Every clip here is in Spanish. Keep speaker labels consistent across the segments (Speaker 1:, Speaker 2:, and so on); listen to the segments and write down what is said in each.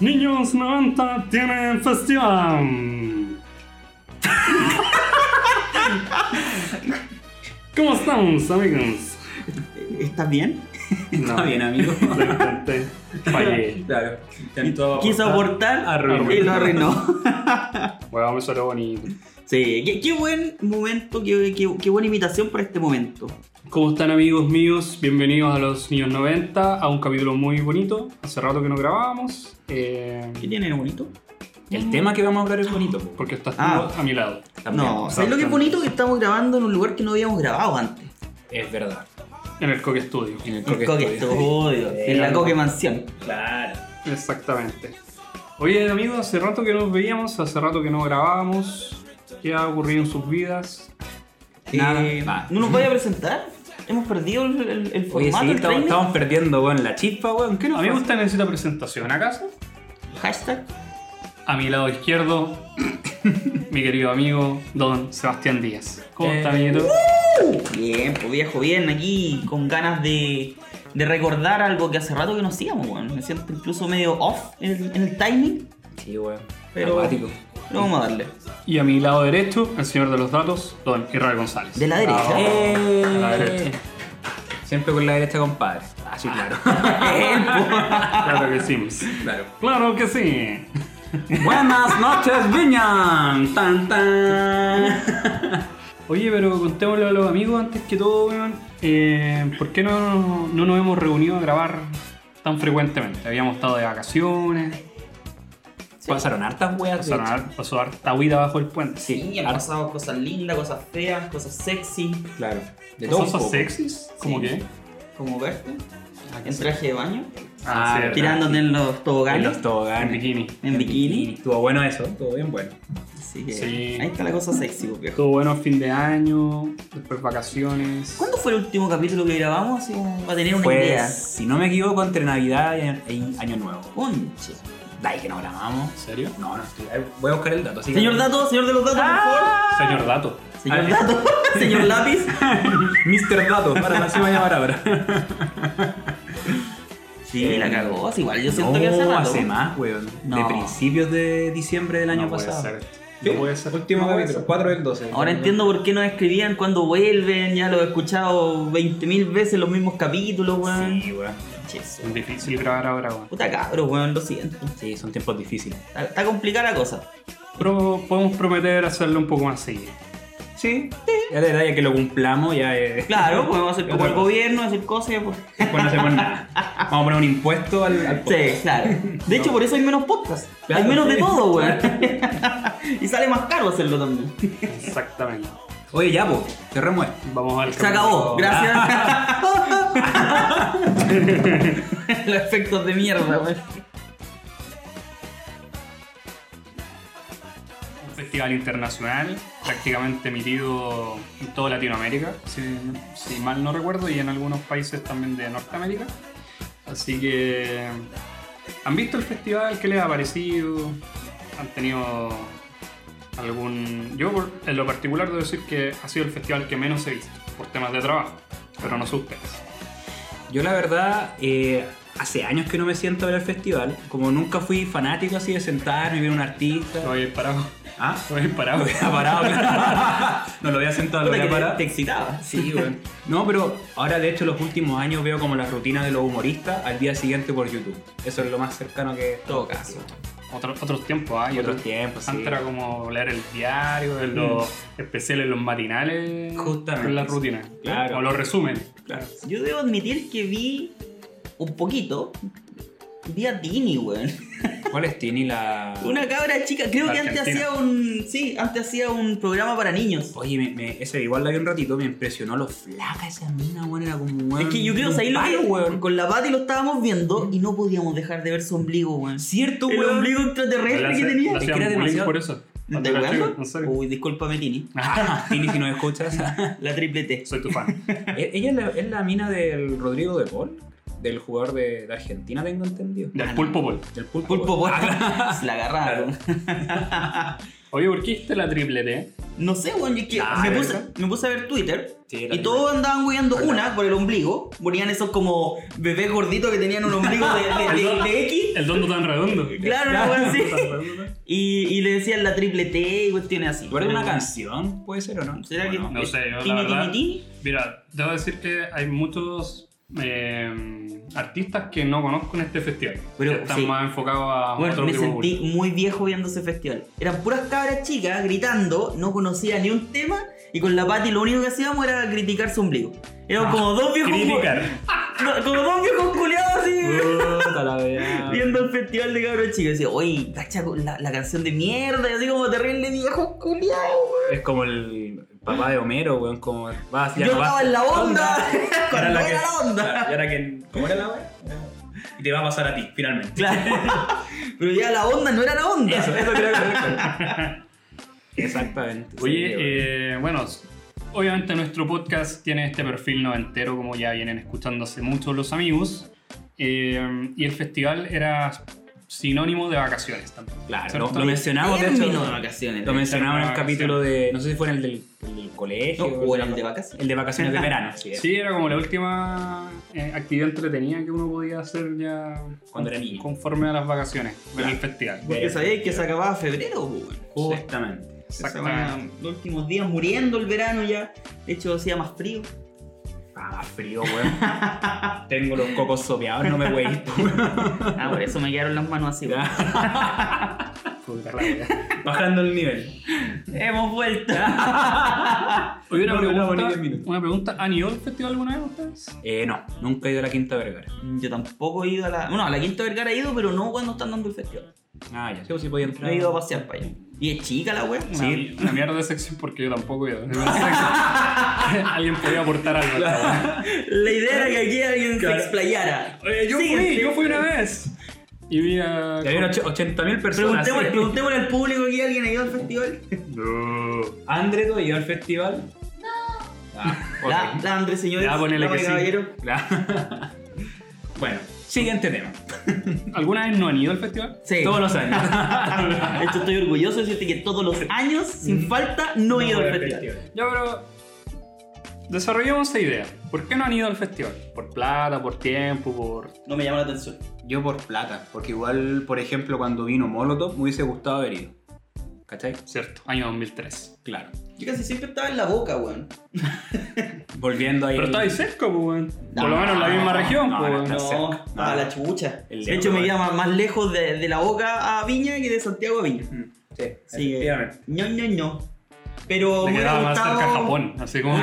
Speaker 1: Niños 90 tienen festival. ¿Cómo estamos, amigos?
Speaker 2: ¿Estás bien?
Speaker 1: No.
Speaker 3: Está bien, amigo.
Speaker 1: Lo intenté. Fallé.
Speaker 3: claro. Intentó
Speaker 2: Quiso
Speaker 3: aportar.
Speaker 2: aportar
Speaker 1: Arruinó.
Speaker 2: y lo arruinó.
Speaker 1: Bueno, eso era bonito.
Speaker 2: Sí, qué, qué buen momento, qué, qué- qué buena imitación para este momento.
Speaker 1: ¿Cómo están amigos míos? Bienvenidos a los Niños 90, a un capítulo muy bonito. Hace rato que no grabábamos. eh,
Speaker 2: ¿Qué tiene de bonito?
Speaker 3: El tema que vamos a hablar es bonito. po.
Speaker 1: porque estás tú
Speaker 2: Ah.
Speaker 1: a mi lado.
Speaker 3: También.
Speaker 2: no, ¿sabes lo que es bonito? Que estamos grabando en un lugar que no habíamos grabado antes.
Speaker 3: Es verdad.
Speaker 1: En el Coque Studio.
Speaker 3: En el
Speaker 2: En
Speaker 3: Coque
Speaker 2: Coque
Speaker 3: Studio.
Speaker 2: Studio, en la Coque Mansión.
Speaker 3: Claro.
Speaker 1: Exactamente. Oye, amigos, hace rato que nos veíamos, hace rato que no grabábamos. ¿Qué ha ocurrido en sus vidas?
Speaker 3: Nada,
Speaker 2: Eh,
Speaker 3: nada.
Speaker 2: ¿No nos vaya a presentar? Hemos perdido el, el- el
Speaker 3: Oye,
Speaker 2: formato,
Speaker 3: sí,
Speaker 2: el
Speaker 3: estamos,
Speaker 2: training.
Speaker 3: estamos perdiendo, weón, la chispa, weón. ¿Qué
Speaker 1: A
Speaker 3: nos
Speaker 1: mí me
Speaker 3: pasa?
Speaker 1: gusta necesita presentación, ¿acaso?
Speaker 2: Hashtag.
Speaker 1: A mi lado izquierdo, mi querido amigo Don Sebastián Díaz. ¿Cómo
Speaker 3: Eh.
Speaker 1: está, amiguito?
Speaker 2: Bien, pues viejo, bien aquí, con ganas de, de recordar algo que hace rato que no hacíamos, weón. Me siento incluso medio off en el, en el timing,
Speaker 3: Sí, weón.
Speaker 2: pero.
Speaker 3: Apático.
Speaker 2: Pero vamos a darle.
Speaker 1: Y a mi lado derecho, el señor de los datos, Don Israel González.
Speaker 2: De la derecha.
Speaker 3: Eh.
Speaker 1: A la derecha.
Speaker 3: Siempre con la derecha, compadre. Ah, sí, claro.
Speaker 1: Ah, Claro que sí.
Speaker 3: claro.
Speaker 1: Claro que sí.
Speaker 3: Buenas noches, Viñan. Tan, tan.
Speaker 1: Oye, pero contémosle a los amigos antes que todo, weón. eh, ¿Por qué no, no nos hemos reunido a grabar tan frecuentemente? Habíamos estado de vacaciones,
Speaker 3: Pasaron hartas weas. de
Speaker 1: pasaron
Speaker 3: hecho.
Speaker 1: har- pasó harta huida bajo el puente.
Speaker 2: Sí, han pasado cosas lindas, cosas feas, cosas sexy,
Speaker 3: Claro. De todo un
Speaker 1: ¿Cosas
Speaker 3: poco.
Speaker 1: sexys? ¿Cómo
Speaker 2: Sí.
Speaker 1: qué?
Speaker 2: como verte,
Speaker 1: Ah, que
Speaker 2: en
Speaker 1: sí.
Speaker 2: traje de baño,
Speaker 1: Ah,
Speaker 3: Ah,
Speaker 1: sí, verdad.
Speaker 2: tirándote en los
Speaker 3: En
Speaker 2: toboganes,
Speaker 3: los toboganes.
Speaker 1: En bikini.
Speaker 2: en bikini.
Speaker 3: Estuvo bueno eso, estuvo bien bueno.
Speaker 2: Así que
Speaker 1: Sí.
Speaker 2: ahí está la cosa sexy, pues, viejo.
Speaker 1: Todo bueno a fin de año, después vacaciones.
Speaker 2: ¿Cuándo fue el último capítulo que grabamos? Así como para tener una
Speaker 3: Pues,
Speaker 2: idea.
Speaker 3: si no me equivoco, entre Navidad y y Año Nuevo.
Speaker 2: Conche.
Speaker 3: Dai, que no grabamos.
Speaker 1: ¿En serio?
Speaker 3: No, no estoy. eh, Voy a buscar el dato. así que-
Speaker 2: Señor Dato, señor de los datos, por favor.
Speaker 3: Ah.
Speaker 1: Señor Dato.
Speaker 2: Señor
Speaker 3: Al-
Speaker 2: Dato, señor Lápiz.
Speaker 3: Mr. Dato, para así va a llamar ahora.
Speaker 2: Sí, la cagó. sí, Igual yo siento
Speaker 3: no,
Speaker 2: que hace rato.
Speaker 3: más, weón.
Speaker 2: No.
Speaker 3: De principios de diciembre del año
Speaker 1: no
Speaker 3: pasado.
Speaker 1: Puede ser.
Speaker 3: Sí,
Speaker 1: No puede ser.
Speaker 3: Último
Speaker 1: No puede
Speaker 3: capítulo,
Speaker 1: ser.
Speaker 3: 4 del 12.
Speaker 2: Ahora entiendo por qué no escribían cuando vuelven. Ya lo he escuchado 20.000 veces los mismos capítulos, weón.
Speaker 3: Sí, weón.
Speaker 2: Che,
Speaker 1: Es difícil grabar ahora, weón.
Speaker 2: Puta cabros, weón, lo siento.
Speaker 3: Sí, son tiempos difíciles.
Speaker 2: Está, está complicada la cosa.
Speaker 1: Pero podemos prometer hacerlo un poco más seguido.
Speaker 3: Sí, ya de verdad, ya que lo cumplamos, ya. eh,
Speaker 2: Claro, podemos hacer como
Speaker 3: Otra
Speaker 2: el
Speaker 3: cosa.
Speaker 2: gobierno, hacer cosas. y Pues.
Speaker 3: Después no hacemos nada. Vamos a poner un impuesto al. al
Speaker 2: Sí, claro. De hecho, por eso hay menos podcasts.
Speaker 3: Claro,
Speaker 2: hay menos de
Speaker 3: sí.
Speaker 2: todo, weón. y sale más caro hacerlo también.
Speaker 1: Exactamente.
Speaker 3: Oye, ya, pues, cerremos esto.
Speaker 1: Vamos al
Speaker 2: Se acabó,
Speaker 1: capítulo.
Speaker 2: gracias. Los efectos de mierda, weón.
Speaker 1: Un festival internacional, prácticamente emitido en toda Latinoamérica, si, si mal no recuerdo, y en algunos países también de Norteamérica. Así que. ¿Han visto el festival? ¿Qué les ha parecido? ¿Han tenido algún.? Yo, por- en lo particular, debo decir que ha sido el festival que menos he visto, por temas de trabajo, pero no sé ustedes.
Speaker 3: Yo la verdad, eh, hace años que no me siento a ver el festival. Como nunca fui fanático así de sentarme y ver a un artista.
Speaker 1: Lo habéis parado,
Speaker 3: Ah,
Speaker 1: lo habéis
Speaker 3: lo
Speaker 1: parado.
Speaker 3: había parado. claro. no lo había sentado, lo
Speaker 2: Puta que
Speaker 3: había
Speaker 2: te-
Speaker 3: parado.
Speaker 2: Te excitabas.
Speaker 3: Sí, weón. No, pero ahora de hecho los últimos años veo como las rutinas de los humoristas al día siguiente por YouTube. Eso es lo más cercano que...
Speaker 2: Todo caso.
Speaker 1: Otro- otros tiempos, ¿ah? Y
Speaker 3: Otros
Speaker 1: otros-
Speaker 3: tiempos,
Speaker 1: Antes
Speaker 3: sí. Mm.
Speaker 1: era como leer el diario, en los especiales, los matinales.
Speaker 3: Justamente.
Speaker 1: En las rutinas.
Speaker 3: Claro.
Speaker 1: O los resúmenes.
Speaker 3: Claro.
Speaker 2: Yo debo admitir que vi un poquito. Vi a Tini, weón.
Speaker 3: ¿Cuál es Tini la...?
Speaker 2: Una cabra chica. Creo que antes
Speaker 1: Argentina.
Speaker 2: hacía un. Sí, antes hacía un programa para niños.
Speaker 3: Oye, me, me- ese igual la vi un ratito, me impresionó lo flaca esa mina, weón. Era como... weón,
Speaker 2: Es que yo creo,
Speaker 3: un
Speaker 2: ¿sabéis lo
Speaker 3: palo,
Speaker 2: que?
Speaker 3: weón.
Speaker 2: Con la Pati lo estábamos viendo y no podíamos dejar de ver su ombligo, weón.
Speaker 3: Cierto,
Speaker 2: El
Speaker 3: weón.
Speaker 2: ombligo
Speaker 1: Le
Speaker 2: extraterrestre que
Speaker 1: hace-
Speaker 2: tenía.
Speaker 1: le
Speaker 3: Es que
Speaker 1: hacían
Speaker 3: era
Speaker 1: bullying
Speaker 3: demasiado-
Speaker 1: por eso.
Speaker 2: ¿Me
Speaker 1: Cuando
Speaker 2: estás
Speaker 1: era chico,
Speaker 2: weando?
Speaker 1: en serio.
Speaker 2: Uy, discúlpame, Tini.
Speaker 3: Ah, Tini, si nos escuchas.
Speaker 2: La triple T.
Speaker 1: Soy tu fan.
Speaker 3: E- Ella es la, es la mina del Rodrigo de Paul, del jugador de, de Argentina, tengo entendido.
Speaker 1: Del
Speaker 2: Ah,
Speaker 1: pulpo pol.
Speaker 3: Del pulpo.
Speaker 2: Pulpo,
Speaker 3: Paul.
Speaker 2: pues, se la agarraron.
Speaker 1: Oye, ¿por qué hiciste la triple T?
Speaker 2: No sé, weón, es que
Speaker 1: Ah,
Speaker 2: me,
Speaker 1: ¿verdad?
Speaker 2: puse, me puse a ver Twitter
Speaker 3: Sí, la
Speaker 2: y
Speaker 3: verdad.
Speaker 2: todos andaban huyendo una por el ombligo. Ponían esos como bebés gorditos que tenían un ombligo de, de- de- de X.
Speaker 1: El dondo tan redondo.
Speaker 2: Claro, una weá así. Y, y le decían la triple T y cuestiones así.
Speaker 3: ¿Recuerdas una
Speaker 2: Pero-
Speaker 3: canción? ¿Puede ser o no?
Speaker 2: ¿Será que
Speaker 1: Bueno, no
Speaker 2: es
Speaker 1: sé, yo la
Speaker 2: tini,
Speaker 1: verdad-
Speaker 2: tini, tini?
Speaker 1: Mira, debo decir que hay muchos eh, artistas que no conozco en este festival.
Speaker 2: Pero,
Speaker 1: que están
Speaker 2: sí.
Speaker 1: más enfocados a
Speaker 2: Bueno,
Speaker 1: otro
Speaker 2: me
Speaker 1: tipo de
Speaker 2: sentí
Speaker 1: público.
Speaker 2: muy viejo viendo ese festival. Eran puras cabras chicas gritando, no conocía ni un tema y con la Pati lo único que hacíamos era criticar su ombligo. Éramos como dos viejos
Speaker 1: Criticar.
Speaker 2: No, como dos viejos culiados así.
Speaker 3: Puta la weá.
Speaker 2: Viendo el festival de cabros chicos, decía, oye, cacha la, la canción de mierda, y así como terrible viejo culiao, weón.
Speaker 3: Es como el papá de Homero, weón. Como, vas, ya
Speaker 2: Yo
Speaker 3: no vas.
Speaker 2: estaba en la onda,
Speaker 3: Onda.
Speaker 2: cuando
Speaker 3: la
Speaker 2: era
Speaker 3: que-
Speaker 2: la onda.
Speaker 3: Claro, y ahora que. ¿Cómo era la weá? Y te va a pasar a ti, finalmente.
Speaker 2: Claro. Pero ya la onda no era la onda.
Speaker 3: Eso, eso creo que Exactamente.
Speaker 1: Oye,
Speaker 3: Sí, weón.
Speaker 1: eh, bueno, obviamente nuestro podcast tiene este perfil noventero, como ya vienen escuchándose muchos los amigos. Eh, y el festival era sinónimo de vacaciones también.
Speaker 3: Claro,
Speaker 1: ¿cierto?
Speaker 3: lo, lo mencionamos, de
Speaker 2: Término de
Speaker 3: hecho.
Speaker 2: vacaciones.
Speaker 3: Lo mencionamos en el
Speaker 1: Vacaciones.
Speaker 3: capítulo de. No sé si fue en el del, el del colegio.
Speaker 2: No, o en el de vacaciones.
Speaker 3: El de vacaciones de verano, Ah, sí.
Speaker 1: Sí, era como la última eh, actividad entretenida que uno podía hacer ya
Speaker 3: Cuando era niño.
Speaker 1: conforme a las vacaciones, ver el festival.
Speaker 2: Porque sabíais que se acababa febrero, weón.
Speaker 3: Justamente.
Speaker 2: Se
Speaker 1: Exactamente.
Speaker 2: van los últimos días muriendo el verano ya. De hecho, hacía más frío.
Speaker 3: Ah, más frío, weón. Tengo los cocos sopeados, no me weís, po, weón.
Speaker 2: Ah, por eso me quedaron las manos así. weón.
Speaker 3: Ya,
Speaker 1: Puta la wea.
Speaker 3: Bajando el nivel.
Speaker 2: Hemos vuelto.
Speaker 1: Oye, una,
Speaker 3: No, no, no, ni
Speaker 1: pregunta,
Speaker 3: diez minutos.
Speaker 1: una pregunta, ¿han ido al festival alguna vez ustedes?
Speaker 3: Eh, no, nunca he ido a la Quinta Vergara.
Speaker 2: Yo tampoco he ido a la. Bueno, a la Quinta Vergara he ido, pero no cuando están dando el festival.
Speaker 3: Ah, ya. Sí, pues sí podía
Speaker 2: No
Speaker 3: entrar.
Speaker 2: he ido a pasear para allá. Y es chica la wea.
Speaker 1: Una, una mierda de sección porque yo tampoco he ido. Es una sección. Alguien podía aportar algo. a esta wea.
Speaker 2: La idea era que aquí alguien
Speaker 3: Claro.
Speaker 2: se explayara.
Speaker 1: Oye, Eh, yo fui,
Speaker 2: Siguiente.
Speaker 1: yo fui una vez. Y vi a...
Speaker 3: Ya había 80.000 personas.
Speaker 2: Preguntémosle,
Speaker 3: sí.
Speaker 2: preguntémosle al público que alguien ha ido al festival.
Speaker 1: No.
Speaker 3: ¿André tú has ido al festival? No. Ah, ok.
Speaker 2: La, la Andrés, señores.
Speaker 1: Ya, ponele
Speaker 2: la
Speaker 1: que sí.
Speaker 2: caballero.
Speaker 3: La- bueno, siguiente tema.
Speaker 1: ¿Alguna vez no han ido al festival?
Speaker 2: Sí.
Speaker 3: Todos los años.
Speaker 2: De hecho, estoy orgulloso de decirte que todos los años,
Speaker 1: Mm.
Speaker 2: sin falta, no he ido al festival.
Speaker 1: Ya, pero... Desarrollemos esa idea. ¿Por qué no han ido al festival? ¿Por plata? ¿Por tiempo? ¿Por...?
Speaker 2: No me llama la atención.
Speaker 3: Yo por plata, porque igual, por ejemplo, cuando vino Molotov me hubiese gustado haber ido. ¿Cachai?
Speaker 1: Cierto, año 2003.
Speaker 3: Claro.
Speaker 2: Yo casi siempre estaba en la boca, weón.
Speaker 3: Volviendo ahí.
Speaker 1: Pero
Speaker 3: al-
Speaker 1: estáis cerca, pues, weón. Por lo
Speaker 2: No,
Speaker 1: menos en la misma
Speaker 3: no,
Speaker 1: región,
Speaker 3: no,
Speaker 1: pues,
Speaker 3: no,
Speaker 1: weón.
Speaker 2: No,
Speaker 3: cerca.
Speaker 2: estaba
Speaker 3: No.
Speaker 2: la chucha.
Speaker 3: El
Speaker 2: De
Speaker 3: lejos,
Speaker 2: hecho, me
Speaker 3: weón.
Speaker 2: llama más lejos de, de la boca a Viña que de Santiago a Viña.
Speaker 3: Mm, Sí,
Speaker 2: Así que,
Speaker 3: efectivamente.
Speaker 2: ño, ño, ño. Pero
Speaker 1: Me
Speaker 2: me
Speaker 1: quedaba
Speaker 2: hubiera
Speaker 1: más
Speaker 2: gustado, Ah,
Speaker 1: cerca a Japón, así como...
Speaker 2: me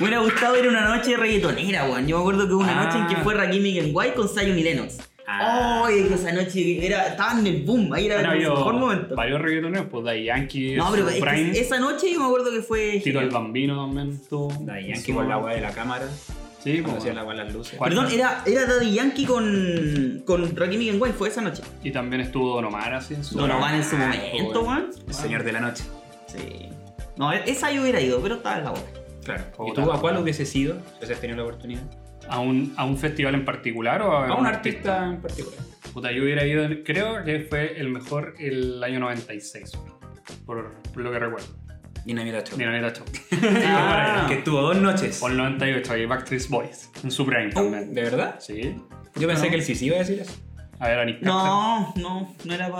Speaker 2: hubiera gustado ir a una noche reggaetonera, weón. Yo me acuerdo que hubo una
Speaker 1: Ah.
Speaker 2: noche en que fue Rakim Miguel White con Zion y Lennox.
Speaker 3: Ah.
Speaker 2: Ay, que esa noche era, estaba en el boom, ahí era
Speaker 1: Han
Speaker 2: el
Speaker 1: habido
Speaker 2: mejor momento.
Speaker 1: varios reggaetoneros, pues Daddy Yankee,
Speaker 2: No, pero
Speaker 1: Snoop
Speaker 2: es que
Speaker 1: Prime,
Speaker 2: esa noche yo me acuerdo que fue.
Speaker 1: Tito el Bambino también estuvo.
Speaker 3: Daddy Yankee con la agua de la cámara.
Speaker 1: Sí,
Speaker 3: Cuando
Speaker 1: pues,
Speaker 3: hacían la agua las luces.
Speaker 1: Juan-
Speaker 2: Perdón, era, era Daddy Yankee con, con Rocky Miguel White, fue esa noche.
Speaker 1: Y también estuvo Don Omar así en su...
Speaker 2: Don Omar en su momento, weón.
Speaker 3: El señor de la noche.
Speaker 2: Sí. No, e, esa yo hubiera ido, pero estaba en la boca.
Speaker 3: Claro. ¿Y
Speaker 1: Puta.
Speaker 3: tú a cuál hubiese sido? Si hubieses tenido la oportunidad.
Speaker 1: ¿A un, ¿A un festival en particular o a,
Speaker 3: A un artista en particular.
Speaker 1: Puta, yo hubiera ido, creo que fue el mejor el año 96, por, por lo que recuerdo.
Speaker 3: Dinamita Show.
Speaker 1: Dinamita Show.
Speaker 3: Ah, Que estuvo dos noches.
Speaker 1: O el 98, ahí Backstreet Boys, en su prime también.
Speaker 3: Uh, Oh, ¿De verdad?
Speaker 1: Sí.
Speaker 3: Yo pensé
Speaker 2: No.
Speaker 3: que el Sisi iba a decir eso.
Speaker 1: A ver, Anis Carter.
Speaker 2: No, no, no era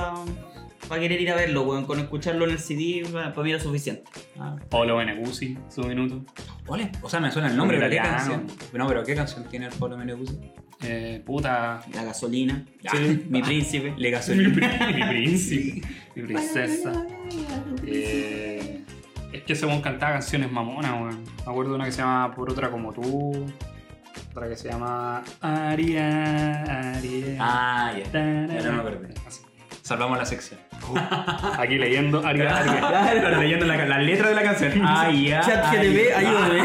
Speaker 2: para querer ir a verlo, weón. Con escucharlo en el CD, para mí era suficiente. Ah,
Speaker 1: Pablo Beneguzzi, su minuto.
Speaker 3: ¿Cuál es? O sea, me suena el nombre, pero ¿qué
Speaker 1: Italiano.
Speaker 3: canción? No, pero ¿qué canción tiene el Pablo Meneguzzi?
Speaker 1: Eh, puta,
Speaker 2: La gasolina,
Speaker 3: Sí.
Speaker 2: mi príncipe.
Speaker 3: Le
Speaker 1: mi,
Speaker 3: gasolina.
Speaker 1: pri- mi príncipe, mi princesa. Eh, es que según cantaba canciones mamonas, weón. Me acuerdo de una que se llama Por otra como tú. Otra que se llama Aria, Aria.
Speaker 3: Ah, ya.
Speaker 1: tarara.
Speaker 3: ya no me acordé.
Speaker 1: Así.
Speaker 3: Salvamos la sección.
Speaker 1: Aquí leyendo
Speaker 3: Ah.
Speaker 1: Aria, Aria.
Speaker 3: Claro, leyendo la, la letra de la canción. Ah, ya.
Speaker 2: Chat
Speaker 3: ay,
Speaker 2: GTV,
Speaker 3: ya.
Speaker 2: ayúdame.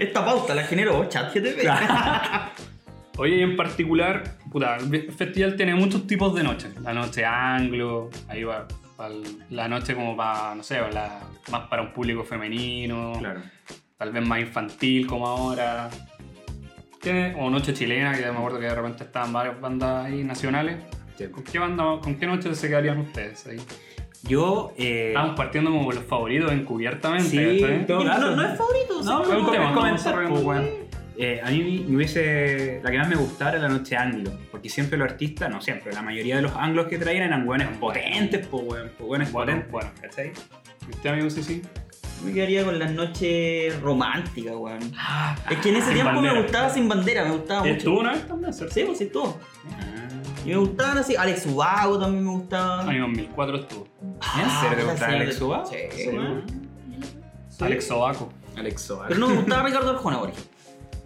Speaker 2: Esta pauta la generó Chat GTV.
Speaker 1: Oye, y en particular, puta, el festival tiene muchos tipos de noches. La noche anglo, ahí va. va el- La noche como para, no sé, la- más para un público femenino,
Speaker 3: Claro.
Speaker 1: tal vez más infantil como ahora. Tiene, o Noche Chilena, que me acuerdo que de repente estaban varias bandas ahí nacionales.
Speaker 3: Sí.
Speaker 1: ¿Con qué, banda, ¿Con qué noche se quedarían ustedes ahí?
Speaker 3: Yo. eh,
Speaker 1: Estamos partiendo como por los favoritos encubiertamente.
Speaker 3: Sí,
Speaker 1: ¿cachai?
Speaker 3: todo-
Speaker 2: Y No, no es favorito. o sea,
Speaker 3: No,
Speaker 1: Fue un
Speaker 3: no,
Speaker 1: tema,
Speaker 3: es
Speaker 1: no,
Speaker 3: comentar,
Speaker 1: no,
Speaker 3: pues,
Speaker 1: no,
Speaker 3: weón.
Speaker 1: no.
Speaker 3: Eh, a mí me hubiese. La que más me gustaba era la noche anglo. Porque siempre los artistas, no siempre, la mayoría de los anglos que traían eran buenos potentes, pues weón. Pues weones
Speaker 1: Bueno,
Speaker 3: potentes.
Speaker 1: bueno.
Speaker 3: ¿cachai?
Speaker 1: ¿Usted, amigo, sí, sí?
Speaker 2: Me quedaría con las noches románticas, weón.
Speaker 1: Ah,
Speaker 2: Es que en ese
Speaker 1: Sin
Speaker 2: tiempo
Speaker 1: bandera.
Speaker 2: me gustaba sin bandera, me gustaba mucho.
Speaker 1: ¿Estuvo una vez también? ¿cierto?
Speaker 2: Sí, pues sí, todo.
Speaker 3: Ah.
Speaker 2: Y me gustaban así. Alex Ubago también me
Speaker 1: Ah,
Speaker 2: gustaba. Ah,
Speaker 1: En 2004 estuvo.
Speaker 3: ¿En serio te
Speaker 2: la
Speaker 3: gustaba
Speaker 2: señora-
Speaker 3: Alex Ubago?
Speaker 2: Sí,
Speaker 1: Sí,
Speaker 2: weón. Sí.
Speaker 1: Alex Sobaco.
Speaker 3: Alex Sobar.
Speaker 2: Pero no me gustaba Ricardo Arjona, por ejemplo.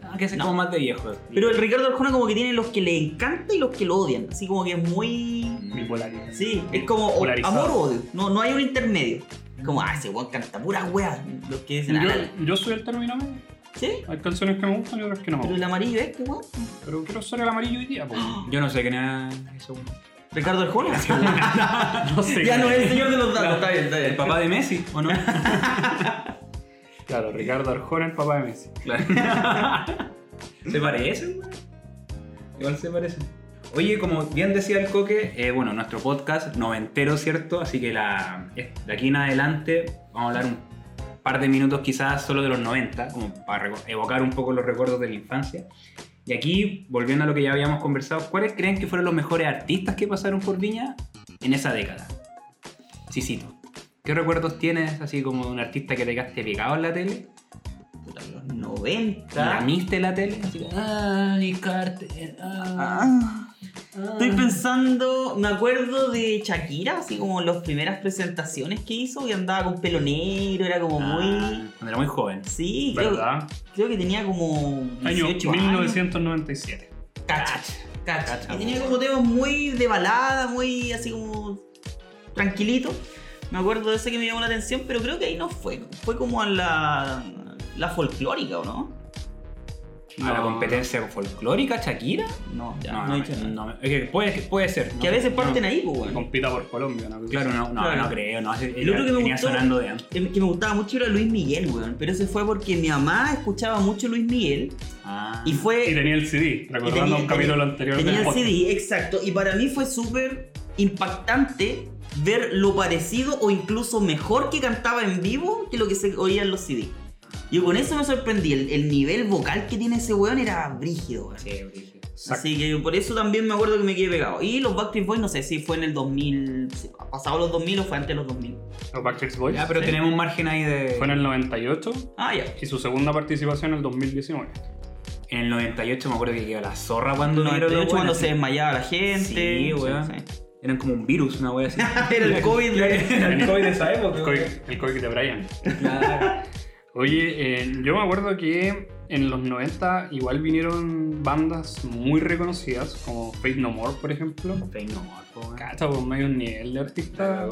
Speaker 3: Ah, que se como más de viejo.
Speaker 2: Pero el Ricardo Arjona como que tiene los que le encanta y los que lo odian. Así como que es muy...
Speaker 1: Bipolaridad.
Speaker 2: Sí, es como o-
Speaker 1: Polarizado.
Speaker 2: amor o odio. No, no hay un intermedio. Es Como, ah, ese weón canta pura wea. Los que dicen, ah, dale.
Speaker 1: Yo, yo soy el término medio.
Speaker 2: Sí,
Speaker 1: Hay canciones que me gustan y otras que no.
Speaker 2: pero el amarillo este weón.
Speaker 1: Pero quiero ser el amarillo hoy día, pues.
Speaker 3: Yo no sé quién era ese weón.
Speaker 2: Ricardo Arjona.
Speaker 1: No sé.
Speaker 2: ya no es el señor de los datos. Está bien, está bien.
Speaker 3: ¿El papá de Messi o no?
Speaker 1: Claro, Ricardo Arjona, el papá de Messi.
Speaker 3: ¿Se parecen, güey? Igual se parecen. Oye, como bien decía el Coque, eh, bueno, nuestro podcast noventero, ¿cierto? Así que la, de aquí en adelante vamos a hablar un par de minutos quizás solo de los 90, como para reco- evocar un poco los recuerdos de la infancia. Y aquí, volviendo a lo que ya habíamos conversado, ¿cuáles creen que fueron los mejores artistas que pasaron por Viña en esa década? Cicito, ¿qué recuerdos tienes así como de un artista que te quedaste pegado en la tele?
Speaker 2: Puta, los 90.
Speaker 3: ¿Lamiste la tele? Así que, ay, Carter, ah".
Speaker 2: Ah, Estoy pensando, me acuerdo de Shakira, así como las primeras presentaciones que hizo, que andaba con pelo negro, era como muy...
Speaker 3: Ah, Cuando era muy joven.
Speaker 2: Sí, creo,
Speaker 1: ¿Verdad?
Speaker 2: creo que tenía como
Speaker 1: Año
Speaker 2: 18 años.
Speaker 1: 1997.
Speaker 2: Cacha, cacha.
Speaker 3: Cacha,
Speaker 2: Y tenía
Speaker 3: po.
Speaker 2: como temas muy de balada, muy así como tranquilito. Me acuerdo de ese que me llamó la atención, pero creo que ahí no fue. Fue como a la, la folclórica, ¿o no?
Speaker 3: A la
Speaker 1: No.
Speaker 3: competencia folclórica, Shakira.
Speaker 2: No, ya,
Speaker 3: no,
Speaker 2: no,
Speaker 3: no,
Speaker 2: he dicho nada.
Speaker 3: no, es que puede, puede ser.
Speaker 2: que a veces parten ahí, pues,
Speaker 1: Que
Speaker 2: bueno.
Speaker 1: Compita por Colombia, ¿no?
Speaker 3: Claro, no, no,
Speaker 2: Claro.
Speaker 3: no creo. No, ese-
Speaker 2: El otro que me
Speaker 3: venía
Speaker 2: gustó-
Speaker 3: sonando de antes.
Speaker 2: El que me gustaba mucho era Luis Miguel, weón. Pero ese fue porque mi mamá escuchaba mucho Luis Miguel
Speaker 3: Ah.
Speaker 2: y fue.
Speaker 1: Y tenía el CD, recordando
Speaker 2: tenía-
Speaker 1: un capítulo anterior
Speaker 2: tenía
Speaker 1: del
Speaker 2: el
Speaker 1: podcast.
Speaker 2: CD, exacto. Y para mí fue súper impactante ver lo parecido o incluso mejor que cantaba en vivo que lo que se oía en los CD. Yo con eso me sorprendí. El, el nivel vocal que tiene ese weón era brígido, weón.
Speaker 3: Sí, brígido.
Speaker 1: Exacto.
Speaker 2: Así que por eso también me acuerdo que me quedé pegado. Y los Backstreet Boys, no sé si fue en el 2000, si ha pasado los 2000 o fue antes de los 2000.
Speaker 1: Los Backstreet Boys.
Speaker 3: Ya, pero
Speaker 2: Sí.
Speaker 3: tenemos un margen ahí de.
Speaker 1: Fue en el 98
Speaker 2: Ah, ya.
Speaker 1: y su segunda participación en el 2019.
Speaker 3: En el 98 me acuerdo que quedó la zorra cuando
Speaker 2: No,
Speaker 3: vinieron los
Speaker 2: cuando
Speaker 3: buenos.
Speaker 2: se desmayaba la gente.
Speaker 3: Sí, weón.
Speaker 2: Sí,
Speaker 3: Eran como un virus, una wea así.
Speaker 2: Era el COVID de-
Speaker 3: Era el COVID de esa época.
Speaker 1: El
Speaker 3: weón.
Speaker 1: coic- El coic de Brian.
Speaker 3: Claro.
Speaker 1: Oye, eh, yo me acuerdo que en los 90 igual vinieron bandas muy reconocidas, como Faith No More, por ejemplo.
Speaker 3: Fake no more, po, weón.
Speaker 1: Cacha, por medio un nivel de artista.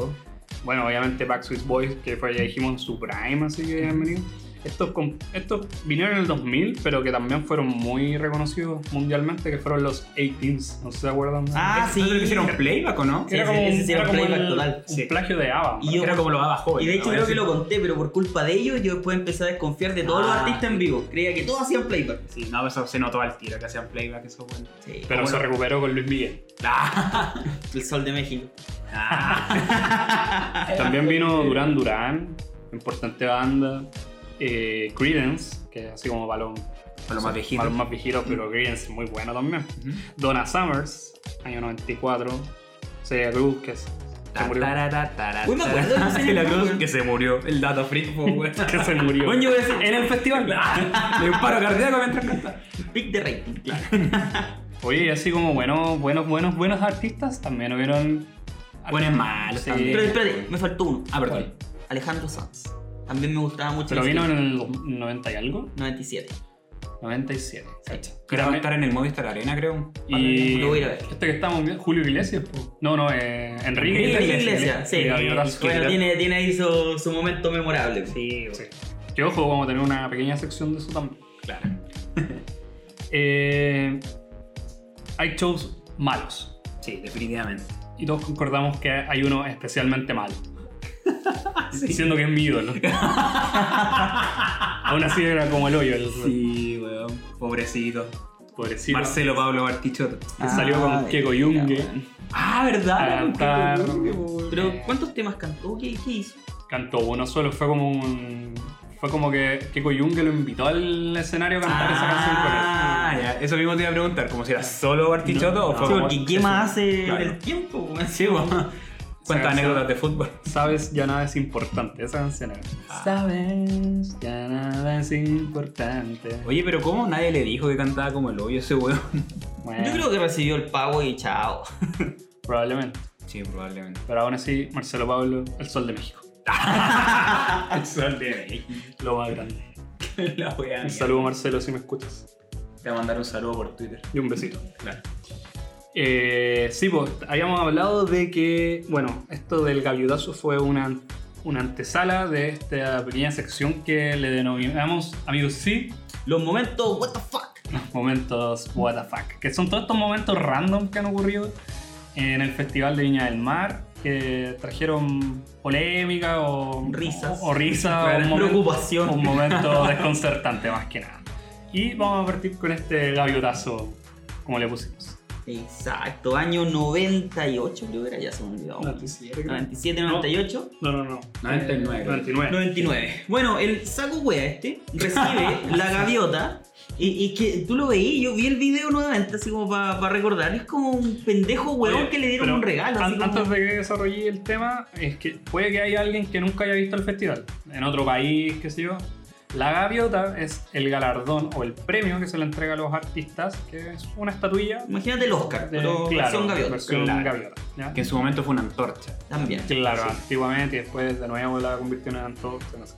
Speaker 1: Bueno, obviamente Backstreet Boys, que fue, ya dijimos, su prime, así que han venido. Estos, con- estos vinieron en el 2000, pero que también fueron muy reconocidos mundialmente, que fueron los 18s, no sé si se acuerdan.
Speaker 2: Ah, sí.
Speaker 3: ¿No es lo que hicieron playback o no?
Speaker 2: Sí.
Speaker 1: era como, un-
Speaker 2: ese sí era
Speaker 1: era como
Speaker 2: playback
Speaker 1: el-
Speaker 2: total.
Speaker 1: un
Speaker 3: Sí.
Speaker 1: plagio de ABBA.
Speaker 2: Y yo-
Speaker 3: Era como lo daba joven.
Speaker 2: Y de hecho
Speaker 3: una
Speaker 2: creo
Speaker 3: wea
Speaker 2: que
Speaker 3: así.
Speaker 2: lo conté, pero por culpa de ellos yo después empecé a desconfiar de todos los
Speaker 3: Ah.
Speaker 2: artistas en vivo. Creía que todos hacían playback.
Speaker 3: Sí, no, eso se notó al tiro que hacían playback, eso bueno.
Speaker 2: Sí.
Speaker 1: pero se recuperó con Luis Miguel.
Speaker 2: El sol de México.
Speaker 1: Ah, eh, También vino
Speaker 2: Ah,
Speaker 1: Duran Duran, importante banda. Eh, Credence, que es así como balón.
Speaker 3: Para los más viejitos.
Speaker 1: Para los más viejitos, pero Credence muy bueno también. Donna Summers, año 94. Celia Cruz, que es- se murió.
Speaker 2: Uy, me acuerdo de ese
Speaker 3: de la
Speaker 2: nombre,
Speaker 3: cruz
Speaker 2: weón.
Speaker 3: que se murió. El dato freak, po, weón.
Speaker 1: Que se murió.
Speaker 3: Bueno, yo voy a decir, eh, en el festival. Le un paro cardíaco mientras canta.
Speaker 2: Pick de rating. Claro.
Speaker 1: Oye, y así como buenos, buenos, buenos, buenos artistas también hubieron.
Speaker 3: Bueno, es malo
Speaker 1: Sí.
Speaker 3: también.
Speaker 2: Pero espérate, me faltó uno.
Speaker 3: Ah, perdón.
Speaker 2: Alejandro Sanz. También me gustaba mucho.
Speaker 1: Pero
Speaker 2: ese
Speaker 1: vino en
Speaker 2: tipo.
Speaker 1: el 90 y algo.
Speaker 2: 97.
Speaker 1: 97. cacha.
Speaker 3: Que va a estar en el Movistar Arena, creo.
Speaker 1: Y
Speaker 2: Lo voy a ir a ver.
Speaker 1: este que estamos viendo, Julio Iglesias. po. No, no, eh, Enrique
Speaker 3: Enrique
Speaker 1: Iglesias.
Speaker 2: Iglesia, sí.
Speaker 1: Y Gabriel Rasco.
Speaker 2: Bueno, tiene, tiene ahí su, su momento memorable.
Speaker 3: Sí,
Speaker 1: Sí. Que ojo, vamos a tener una pequeña sección de eso también.
Speaker 3: claro.
Speaker 1: Eh, hay shows malos.
Speaker 3: Sí, definitivamente.
Speaker 1: Y todos concordamos que hay uno especialmente malo.
Speaker 3: Sí.
Speaker 1: Diciendo que es mi ídolo. Aún así era como el hoyo. el-
Speaker 3: Sí, weón. Pobrecito.
Speaker 1: pobrecito.
Speaker 3: Marcelo Pablo Bartichotto.
Speaker 1: Que salió con Keiko Yungue.
Speaker 2: Ah,
Speaker 1: A
Speaker 2: ¿verdad?
Speaker 1: cantar.
Speaker 2: Pero ¿cuántos temas cantó? ¿Qué, qué hizo?
Speaker 1: Cantó uno solo, fue como un. Fue como que Keiko Yungue lo invitó al escenario a cantar esa canción con él.
Speaker 3: Ah, ya. Eso mismo te iba a preguntar, como si era solo Bartichotto
Speaker 1: No,
Speaker 3: o fue
Speaker 1: no.
Speaker 2: Sí,
Speaker 3: como-
Speaker 2: porque ¿qué más hace
Speaker 3: Claro.
Speaker 2: en el tiempo? weón?
Speaker 3: Sí, bueno.
Speaker 1: Esa
Speaker 3: Cuántas anécdotas de fútbol.
Speaker 1: Sabes, ya nada es importante. Esa canción era.
Speaker 3: Ah.
Speaker 1: Sabes, ya nada es importante.
Speaker 3: Oye, pero ¿cómo nadie le dijo que cantaba como el hoyo ese weón?
Speaker 1: Bueno,
Speaker 2: Yo creo que recibió el pago y chao.
Speaker 1: Probablemente.
Speaker 3: Sí, probablemente.
Speaker 1: Pero aún así, Marcelo Pablo, el sol de México.
Speaker 3: El sol de
Speaker 1: Lo más grande.
Speaker 3: La wea.
Speaker 1: Un
Speaker 3: mía.
Speaker 1: saludo, Marcelo, si me escuchas.
Speaker 3: Te voy a mandar un saludo por Twitter.
Speaker 1: Y un besito.
Speaker 3: Claro.
Speaker 1: Eh, sí, pues habíamos hablado de que, bueno, esto del gaviolazo fue una, una antesala de esta pequeña sección que le denominamos, amigos, sí,
Speaker 2: Los momentos, what the fuck.
Speaker 1: momentos what the fuck, que son todos estos momentos random que han ocurrido en el Festival de Viña del Mar, que trajeron polémica o
Speaker 2: Risas.
Speaker 1: o, o risa, o
Speaker 2: Claro,
Speaker 1: un momento-
Speaker 2: preocupación.
Speaker 1: un momento desconcertante más que nada. Y vamos a partir con este gaviotazo, como le pusimos.
Speaker 2: Exacto, año 98 creo que era, ya se me olvidó. 97,
Speaker 1: No.
Speaker 2: 98.
Speaker 1: No, no, no.
Speaker 3: 99.
Speaker 1: 99.
Speaker 2: 99. Bueno, el saco wea este recibe la gaviota. Y, y que tú lo veí, yo vi el video nuevamente, así como para recordar. Es como un pendejo weón
Speaker 1: Oye,
Speaker 2: que le dieron
Speaker 1: pero
Speaker 2: un regalo.
Speaker 1: an-
Speaker 2: así como-
Speaker 1: Antes de que desarrolle el tema, es que puede que haya alguien que nunca haya visto el festival, en otro país, qué sé yo. La gaviota es el galardón o el premio que se le entrega a los artistas, que es una estatuilla de
Speaker 2: Imagínate el Oscar, pero
Speaker 1: Eh, claro,
Speaker 2: versión gaviota.
Speaker 1: versión
Speaker 2: Claro.
Speaker 1: gaviota, ¿ya?
Speaker 3: Que en su momento fue una antorcha.
Speaker 2: También.
Speaker 1: Claro,
Speaker 2: Sí.
Speaker 1: antiguamente y después de nuevo la convirtieron en antorcha, no sé.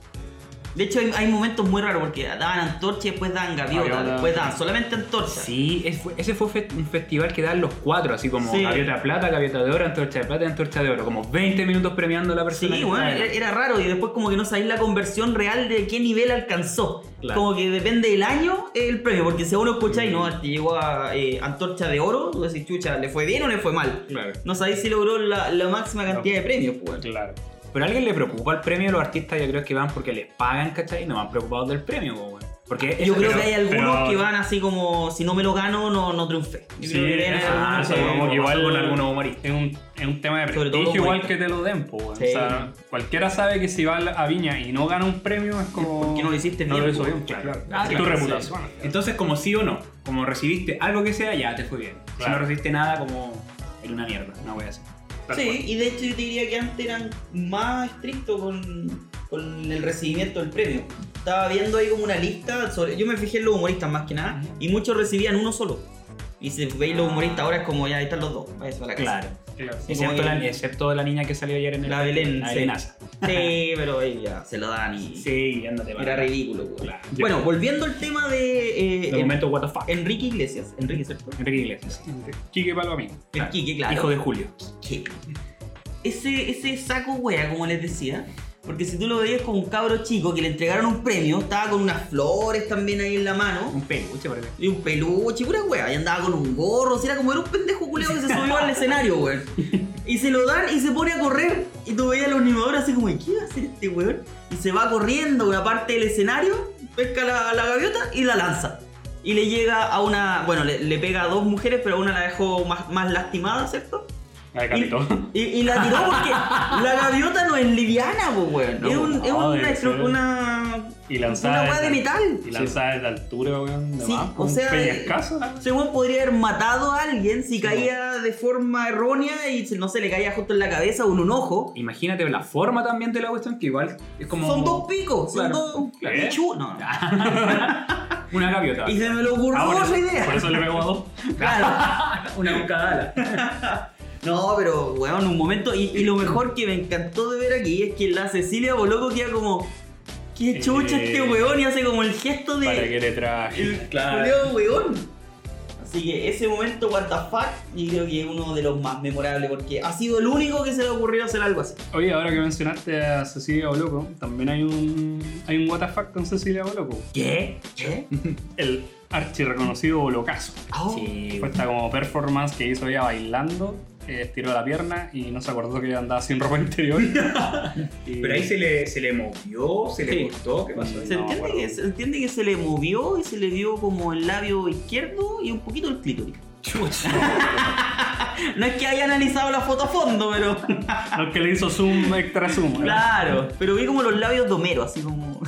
Speaker 2: De hecho, hay, hay momentos muy raros porque daban antorcha y después daban gaviota,
Speaker 1: Gaviota.
Speaker 2: después daban solamente antorcha.
Speaker 3: Sí, ese fue, ese fue fe- un festival que dan los cuatro, así como
Speaker 2: Sí.
Speaker 3: gaviota plata, gaviota de oro, antorcha de plata y antorcha de oro. Como 20 minutos premiando a la persona.
Speaker 2: Sí,
Speaker 3: que
Speaker 2: bueno,
Speaker 3: está
Speaker 2: era, era raro y después como que no sabéis la conversión real de qué nivel alcanzó.
Speaker 3: Claro.
Speaker 2: Como que depende del año eh, el premio, porque si uno escucha y no, te llegó a eh, Antorcha de Oro, tú decís, chucha, ¿le fue bien o le fue mal?
Speaker 3: Claro.
Speaker 2: No sabéis si logró la, la máxima cantidad de premios, pues.
Speaker 1: Claro.
Speaker 3: Pero a alguien le preocupa el premio, los artistas yo creo que van porque les pagan, ¿cachai? Y no van preocupados del premio, po, weón. Porque
Speaker 2: Yo creo
Speaker 3: esa-
Speaker 1: pero-
Speaker 2: que hay algunos
Speaker 1: pero-
Speaker 2: que van así como, si no me lo gano, no, no triunfé. Yo
Speaker 1: Sí,
Speaker 2: creo que hay
Speaker 1: eso,
Speaker 3: Ah,
Speaker 2: algunos
Speaker 1: eso,
Speaker 3: sí,
Speaker 2: que-
Speaker 1: como que igual-
Speaker 3: igual con algunos humoristas.
Speaker 1: Es un, es un tema de
Speaker 2: Sobre todo
Speaker 1: prestigio igual
Speaker 2: humorista.
Speaker 1: que te lo den, po, weón.
Speaker 2: Sí.
Speaker 1: O sea, cualquiera sabe que si va a Viña y no gana un premio es como...
Speaker 2: Porque no lo hiciste
Speaker 1: no
Speaker 2: bien,
Speaker 1: lo hizo
Speaker 2: po.
Speaker 1: bien, claro.
Speaker 3: Ah,
Speaker 1: Es tu
Speaker 3: claro,
Speaker 1: reputación.
Speaker 3: Entonces, como sí o no, como recibiste algo que sea, ya te fue bien. Si
Speaker 1: Claro.
Speaker 3: no recibiste nada, como era una mierda, una wea así.
Speaker 1: Tal
Speaker 2: Sí,
Speaker 1: cual.
Speaker 2: y de hecho yo te diría que antes eran más estrictos con, con el recibimiento del premio. Estaba viendo ahí como una lista, sobre, yo me fijé en los humoristas más que nada,
Speaker 3: Ujú. Ah.
Speaker 2: y muchos recibían uno solo. Y si veis los humoristas ahora es como ya, ahí están los dos, váyase para la casa.
Speaker 3: Claro.
Speaker 1: Claro.
Speaker 2: Sí,
Speaker 3: Excepto
Speaker 2: como
Speaker 3: la,
Speaker 2: que-
Speaker 3: excepto la niña que salió ayer en el.
Speaker 2: La Belén,
Speaker 3: La
Speaker 2: sí.
Speaker 3: Belén Asa.
Speaker 2: Sí, pero ahí ya se lo dan y
Speaker 3: Sí, ándate,
Speaker 2: era
Speaker 3: vale.
Speaker 2: ridículo. weón.
Speaker 3: Claro.
Speaker 2: Bueno, volviendo al tema de, eh,
Speaker 3: De
Speaker 2: en-
Speaker 3: momento, what the fuck.
Speaker 2: Enrique Iglesias, Enrique, ¿cierto?
Speaker 3: Enrique Iglesias.
Speaker 1: Quique Palo a mí.
Speaker 2: El Quique, claro.
Speaker 3: Hijo de Julio.
Speaker 2: que ese, ese saco wea, como les decía, porque si tú lo veías como un cabro chico que le entregaron un premio, estaba con unas flores también ahí en la mano,
Speaker 3: Un peluche, parece.
Speaker 2: y un peluche, y pura wea, y andaba con un gorro, o sea, era como era un pendejo culeado que se subió al escenario, weón. Y se lo dan y se pone a correr, y tú veías a los animadores así como, ¿qué va a hacer este weón? Y se va corriendo a una parte del escenario, pesca la, la gaviota y la lanza. Y le llega a una, bueno, le, le pega a dos mujeres, pero a una la dejó más, más lastimada, ¿cierto?
Speaker 1: La decapitó.
Speaker 2: Y, y la tiró porque la gaviota no es liviana, pues, weón.
Speaker 1: No,
Speaker 2: es un- es
Speaker 1: no,
Speaker 2: una,
Speaker 1: debe
Speaker 2: estru-
Speaker 1: ser.
Speaker 2: una.
Speaker 1: Y lanzada.
Speaker 2: Una weá de
Speaker 1: desde-
Speaker 2: metal.
Speaker 1: Y lanzada desde altura, weón. De
Speaker 2: Sí,
Speaker 1: más,
Speaker 2: o
Speaker 1: con
Speaker 2: sea, eh,
Speaker 1: Un peñascazo.
Speaker 2: Ese weón podría haber matado a alguien si caía de forma errónea y se- no se le caía justo en la cabeza o en un ojo.
Speaker 3: Imagínate la forma también de la cuestión, que igual es como.
Speaker 2: Son dos picos, son
Speaker 3: Claro.
Speaker 2: dos.
Speaker 1: Claro. ¿Eh?
Speaker 2: pichu- no, no.
Speaker 3: Una gaviota.
Speaker 2: Y se me le ocurrió
Speaker 1: Ah, por
Speaker 2: otra
Speaker 1: eso-
Speaker 2: idea.
Speaker 1: Por eso le pegó a dos.
Speaker 2: Claro.
Speaker 3: Una bucadala.
Speaker 2: No, pero weón, un momento. Y, y lo mejor que me encantó de ver aquí es que la Cecilia Boloco queda como. Qué chucha
Speaker 1: Eh,
Speaker 2: este weón y hace como el gesto de.
Speaker 1: Para que le traje.
Speaker 2: El culeo weón. Ah. Así que ese momento, what the fuck, yo creo que es uno de los más memorables porque ha sido el único que se le ocurrió hacer algo así.
Speaker 1: Oye, ahora que mencionaste a Cecilia Boloco, también hay un, hay un WTF con Cecilia Boloco.
Speaker 2: ¿Qué? ¿Qué?
Speaker 1: El archirreconocido Bolocazo.
Speaker 2: Ah,
Speaker 3: Sí.
Speaker 1: Fue esta como performance que hizo ella bailando eh, estiró la pierna y no se acordó que andaba sin ropa interior. Y-
Speaker 3: Pero ahí se le, se le movió, se le
Speaker 1: Sí.
Speaker 3: cortó, ¿qué pasó? ahí?
Speaker 2: Se
Speaker 1: No,
Speaker 2: entiende,
Speaker 1: bueno.
Speaker 2: que, se entiende que se le movió y se le vio como el labio izquierdo y un poquito el clítoris. no es que haya analizado la foto a fondo, pero.
Speaker 1: Lo que le hizo zoom extra zoom. ¿eh? ¿no?
Speaker 2: claro, pero vi como los labios de Homero, así como.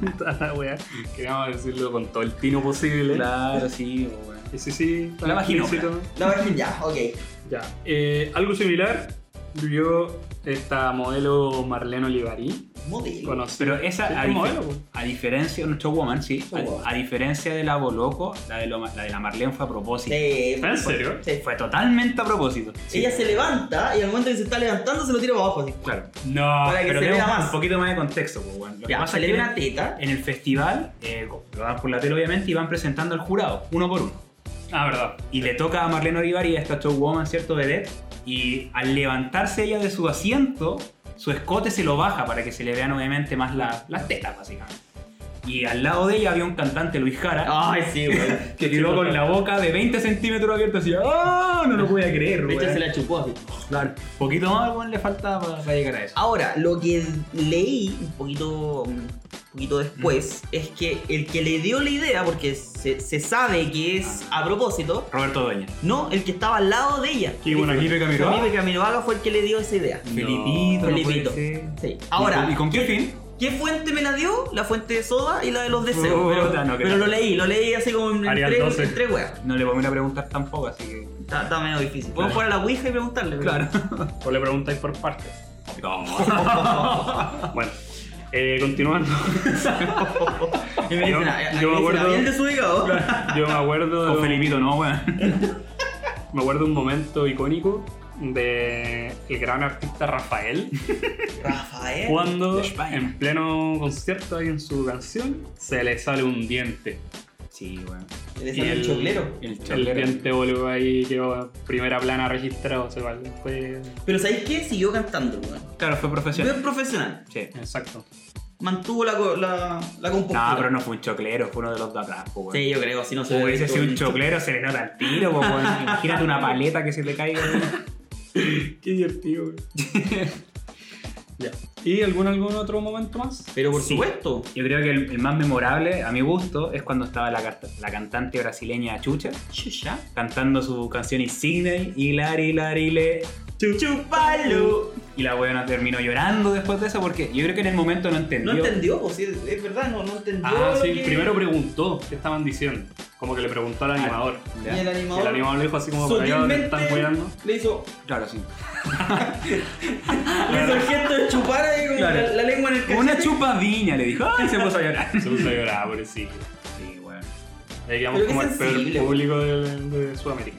Speaker 1: Puta la wea. Queríamos decirlo con todo el tino posible.
Speaker 3: Claro, sí, bueno.
Speaker 1: Y sí, sí,
Speaker 3: La vagina.
Speaker 1: explícito.
Speaker 2: La verdad, ya, ok.
Speaker 1: Ya. Eh, algo similar vivió esta modelo Marlene Olivarí.
Speaker 2: Modelo.
Speaker 1: Conocida.
Speaker 3: Pero esa, a,
Speaker 1: Sí,
Speaker 3: dife-
Speaker 1: modelo, po.
Speaker 3: a diferencia, nuestro woman, sí, a-
Speaker 2: Woman.
Speaker 3: a, diferencia de la Boloco, la de, lo- la de la Marlene fue a propósito.
Speaker 2: Sí,
Speaker 1: ¿En serio?
Speaker 2: sí.
Speaker 3: Fue totalmente a propósito. Sí.
Speaker 2: Ella se levanta y al momento que se está levantando se lo tira para abajo así.
Speaker 3: Claro.
Speaker 1: No.
Speaker 2: Para que
Speaker 3: Pero
Speaker 2: se
Speaker 3: tenemos
Speaker 2: vea más.
Speaker 3: un poquito más de contexto, pues, bueno. Lo que
Speaker 2: Ya,
Speaker 3: pasa
Speaker 2: se
Speaker 3: es
Speaker 2: le
Speaker 3: que
Speaker 2: ve una teta.
Speaker 3: en el festival, eh, lo dan por la tele obviamente, y van presentando al jurado, uno por uno.
Speaker 1: Ah, verdad.
Speaker 3: Y le toca a Marlene Olivari, a esta showwoman, ¿cierto? Vedette. Y al levantarse ella de su asiento, su escote se lo baja para que se le vean obviamente más la- las tetas, básicamente. Y al lado de ella había un cantante, Luis Jara,
Speaker 2: Ay, sí, güey.
Speaker 3: que tiró con la boca de 20 centímetros abierta así. ¡Ah! No lo voy a creer,
Speaker 2: De
Speaker 3: güey.
Speaker 2: hecho se la chupó así.
Speaker 3: Claro. Poquito más, güey, le falta para llegar a eso.
Speaker 2: Ahora, lo que leí un poquito, un poquito después es que el que le dio la idea, porque se, se sabe que es a propósito,
Speaker 3: Roberto Doña.
Speaker 2: no, el que estaba al lado de ella.
Speaker 1: Qué bueno, Felipe
Speaker 3: Camiroaga.
Speaker 2: Ah, Felipe Camiroaga fue el que le dio esa idea.
Speaker 3: Felipito, no
Speaker 2: Felipito.
Speaker 3: puede ser.
Speaker 2: Sí.
Speaker 3: ¿Y con,
Speaker 2: Ahora,
Speaker 3: y con qué fin?
Speaker 2: ¿qué fuente me la dio? La fuente de soda y la de los deseos.
Speaker 3: Puta,
Speaker 2: pero,
Speaker 3: no creo.
Speaker 2: pero lo leí, lo leí así como en, en
Speaker 1: Arial
Speaker 2: tres,
Speaker 1: 12.
Speaker 2: en tres weas.
Speaker 3: No le vamos a ir a preguntar tampoco, así que.
Speaker 2: Está, está medio difícil. Podemos
Speaker 3: Claro.
Speaker 2: jugar a la Ouija y preguntarle. pero-
Speaker 1: O le preguntáis por partes.
Speaker 3: No.
Speaker 1: Bueno, eh, continuando.
Speaker 2: Y me
Speaker 1: Yo-
Speaker 2: dicen, ah,
Speaker 1: yo me
Speaker 2: me
Speaker 1: acuerdo-
Speaker 2: bien desubicado.
Speaker 1: Yo me acuerdo.
Speaker 3: Con
Speaker 1: de un-
Speaker 3: Felipito, no, weón.
Speaker 1: Me acuerdo un momento icónico de el gran artista Rafael
Speaker 2: Rafael.
Speaker 1: cuando
Speaker 3: de España.
Speaker 1: en pleno concierto ahí en su canción se le sale un diente.
Speaker 3: Sí, weón.
Speaker 2: Le
Speaker 1: y
Speaker 2: sale el
Speaker 1: el-
Speaker 2: choclero.
Speaker 3: El
Speaker 1: El
Speaker 3: chalero.
Speaker 1: diente volvió ahí quedó primera plana registrado, o sea, vale, fue
Speaker 2: Pero ¿sabéis qué? Siguió cantando, weón.
Speaker 3: Claro, fue
Speaker 2: Fue
Speaker 3: profesional.
Speaker 2: profesional.
Speaker 3: Sí.
Speaker 1: exacto.
Speaker 2: Mantuvo la, co- la, la compostura.
Speaker 3: No, Ah, pero no fue un choclero, fue uno de los de atrás, po, weón.
Speaker 2: Sí, yo creo, si no se
Speaker 3: O
Speaker 2: hubiese
Speaker 3: hubiese sido un
Speaker 2: visto
Speaker 3: choclero, se le nota el tiro, po, weón. Imagínate una paleta que se le caiga. weón.
Speaker 1: Qué divertido. güey. ya. ¿Y algún algún otro momento más?
Speaker 2: Pero por
Speaker 3: Sí.
Speaker 2: supuesto.
Speaker 3: Yo creo que el, el más memorable, a mi gusto, es cuando estaba la, canta- la cantante brasileña Chucha
Speaker 2: Chucha.
Speaker 3: cantando su canción insigne, Hilari, Hilarile.
Speaker 2: Chupalo.
Speaker 3: Y la weona terminó llorando después de eso porque yo creo que en el momento no
Speaker 2: No
Speaker 3: entendió.
Speaker 2: entendió, pues sí, es verdad, no, no entendió.
Speaker 1: Ah,
Speaker 2: lo
Speaker 1: sí,
Speaker 2: que-
Speaker 1: primero preguntó qué estaban diciendo. Como que le preguntó al animador.
Speaker 3: Ya.
Speaker 2: Y el
Speaker 1: Y
Speaker 2: animador.
Speaker 1: el animador le dijo así como por allá donde
Speaker 2: sutilmente
Speaker 1: están cuidando.
Speaker 2: le hizo,
Speaker 3: Claro, sí.
Speaker 2: le hizo el gesto de chupar ahí con
Speaker 3: Claro.
Speaker 2: la, la lengua en el cachete.
Speaker 3: Una chupadinha le dijo. ¡Ay! Se puso a llorar.
Speaker 1: Se puso a llorar, pobrecito.
Speaker 3: Sí, weón.
Speaker 1: Ahí quedamos
Speaker 2: Pero qué
Speaker 1: como el
Speaker 2: sensible.
Speaker 1: peor público de, de Sudamérica.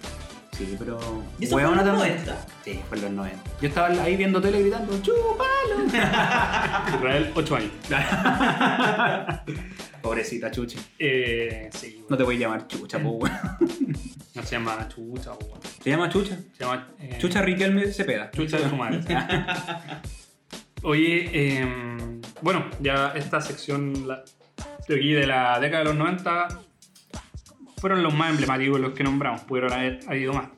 Speaker 3: Sí, pero.
Speaker 2: Y eso fue
Speaker 3: Weona
Speaker 2: en los
Speaker 3: también.
Speaker 2: 90.
Speaker 3: Sí, fue en los 90. Yo estaba ahí viendo tele gritando, ¡chúpalo!
Speaker 2: Ah.
Speaker 1: Israel, 8 años.
Speaker 3: Pobrecita chucha.
Speaker 1: Eh, sí,
Speaker 3: No
Speaker 1: no,
Speaker 3: te voy a llamar chucha, po, weón.
Speaker 1: no se llama Chucha, weón.
Speaker 3: ¿Te llamas chucha?
Speaker 1: Se llama. eh,
Speaker 3: Chucha Riquelme Cepeda.
Speaker 1: Chucha de su madre. Oye, em, bueno, ya esta sección la- de aquí de la década de los 90 fueron los más emblemáticos los que nombramos, pudieron haber habido más.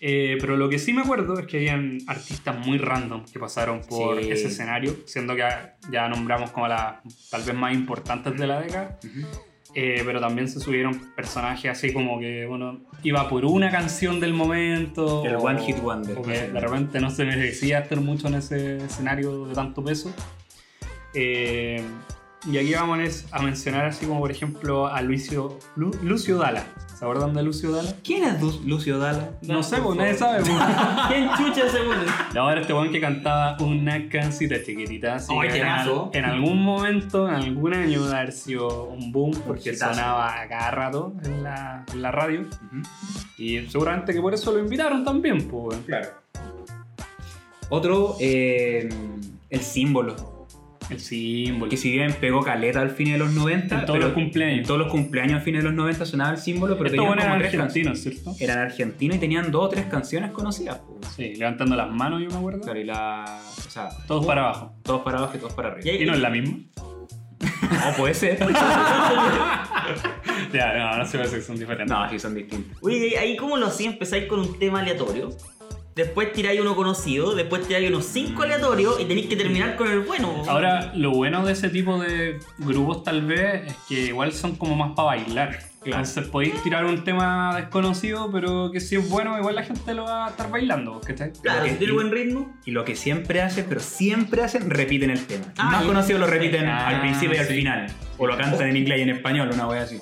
Speaker 1: Eh, pero lo que sí me acuerdo es que habían artistas muy random que pasaron por
Speaker 3: Sí.
Speaker 1: ese escenario, siendo que ya nombramos como las tal vez más importantes de la década. Eh, pero también se subieron personajes así como que uno iba por una canción del momento.
Speaker 3: El One Hit Wonder.
Speaker 1: o que de repente no se merecía estar mucho en ese escenario de tanto peso. Eh, y aquí vamos es- a mencionar así como por ejemplo a Lucio, Lu- Lucio Dala. ¿Se acuerdan de Lucio Dala?
Speaker 3: ¿Quién es Lu- Lucio Dala?
Speaker 1: No, sé,
Speaker 2: por
Speaker 1: pues nadie
Speaker 2: favor.
Speaker 1: sabe. pues.
Speaker 2: ¿Quién chucha ese weón?
Speaker 1: No, era este weón que cantaba una cancita chiquitita. Así
Speaker 2: Ay,
Speaker 1: que
Speaker 2: qué
Speaker 1: en, al-
Speaker 2: mazo.
Speaker 1: en algún momento, en algún año, debe haber sido un boom porque
Speaker 3: hitazo.
Speaker 1: sonaba a cada rato en la, en la radio.
Speaker 3: Ujú.
Speaker 1: Y seguramente que por eso lo invitaron también, pues. weón.
Speaker 3: Claro. Otro, eh, el símbolo.
Speaker 1: El símbolo.
Speaker 3: que si bien pegó caleta al fin de los 90,
Speaker 1: En todos
Speaker 3: pero
Speaker 1: los cumpleaños.
Speaker 3: en todos los cumpleaños a fines de los 90 sonaba el símbolo, pero
Speaker 1: Estos
Speaker 3: tenían
Speaker 1: buenos
Speaker 3: como
Speaker 1: eran
Speaker 3: tres
Speaker 1: argentinos, ¿cierto?
Speaker 3: canciones. Eran argentinos y tenían dos o tres canciones conocidas. po.
Speaker 1: Sí, levantando las manos, yo me acuerdo.
Speaker 3: Claro, y la. O sea,
Speaker 1: Todos para abajo.
Speaker 3: todos para abajo y todos para
Speaker 2: Y
Speaker 3: arriba.
Speaker 2: ahí-
Speaker 1: ¿Y no es la misma?
Speaker 3: No, puede ser.
Speaker 1: Ya, no, no se parece que son diferentes.
Speaker 3: No, sí son distintos.
Speaker 2: Oye, ¿y ahí cómo lo hacía, empezáis con un tema aleatorio. Después tiráis uno conocido, después tiráis unos cinco aleatorios y tenéis que terminar con el bueno.
Speaker 1: Ahora, lo bueno de ese tipo de grupos tal vez es que igual son como más para bailar. Entonces podéis tirar un tema desconocido, pero que si es bueno, igual la gente lo va a estar bailando, ¿cachai?
Speaker 2: claro,
Speaker 3: que-
Speaker 2: si tiene buen ritmo.
Speaker 3: eh, Y lo que siempre hacen, pero siempre hacen, repiten el tema.
Speaker 2: Ah,
Speaker 3: Más
Speaker 2: ya.
Speaker 3: conocido lo repiten
Speaker 1: Ah,
Speaker 3: al principio y al
Speaker 1: sí.
Speaker 3: final. O lo cantan en
Speaker 2: Oh.
Speaker 3: inglés y en español, una wea así.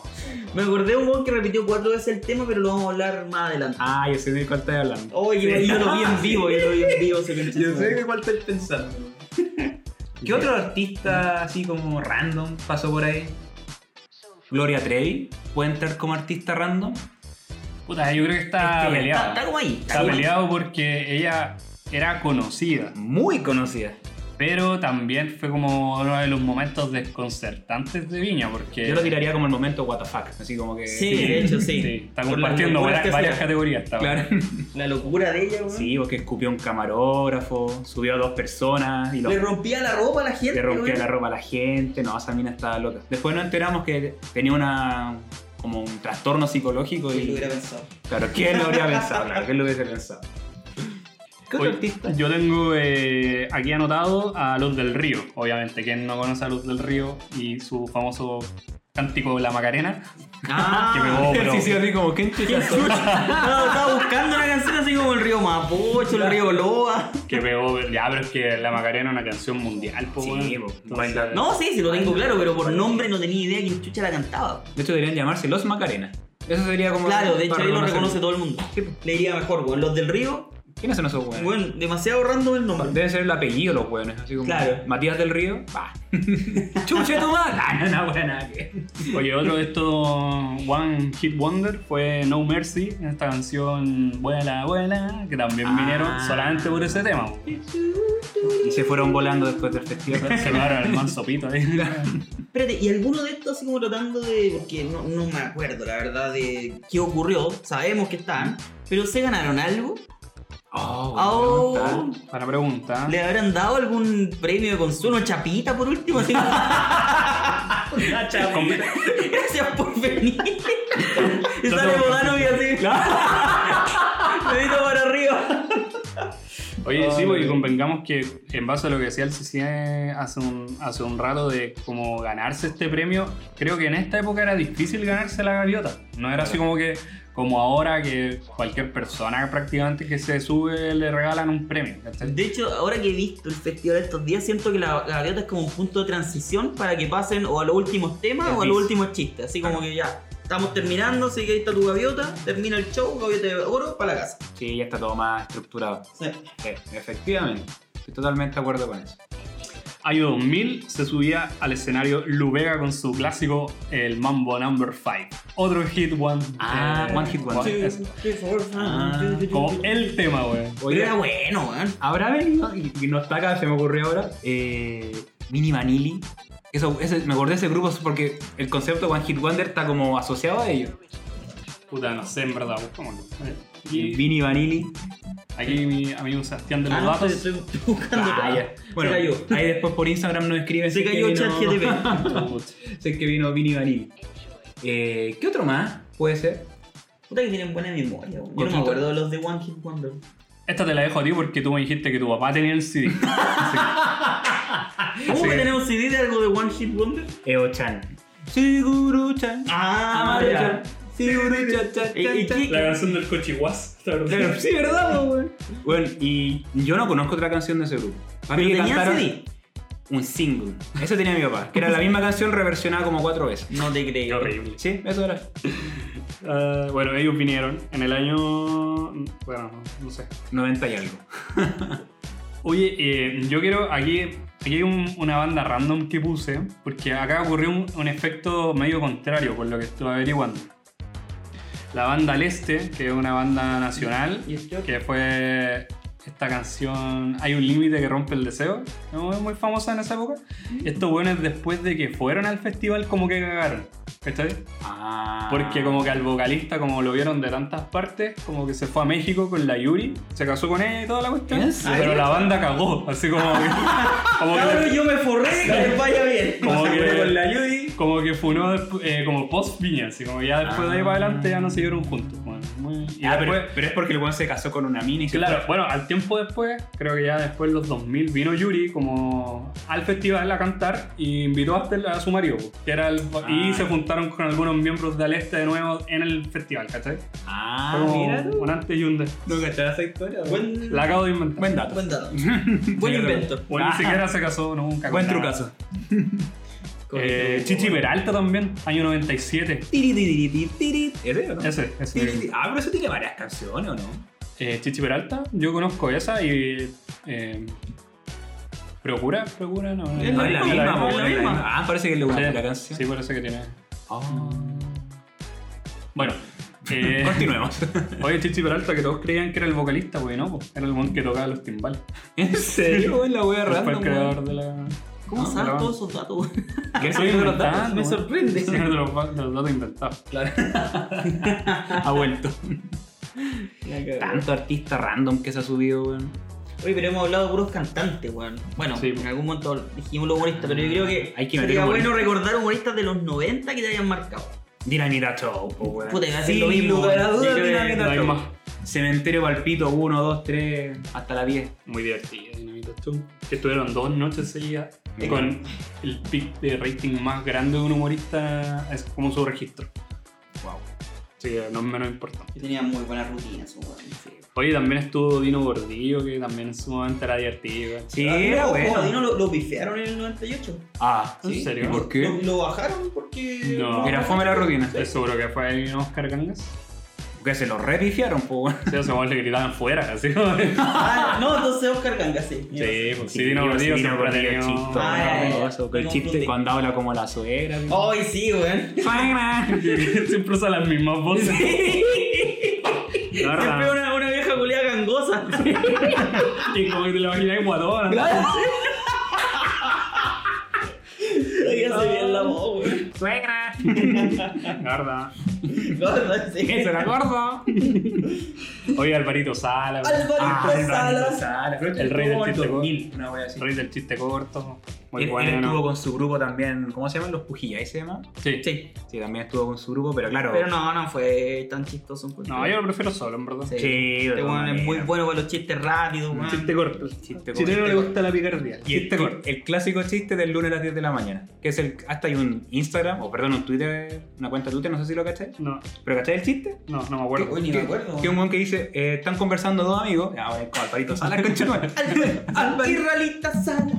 Speaker 2: Me acordé de un weón que repitió cuatro veces el tema, pero lo vamos a hablar más adelante.
Speaker 3: Ah, yo sé de cuál estás hablando.
Speaker 2: Oye, yo,
Speaker 3: Sí.
Speaker 2: yo lo vi en vivo, yo lo vi en vivo, se pinche su madre.
Speaker 3: cuál estás pensando. ¿Qué otro artista así como random pasó por ahí? Gloria Trevi puede entrar como artista random.
Speaker 1: Puta, yo creo que está
Speaker 3: Es que
Speaker 1: peleado.
Speaker 2: Está, está como ahí.
Speaker 1: Está
Speaker 2: como ahí.
Speaker 1: peleado porque ella era conocida,
Speaker 3: Muy conocida.
Speaker 1: pero también fue como uno de los momentos desconcertantes de Viña, porque...
Speaker 3: Yo lo tiraría como el momento WTF. Así como que.
Speaker 2: Eh. Sí, de hecho, sí.
Speaker 1: Sí, está
Speaker 2: Por las
Speaker 1: compartiendo
Speaker 2: locuras que
Speaker 1: varias, varias
Speaker 2: hacía.
Speaker 1: categorías. está
Speaker 3: Claro.
Speaker 2: La locura de ella, weón.
Speaker 3: Sí, porque escupió a un camarógrafo, subió a dos personas y lo-
Speaker 2: Le rompía la ropa a la gente.
Speaker 3: le rompía
Speaker 2: weón.
Speaker 3: la ropa a la gente. No, esa mina estaba loca. Después nos enteramos que tenía una. como un trastorno psicológico
Speaker 2: ¿Quién lo
Speaker 3: y.
Speaker 2: hubiera pensado?
Speaker 3: Claro, ¿quién lo habría pensado? Claro, ¿quién lo hubiese pensado? ¿Qué otro
Speaker 1: Oye,
Speaker 3: artista?
Speaker 1: Yo tengo eh, aquí anotado a Luz del Río, obviamente. Quien no conoce a Luz del Río y su famoso cántico La Macarena. Que me
Speaker 2: Ah,
Speaker 1: voy. pero-
Speaker 3: Sí, sí, así como, ¿quién chucha soy?
Speaker 2: estaba, Ah, estaba buscando una canción así como el río Mapocho, el río Loa.
Speaker 1: Que pegó, ya, pero es que La Macarena es una canción mundial, po,
Speaker 3: Sí,
Speaker 1: weón.
Speaker 3: po,
Speaker 1: Entonces,
Speaker 3: baila-
Speaker 2: No, sí, sí lo tengo claro, pero por nombre no tenía idea quién chucha la cantaba.
Speaker 3: De hecho, deberían llamarse Los Macarena. Eso sería como.
Speaker 2: Claro, de hecho
Speaker 3: para
Speaker 2: ahí lo
Speaker 3: reconocer.
Speaker 2: reconoce todo el mundo. Le iría mejor, weón. Los del río,
Speaker 3: ¿Quiénes son esos weones?
Speaker 2: weón, demasiado random el nombre.
Speaker 3: Debe ser el apellido los weones, así como
Speaker 2: Claro.
Speaker 3: Matías del Río, va. Chuche tu madre. Ah, no, no, buena.
Speaker 1: Oye, otro de estos One Hit Wonder fue No Mercy, en esta canción Vuela, Vuela, que también
Speaker 3: Ah.
Speaker 1: vinieron solamente por ese tema. po.
Speaker 3: Y se fueron volando después del festival.
Speaker 1: Se pegaron el manso pito ahí.
Speaker 2: Espérate, ¿y alguno de estos así como tratando de.? Porque no, no me acuerdo, la verdad, de qué ocurrió. Sabemos que están, pero ¿se ganaron algo?
Speaker 3: Oh,
Speaker 2: Oh.
Speaker 3: weón, tal.
Speaker 1: Para
Speaker 3: Ah.
Speaker 1: pregunta.
Speaker 2: ¿Le habrán dado algún premio de consuelo? ¿Chapita por último? Así como-
Speaker 1: Con-
Speaker 2: Gracias por venir. Y sale
Speaker 1: No, no.
Speaker 2: Bogano y así. Dedito para arriba.
Speaker 1: Oye, sí,
Speaker 3: Ay.
Speaker 1: porque convengamos que en base a lo que decía el CCE hace un, hace un rato de cómo ganarse este premio, creo que en esta época era difícil ganarse la gaviota. No era así como que, como ahora, que cualquier persona prácticamente que se sube le regalan un premio. ¿cachai?
Speaker 2: De hecho, ahora que he visto el festival estos días, siento que la la gaviota es como un punto de transición para que pasen o a los últimos temas
Speaker 3: El
Speaker 2: o a los
Speaker 3: bis.
Speaker 2: últimos chistes. Así
Speaker 1: Ah.
Speaker 2: como que ya. Estamos terminando, así que ahí está tu gaviota, termina el show, gaviota de oro, para la casa.
Speaker 3: Sí, ya está todo más estructurado.
Speaker 2: Sí.
Speaker 3: Sí, efectivamente. Estoy totalmente de acuerdo con eso.
Speaker 1: Año 2000 se subía al escenario Lubega con su clásico El Mambo Number 5. Otro hit one. Eh,
Speaker 3: Ah, one hit wonder.
Speaker 1: es Ah, como el tema, güey.
Speaker 2: Pero era bueno, weón.
Speaker 3: Habrá venido, y, y no está acá, se me ocurrió ahora, eh, Mini Vanilli. Eso, ese- me acordé de ese grupo porque el concepto One Hit Wonder está como asociado a ellos.
Speaker 1: Puta, no sé, en verdad, buscámoslo. Y-
Speaker 3: Mini Vanilli.
Speaker 1: Aquí mi amigo Sebastián de los
Speaker 2: Ah, no,
Speaker 1: Datos.
Speaker 2: estoy, estoy buscando.
Speaker 3: Ah, ya. Bueno,
Speaker 2: se cayó.
Speaker 3: ahí después por Instagram nos escriben.
Speaker 2: Se
Speaker 3: si es que
Speaker 2: cayó
Speaker 3: vino-
Speaker 2: ChatGTP.
Speaker 1: Chuch.
Speaker 3: Si es que vino Vini Vanilli. Eh, ¿Qué otro más puede ser?
Speaker 2: Puta que tienen buena memoria, weón. Yo no me
Speaker 3: Coquito.
Speaker 2: acuerdo de los de One Hit Wonder.
Speaker 1: Esta te la dejo a ti porque tú me dijiste que tu papá tenía el CD.
Speaker 2: ¿Cómo
Speaker 1: Sí.
Speaker 2: que tenemos CD de algo de One Hit Wonder?
Speaker 3: Eo-chan. Siguru-chan.
Speaker 2: Ah,
Speaker 3: Amaru-chan. Siguru-chan. chan,
Speaker 2: ¿Y- y
Speaker 3: chan,
Speaker 2: qué-
Speaker 3: chan.
Speaker 1: canción del cochihuas.
Speaker 3: Claro, sí, ¿verdad, weón? Bueno, y yo no conozco otra canción de ese grupo. Para mí que
Speaker 2: ¿Tenía
Speaker 3: cantaron
Speaker 2: CD?
Speaker 3: un single. Eso tenía mi papá, que era la misma canción reversionada como cuatro veces.
Speaker 2: No te
Speaker 1: Qué
Speaker 2: creo.
Speaker 1: horrible.
Speaker 3: Sí, eso era.
Speaker 1: Ah, bueno, ellos vinieron en el año. Bueno, no, no sé.
Speaker 3: 90 y algo.
Speaker 1: Oye, eh, yo quiero. Aquí, aquí hay un- una banda random que puse, porque acá ocurrió un, un efecto medio contrario por lo que estuve averiguando. La banda al Este, que es una banda nacional,
Speaker 2: ¿Y esto?
Speaker 1: que fue esta canción Hay un límite que rompe el deseo, ¿no? es muy famosa en esa época. Estos buenos después de que fueron al festival como que cagaron, ¿cachai?
Speaker 3: Ah.
Speaker 1: Porque como que al vocalista, como lo vieron de tantas partes, como que se fue a México con la Yuri, se casó con ella y toda la cuestión.
Speaker 3: ¿En serio?
Speaker 1: Pero la banda cagó, así como que... como que-
Speaker 2: Cabrón, yo me forré, que les vaya bien.
Speaker 1: como que-
Speaker 3: la Judy.
Speaker 1: como que funó despu- eh, como post Viña, así como ya después de ahí para adelante ya no siguieron juntos. bueno, muy- y
Speaker 3: Ah, pero,
Speaker 1: después-
Speaker 3: pero es porque el weón se casó con una mina y se
Speaker 1: Claro,
Speaker 3: fue.
Speaker 1: bueno, al tiempo después, creo que ya después de los 2000, vino Yuri como al festival a cantar y invitó hasta el- a su marido, po, que era el-
Speaker 3: Ah.
Speaker 1: y se juntaron con algunos miembros del este de nuevo en el festival, ¿cachai?
Speaker 3: Ah,
Speaker 1: Fue como
Speaker 3: mira tú.
Speaker 1: un antes y un después.
Speaker 3: No cachaba esa historia. weón.
Speaker 2: Buen,
Speaker 1: La acabo de inventar.
Speaker 3: Buen dato.
Speaker 2: buen dato. Buen invento.
Speaker 1: Bueno,
Speaker 3: Ah.
Speaker 1: ni siquiera se casó nunca. con
Speaker 3: Buen
Speaker 1: nada.
Speaker 3: trucazo.
Speaker 1: Eh, Chichi Peralta también, año 97.
Speaker 3: Tiri, tiri, tiri, tiri. ¿Ese o no?
Speaker 1: Ese, ese.
Speaker 3: Tiri, tiri. Ah, pero eso tiene varias canciones, ¿o no?
Speaker 1: Eh, Chichi Peralta, yo conozco esa y. eh, ¿Procura? ¿Procura? No, no,
Speaker 2: Es
Speaker 3: No,
Speaker 1: no,
Speaker 2: la misma,
Speaker 1: po,
Speaker 3: es
Speaker 2: la
Speaker 3: la
Speaker 2: misma.
Speaker 3: Ah, parece que es la
Speaker 1: Sí,
Speaker 3: una la canción.
Speaker 1: Sí, parece que tiene.
Speaker 3: Ah.
Speaker 1: Bueno, eh,
Speaker 3: Continuemos.
Speaker 1: oye, Chichi Peralta, que todos creían que era el vocalista, porque no, po, era el one que tocaba los timbales.
Speaker 3: ¿En serio? Es la wea
Speaker 1: Pero Fue el
Speaker 3: random.
Speaker 1: creador de la.
Speaker 2: ¿Cómo
Speaker 1: No,
Speaker 2: sabes
Speaker 1: pero-
Speaker 2: todos esos datos? weón?
Speaker 3: weón. ¿Qué es
Speaker 1: Estoy
Speaker 3: el de los
Speaker 1: inventando,
Speaker 3: datos? Me
Speaker 1: weón.
Speaker 3: sorprende.
Speaker 1: Sí, de los de los datos inventados.
Speaker 3: Claro. ha vuelto. Tanto artista random que se ha subido, weón.
Speaker 2: Oye, pero hemos hablado de puros cantantes, weón. Bueno,
Speaker 1: Sí.
Speaker 2: en algún momento dijimos los humoristas, pero yo creo que,
Speaker 3: Hay que meter
Speaker 2: sería
Speaker 3: humorista.
Speaker 2: bueno recordar humoristas de los 90 que te hayan marcado.
Speaker 3: Dinamita Show, po, weón.
Speaker 2: Puta, iba a decir
Speaker 3: Sin
Speaker 2: lo mismo,
Speaker 3: lugar a
Speaker 2: weón.
Speaker 1: Yo
Speaker 3: dudas,
Speaker 1: creo que no
Speaker 3: Dinamita
Speaker 1: hay
Speaker 3: Show.
Speaker 1: más.
Speaker 3: Cementerio Palpito 1, 2, 3, hasta la 10.
Speaker 1: Muy divertida, Dinamita Show. Que estuvieron dos noches seguidas
Speaker 3: Mira.
Speaker 1: con el pic de rating más grande de un humorista es como su registro.
Speaker 3: Wow.
Speaker 1: Así que no es menos importante.
Speaker 2: Que tenía muy buenas rutinas, esos weón.
Speaker 1: Oye, también estuvo Dino Gordillo, que también en su momento era divertido.
Speaker 3: Sí,
Speaker 2: Ah,
Speaker 3: era
Speaker 2: no,
Speaker 3: bueno.
Speaker 2: Dino lo, lo bifearon en el 98.
Speaker 3: Ah,
Speaker 1: ¿En serio?
Speaker 3: ¿Y por
Speaker 2: Lo,
Speaker 3: qué?
Speaker 2: lo bajaron porque.
Speaker 1: No.
Speaker 3: Era fome la rutina.
Speaker 1: Estoy seguro que fue el Oscar Gangas.
Speaker 3: Porque se lo repifiaron, po, weón.
Speaker 1: Sí, a ese weón le gritaban fuera, así como. Sí,
Speaker 2: Ah, no, entonces Oscar Ganga, sí.
Speaker 1: pues sí, Dino
Speaker 3: sí,
Speaker 1: Gordillo siempre
Speaker 3: Dino
Speaker 1: ha
Speaker 3: Gordillo
Speaker 1: tenido-
Speaker 3: chistoso,
Speaker 2: Ah, ya, Oh. ya, ya.
Speaker 3: eso, que El
Speaker 2: No,
Speaker 3: chiste
Speaker 2: frutti.
Speaker 3: cuando habla como la suegra. así.
Speaker 2: Ay, sí, weón.
Speaker 3: Suegra.
Speaker 1: Siempre usa las mismas voces. La verdad.
Speaker 2: Siempre una, una vieja culiada gangosa.
Speaker 1: Y como que te la imaginas guatona.
Speaker 2: Oiga, se bien la voz, weón.
Speaker 3: Suegra.
Speaker 1: La verdad.
Speaker 2: Gorda, sí.
Speaker 3: Eso era gordo.
Speaker 1: Oye, Alvarito Sala.
Speaker 2: Alvarito
Speaker 3: Ah,
Speaker 2: Salas.
Speaker 1: El rey del chiste corto.
Speaker 3: Una wea así.
Speaker 1: Rey del chiste corto. Muy
Speaker 3: él, él estuvo
Speaker 1: bueno.
Speaker 3: con su grupo también, ¿cómo se llaman? Los Pujilláis se llama.
Speaker 1: Sí.
Speaker 2: Sí,
Speaker 3: Sí, también estuvo con su grupo, pero claro.
Speaker 2: pero no, no fue tan chistoso. encuentro.
Speaker 1: No, yo lo prefiero solo, en verdad.
Speaker 2: Sí.
Speaker 3: Sí,
Speaker 2: Este
Speaker 3: de alguna
Speaker 2: weón es muy
Speaker 3: manera.
Speaker 2: bueno para los chistes rápidos, weón.
Speaker 1: Chiste corto.
Speaker 3: Chiste
Speaker 1: Si
Speaker 3: corto.
Speaker 1: no le gusta la picardía.
Speaker 3: Y el,
Speaker 1: Chiste corto.
Speaker 3: el clásico chiste del lunes a las 10 de la mañana. Que es el. Hasta hay un Instagram, o perdón, un Twitter, una cuenta de Twitter, no sé si lo caché.
Speaker 1: No,
Speaker 3: Pero caché el chiste.
Speaker 1: no, no me acuerdo.
Speaker 2: Uy, ni me acuerdo.
Speaker 3: Que un weón que dice, eh, están conversando dos amigos. Ah, bueno, con Alvarito Salas, conchetumare.
Speaker 2: Alvarito Salas.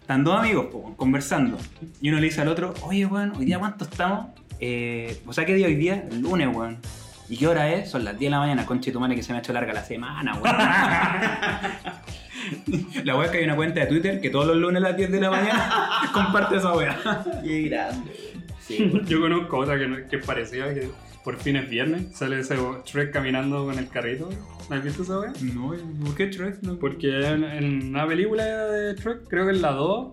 Speaker 3: Están dos amigos po, weón, conversando. Y uno le dice al otro, oye, weón, hoy día cuánto estamos. Eh, o sea, ¿qué día hoy día? El lunes, weón. ¿Y qué hora es? Son las 10 de la mañana, conche tu madre que se me ha hecho larga la semana, weón. la weá es que hay una cuenta de Twitter que todos los lunes a las 10 de la mañana comparte esa weá.
Speaker 2: Qué grande.
Speaker 1: Yo conozco otra que, no- que es parecida, que por fin es viernes, sale ese Shrek caminando con el carrito. ¿No has visto esa wea?
Speaker 3: No, ¿por qué Shrek? No,
Speaker 1: Porque en, en una película de Shrek, creo que en la 2,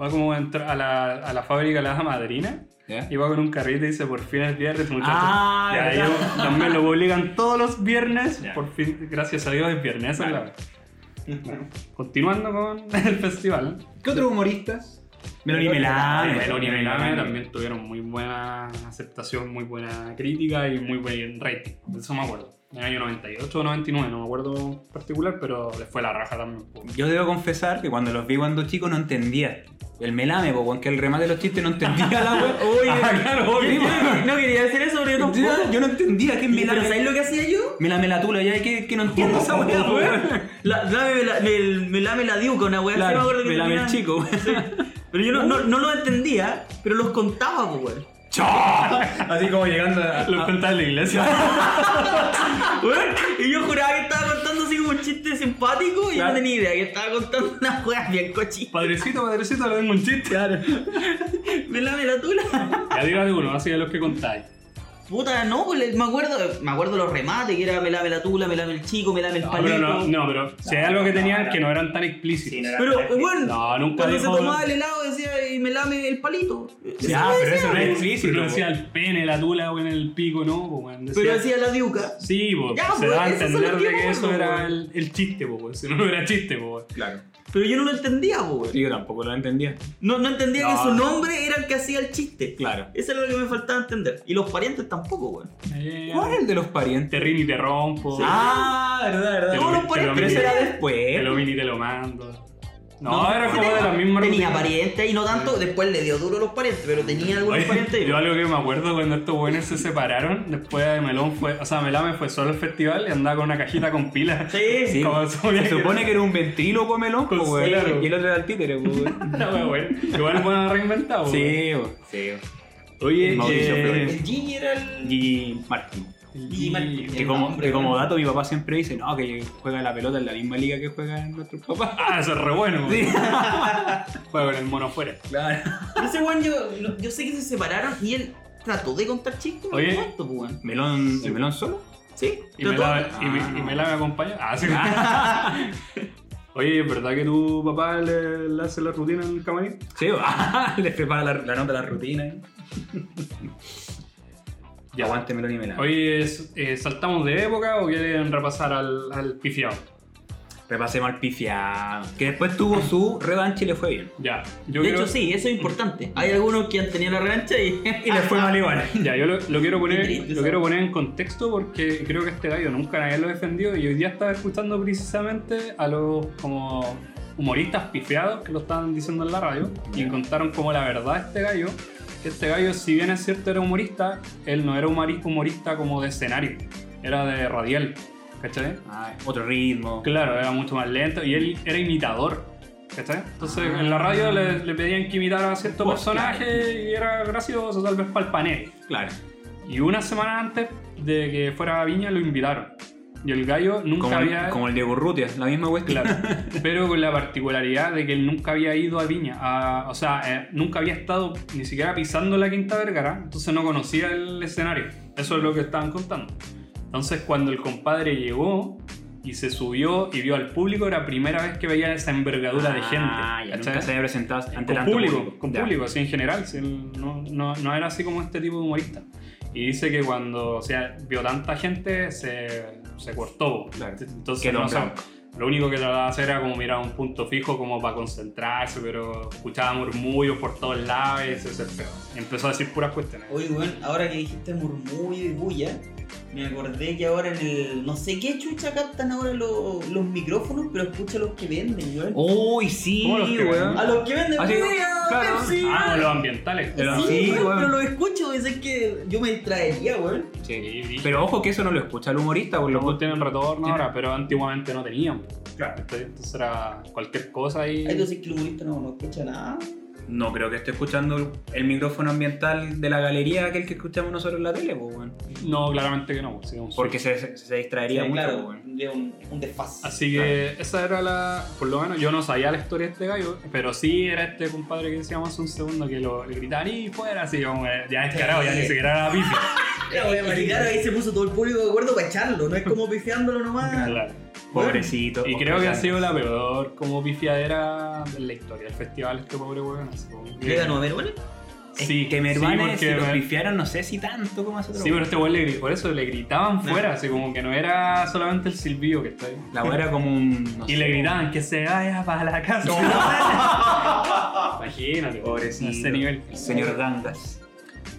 Speaker 1: va como a, entrar a, la, a la fábrica la madrina
Speaker 3: ¿Ya?
Speaker 1: y va con un carrito y dice por fin es viernes, muchachos.
Speaker 3: Ah,
Speaker 1: ya,
Speaker 3: ¿verdad?
Speaker 1: ellos también lo publican todos los viernes,
Speaker 3: Ya.
Speaker 1: por fin, gracias a Dios es viernes. esa es la
Speaker 3: Vale.
Speaker 1: wea. Bueno, continuando con el festival.
Speaker 3: ¿Qué otros humoristas? Meloni
Speaker 1: Ah,
Speaker 3: Melame.
Speaker 1: Meloni y Melame también tuvieron muy buena aceptación, muy buena crítica y muy buen rating. De eso me acuerdo. En el año 98 o 99, no me acuerdo en particular, pero les fue la raja también. po.
Speaker 3: Yo debo confesar que cuando los vi cuando chico no entendía. El melame, po, weón, que el remate de los chistes no entendía la weá. Oye,
Speaker 1: Ah, claro, obvio.
Speaker 3: sí, weón.
Speaker 2: No quería hacer eso, pero yo tampoco.
Speaker 3: Ya, yo no entendía qué es
Speaker 2: Y- ¿Pero
Speaker 3: melame.
Speaker 2: sabéis lo que hacía yo?
Speaker 3: Melame la tula, ya que, que no entiendo esa weá, weón.
Speaker 2: La, dame la- me, me lame la diuca, una weá. así me
Speaker 3: Claro,
Speaker 2: acuerdo que
Speaker 3: melame el
Speaker 2: tenía.
Speaker 3: chico, weón.
Speaker 2: Pero yo no, no, no lo entendía, pero los contaba, pues, weón.
Speaker 3: Así como llegando a.
Speaker 1: Los cantantes de la iglesia.
Speaker 2: Weón, Y yo juraba que estaba contando así como un chiste simpático y yo
Speaker 3: Claro.
Speaker 2: no tenía idea que estaba contando una weá bien cochita.
Speaker 1: Padrecito, padrecito, le tengo un chiste.
Speaker 2: Me lame la tula.
Speaker 1: Ya diga de uno, así de los que contáis.
Speaker 2: Puta, no, pues, le- me acuerdo, me acuerdo los remates que era me lame la tula, me lame el chico, me lame el
Speaker 1: No,
Speaker 2: palito.
Speaker 1: Ah, pero no, no, pero si hay algo que tenían que no eran tan explícitos.
Speaker 2: Pero, weón,
Speaker 1: No, nunca
Speaker 2: cuando se
Speaker 1: dijo-
Speaker 2: tomaba el helado decía y me lame el palito.
Speaker 3: Ya,
Speaker 2: Eso
Speaker 3: pero
Speaker 2: decía,
Speaker 3: eso no es
Speaker 1: Sí,
Speaker 3: explícito.
Speaker 1: no decía
Speaker 3: weón.
Speaker 1: el pene, la tula o en el pico, no, po, weón. Decía-
Speaker 2: Pero decía la diuca.
Speaker 1: Sí, po,
Speaker 2: Ya,
Speaker 1: se
Speaker 2: pues,
Speaker 1: daba a
Speaker 2: esos son
Speaker 1: entender
Speaker 2: los
Speaker 1: de
Speaker 2: que
Speaker 1: que eso
Speaker 2: vamos,
Speaker 1: era
Speaker 2: weón.
Speaker 1: pues, el, el chiste, po, weón. Si no, no era chiste, po, weón.
Speaker 3: Claro.
Speaker 2: Pero yo no lo entendía, po, weón.
Speaker 3: Sí, Yo tampoco lo entendía.
Speaker 2: No, no entendía que
Speaker 3: No.
Speaker 2: su nombre era el que hacía el chiste.
Speaker 3: Claro.
Speaker 2: Eso era lo que me faltaba entender. Y los parientes tampoco, weón.
Speaker 1: Eh,
Speaker 3: ¿Cuál es el de los parientes?
Speaker 1: Te rin y te rompo.
Speaker 3: Ah, ¿eh? verdad, verdad.
Speaker 1: Te
Speaker 2: No,
Speaker 1: lo-
Speaker 2: los
Speaker 1: te lo
Speaker 2: parientes,
Speaker 3: Pero
Speaker 1: mini-
Speaker 3: eso era
Speaker 1: Te
Speaker 3: después.
Speaker 1: lo mini te lo mando. No,
Speaker 2: No,
Speaker 1: era
Speaker 2: sí
Speaker 1: como de
Speaker 2: tenía-
Speaker 1: la misma
Speaker 2: Tenía
Speaker 1: rutina.
Speaker 2: parientes y no tanto. Después le dio duro a los parientes, pero tenía algunos
Speaker 1: Oye,
Speaker 2: parientes.
Speaker 1: yo
Speaker 2: weón.
Speaker 1: algo que me acuerdo cuando estos buenos se separaron, después de Melón fue, o sea, Melame fue solo al festival y andaba con una cajita con pilas.
Speaker 2: Sí,
Speaker 3: Sí,
Speaker 1: Como
Speaker 3: se supone que era un ventríloco melón,
Speaker 1: Con
Speaker 3: po, weón,
Speaker 1: claro.
Speaker 3: y el otro era el títere, po, weón.
Speaker 1: La wea buena. Igual bueno reinventado. weón.
Speaker 3: Sí, weón. sí. weón.
Speaker 1: Oye,
Speaker 3: El Mauricio
Speaker 1: eh,
Speaker 3: Flores.
Speaker 2: El Gigi era el.
Speaker 3: Y Martín.
Speaker 2: Gigi Martínez.
Speaker 3: Que
Speaker 2: El
Speaker 3: como,
Speaker 2: nombre,
Speaker 3: que como
Speaker 2: weón.
Speaker 3: dato mi papá siempre dice, no, que juega la pelota en la misma liga que juegan nuestros papás.
Speaker 1: Ah, eso es re bueno.
Speaker 3: Sí.
Speaker 1: Juega con el mono afuera.
Speaker 3: Claro.
Speaker 2: Ese weón, yo, lo- yo sé que se separaron y él trató de contar chistes.
Speaker 1: Oye.
Speaker 2: No, esto, po, weón.
Speaker 3: Melón, ¿El melón solo?
Speaker 2: Sí,
Speaker 1: Y me,
Speaker 2: trató-
Speaker 1: la, y me,
Speaker 3: Ah.
Speaker 1: y me la me acompaña. Ah, sí. Oye, ¿es verdad que tu papá le, le hace la rutina en el camarín?
Speaker 3: Sí, va. les prepara la, la nota, la rutina. ¿eh?
Speaker 1: Ya.
Speaker 3: Aguante melón y melón.
Speaker 1: Oye, ¿s- eh, ¿saltamos de época o quieren repasar al, al pifiado?
Speaker 3: Repasemos al pifiado. Que después tuvo su revancha y le fue bien.
Speaker 1: Ya. Yo
Speaker 2: De
Speaker 1: creo-
Speaker 2: hecho, sí, eso es importante. Hay algunos que han tenido la revancha y.
Speaker 3: Y le fue mal igual.
Speaker 1: Ya, yo lo, lo quiero
Speaker 2: Qué
Speaker 1: poner,
Speaker 2: triste,
Speaker 1: lo quiero poner en contexto porque creo que este gallo nunca nadie lo defendió y hoy día estaba escuchando precisamente a los como humoristas pifeados que lo estaban diciendo en la radio y
Speaker 3: Ya.
Speaker 1: contaron como la verdad a este gallo. que Este gallo, si bien es cierto era humorista, él no era humorista, humorista como de escenario, era de radial, ¿cachai?
Speaker 3: Ay, Ah, otro ritmo.
Speaker 1: Claro, era mucho más lento y él era imitador. ¿Cachai? Entonces
Speaker 3: Ah.
Speaker 1: en la radio le, le pedían que imitara a cierto
Speaker 3: Pues,
Speaker 1: personaje y era gracioso, tal vez para el panel.
Speaker 3: Claro.
Speaker 1: Y una semana antes de que fuera a Viña lo invitaron. Y el gallo nunca
Speaker 3: Como,
Speaker 1: había.
Speaker 3: como el de Gurrutia, la misma cuestión.
Speaker 1: Claro. pero con la particularidad de que él nunca había ido a Viña. a- o sea, eh, nunca había estado ni siquiera pisando la Quinta Vergara. Entonces no conocía el escenario. Eso es lo que estaban contando. Entonces cuando el compadre llegó y se subió y vio al público, era la primera vez que veía esa envergadura de gente.
Speaker 3: Ah, ya,
Speaker 1: ¿cachai?
Speaker 3: nunca se había presentado ante
Speaker 1: con
Speaker 3: tanto
Speaker 1: público,
Speaker 3: público.
Speaker 1: con
Speaker 3: Ya.
Speaker 1: público, así en general, si él no, no- no era así como este tipo de humorista. Y dice que cuando o sea, vio tanta gente se, se cortó.
Speaker 3: Claro.
Speaker 1: Entonces, no,
Speaker 3: Quedó en
Speaker 1: o sea,
Speaker 3: blanco.
Speaker 1: lo único que trataba de hacer era como mirar un punto fijo como para concentrarse, pero escuchaba murmullos por todos lados y se desesperó. Y empezó a decir puras cuestiones.
Speaker 2: Oye, weón, ahora que dijiste murmullo y bulla, me acordé que ahora en el. No sé qué chucha captan ahora los, los micrófonos, pero escucha a los que venden, weón.
Speaker 3: Uy, sí,
Speaker 1: ¿Cómo los que
Speaker 3: weón.
Speaker 1: ven?
Speaker 2: A los que venden,
Speaker 3: Así,
Speaker 2: weón,
Speaker 3: claro.
Speaker 2: Pepsi,
Speaker 1: Ah,
Speaker 2: weón.
Speaker 1: los ambientales.
Speaker 3: de los-
Speaker 2: sí,
Speaker 3: sí,
Speaker 2: weón,
Speaker 3: weón.
Speaker 2: pero lo escucho, pues, es que yo me distraería, weón.
Speaker 3: Sí. Pero ojo que eso no lo escucha el humorista, porque
Speaker 1: Los
Speaker 3: lo
Speaker 1: dos tienen retorno
Speaker 3: Tiene-
Speaker 1: ahora, pero antiguamente no tenían.
Speaker 3: Claro.
Speaker 1: Entonces era cualquier cosa y...
Speaker 2: Ay, entonces que el humorista no, no escucha nada.
Speaker 3: No creo que esté escuchando el micrófono ambiental de la galería, aquel que escuchamos nosotros en la tele, pues, weón.
Speaker 1: No, claramente que no. pues, sí, un
Speaker 3: Porque se, se- se distraería
Speaker 2: Sí,
Speaker 3: mucho,
Speaker 2: claro,
Speaker 3: weón.
Speaker 2: de un, un desfase.
Speaker 1: Así que esa era la. Por lo menos yo no sabía la historia de este gallo, pero sí era este compadre que decíamos hace un segundo que lo, le gritaban y fuera así, como eh, ya descarado, ya ni siquiera era pifi.
Speaker 2: Ya, weón, y claro, ahí se puso todo el público de acuerdo para echarlo, no es como pifiándolo nomás.
Speaker 1: Claro.
Speaker 3: Pobrecito.
Speaker 1: Y creo que ha
Speaker 3: Ojalá.
Speaker 1: sido la peor como pifiadera de la historia del festival, este pobre weón. así como que-
Speaker 2: ¿Le ganó a ver, weón?
Speaker 1: Sí,
Speaker 3: que
Speaker 1: sí,
Speaker 3: Mervane
Speaker 1: porque
Speaker 3: se lo
Speaker 1: Mer-
Speaker 3: pifiaron, no sé si tanto como hace otro.
Speaker 1: Sí, pero este weón le gri- por eso le gritaban fuera, así como que no era solamente el silbido que está ahí.
Speaker 3: La weá era como un. no
Speaker 1: Y
Speaker 3: sé,
Speaker 1: le gritaban que se vaya para la casa. Imagínate,
Speaker 3: Pobrecito.
Speaker 1: A ese nivel.
Speaker 3: El señor Gangas.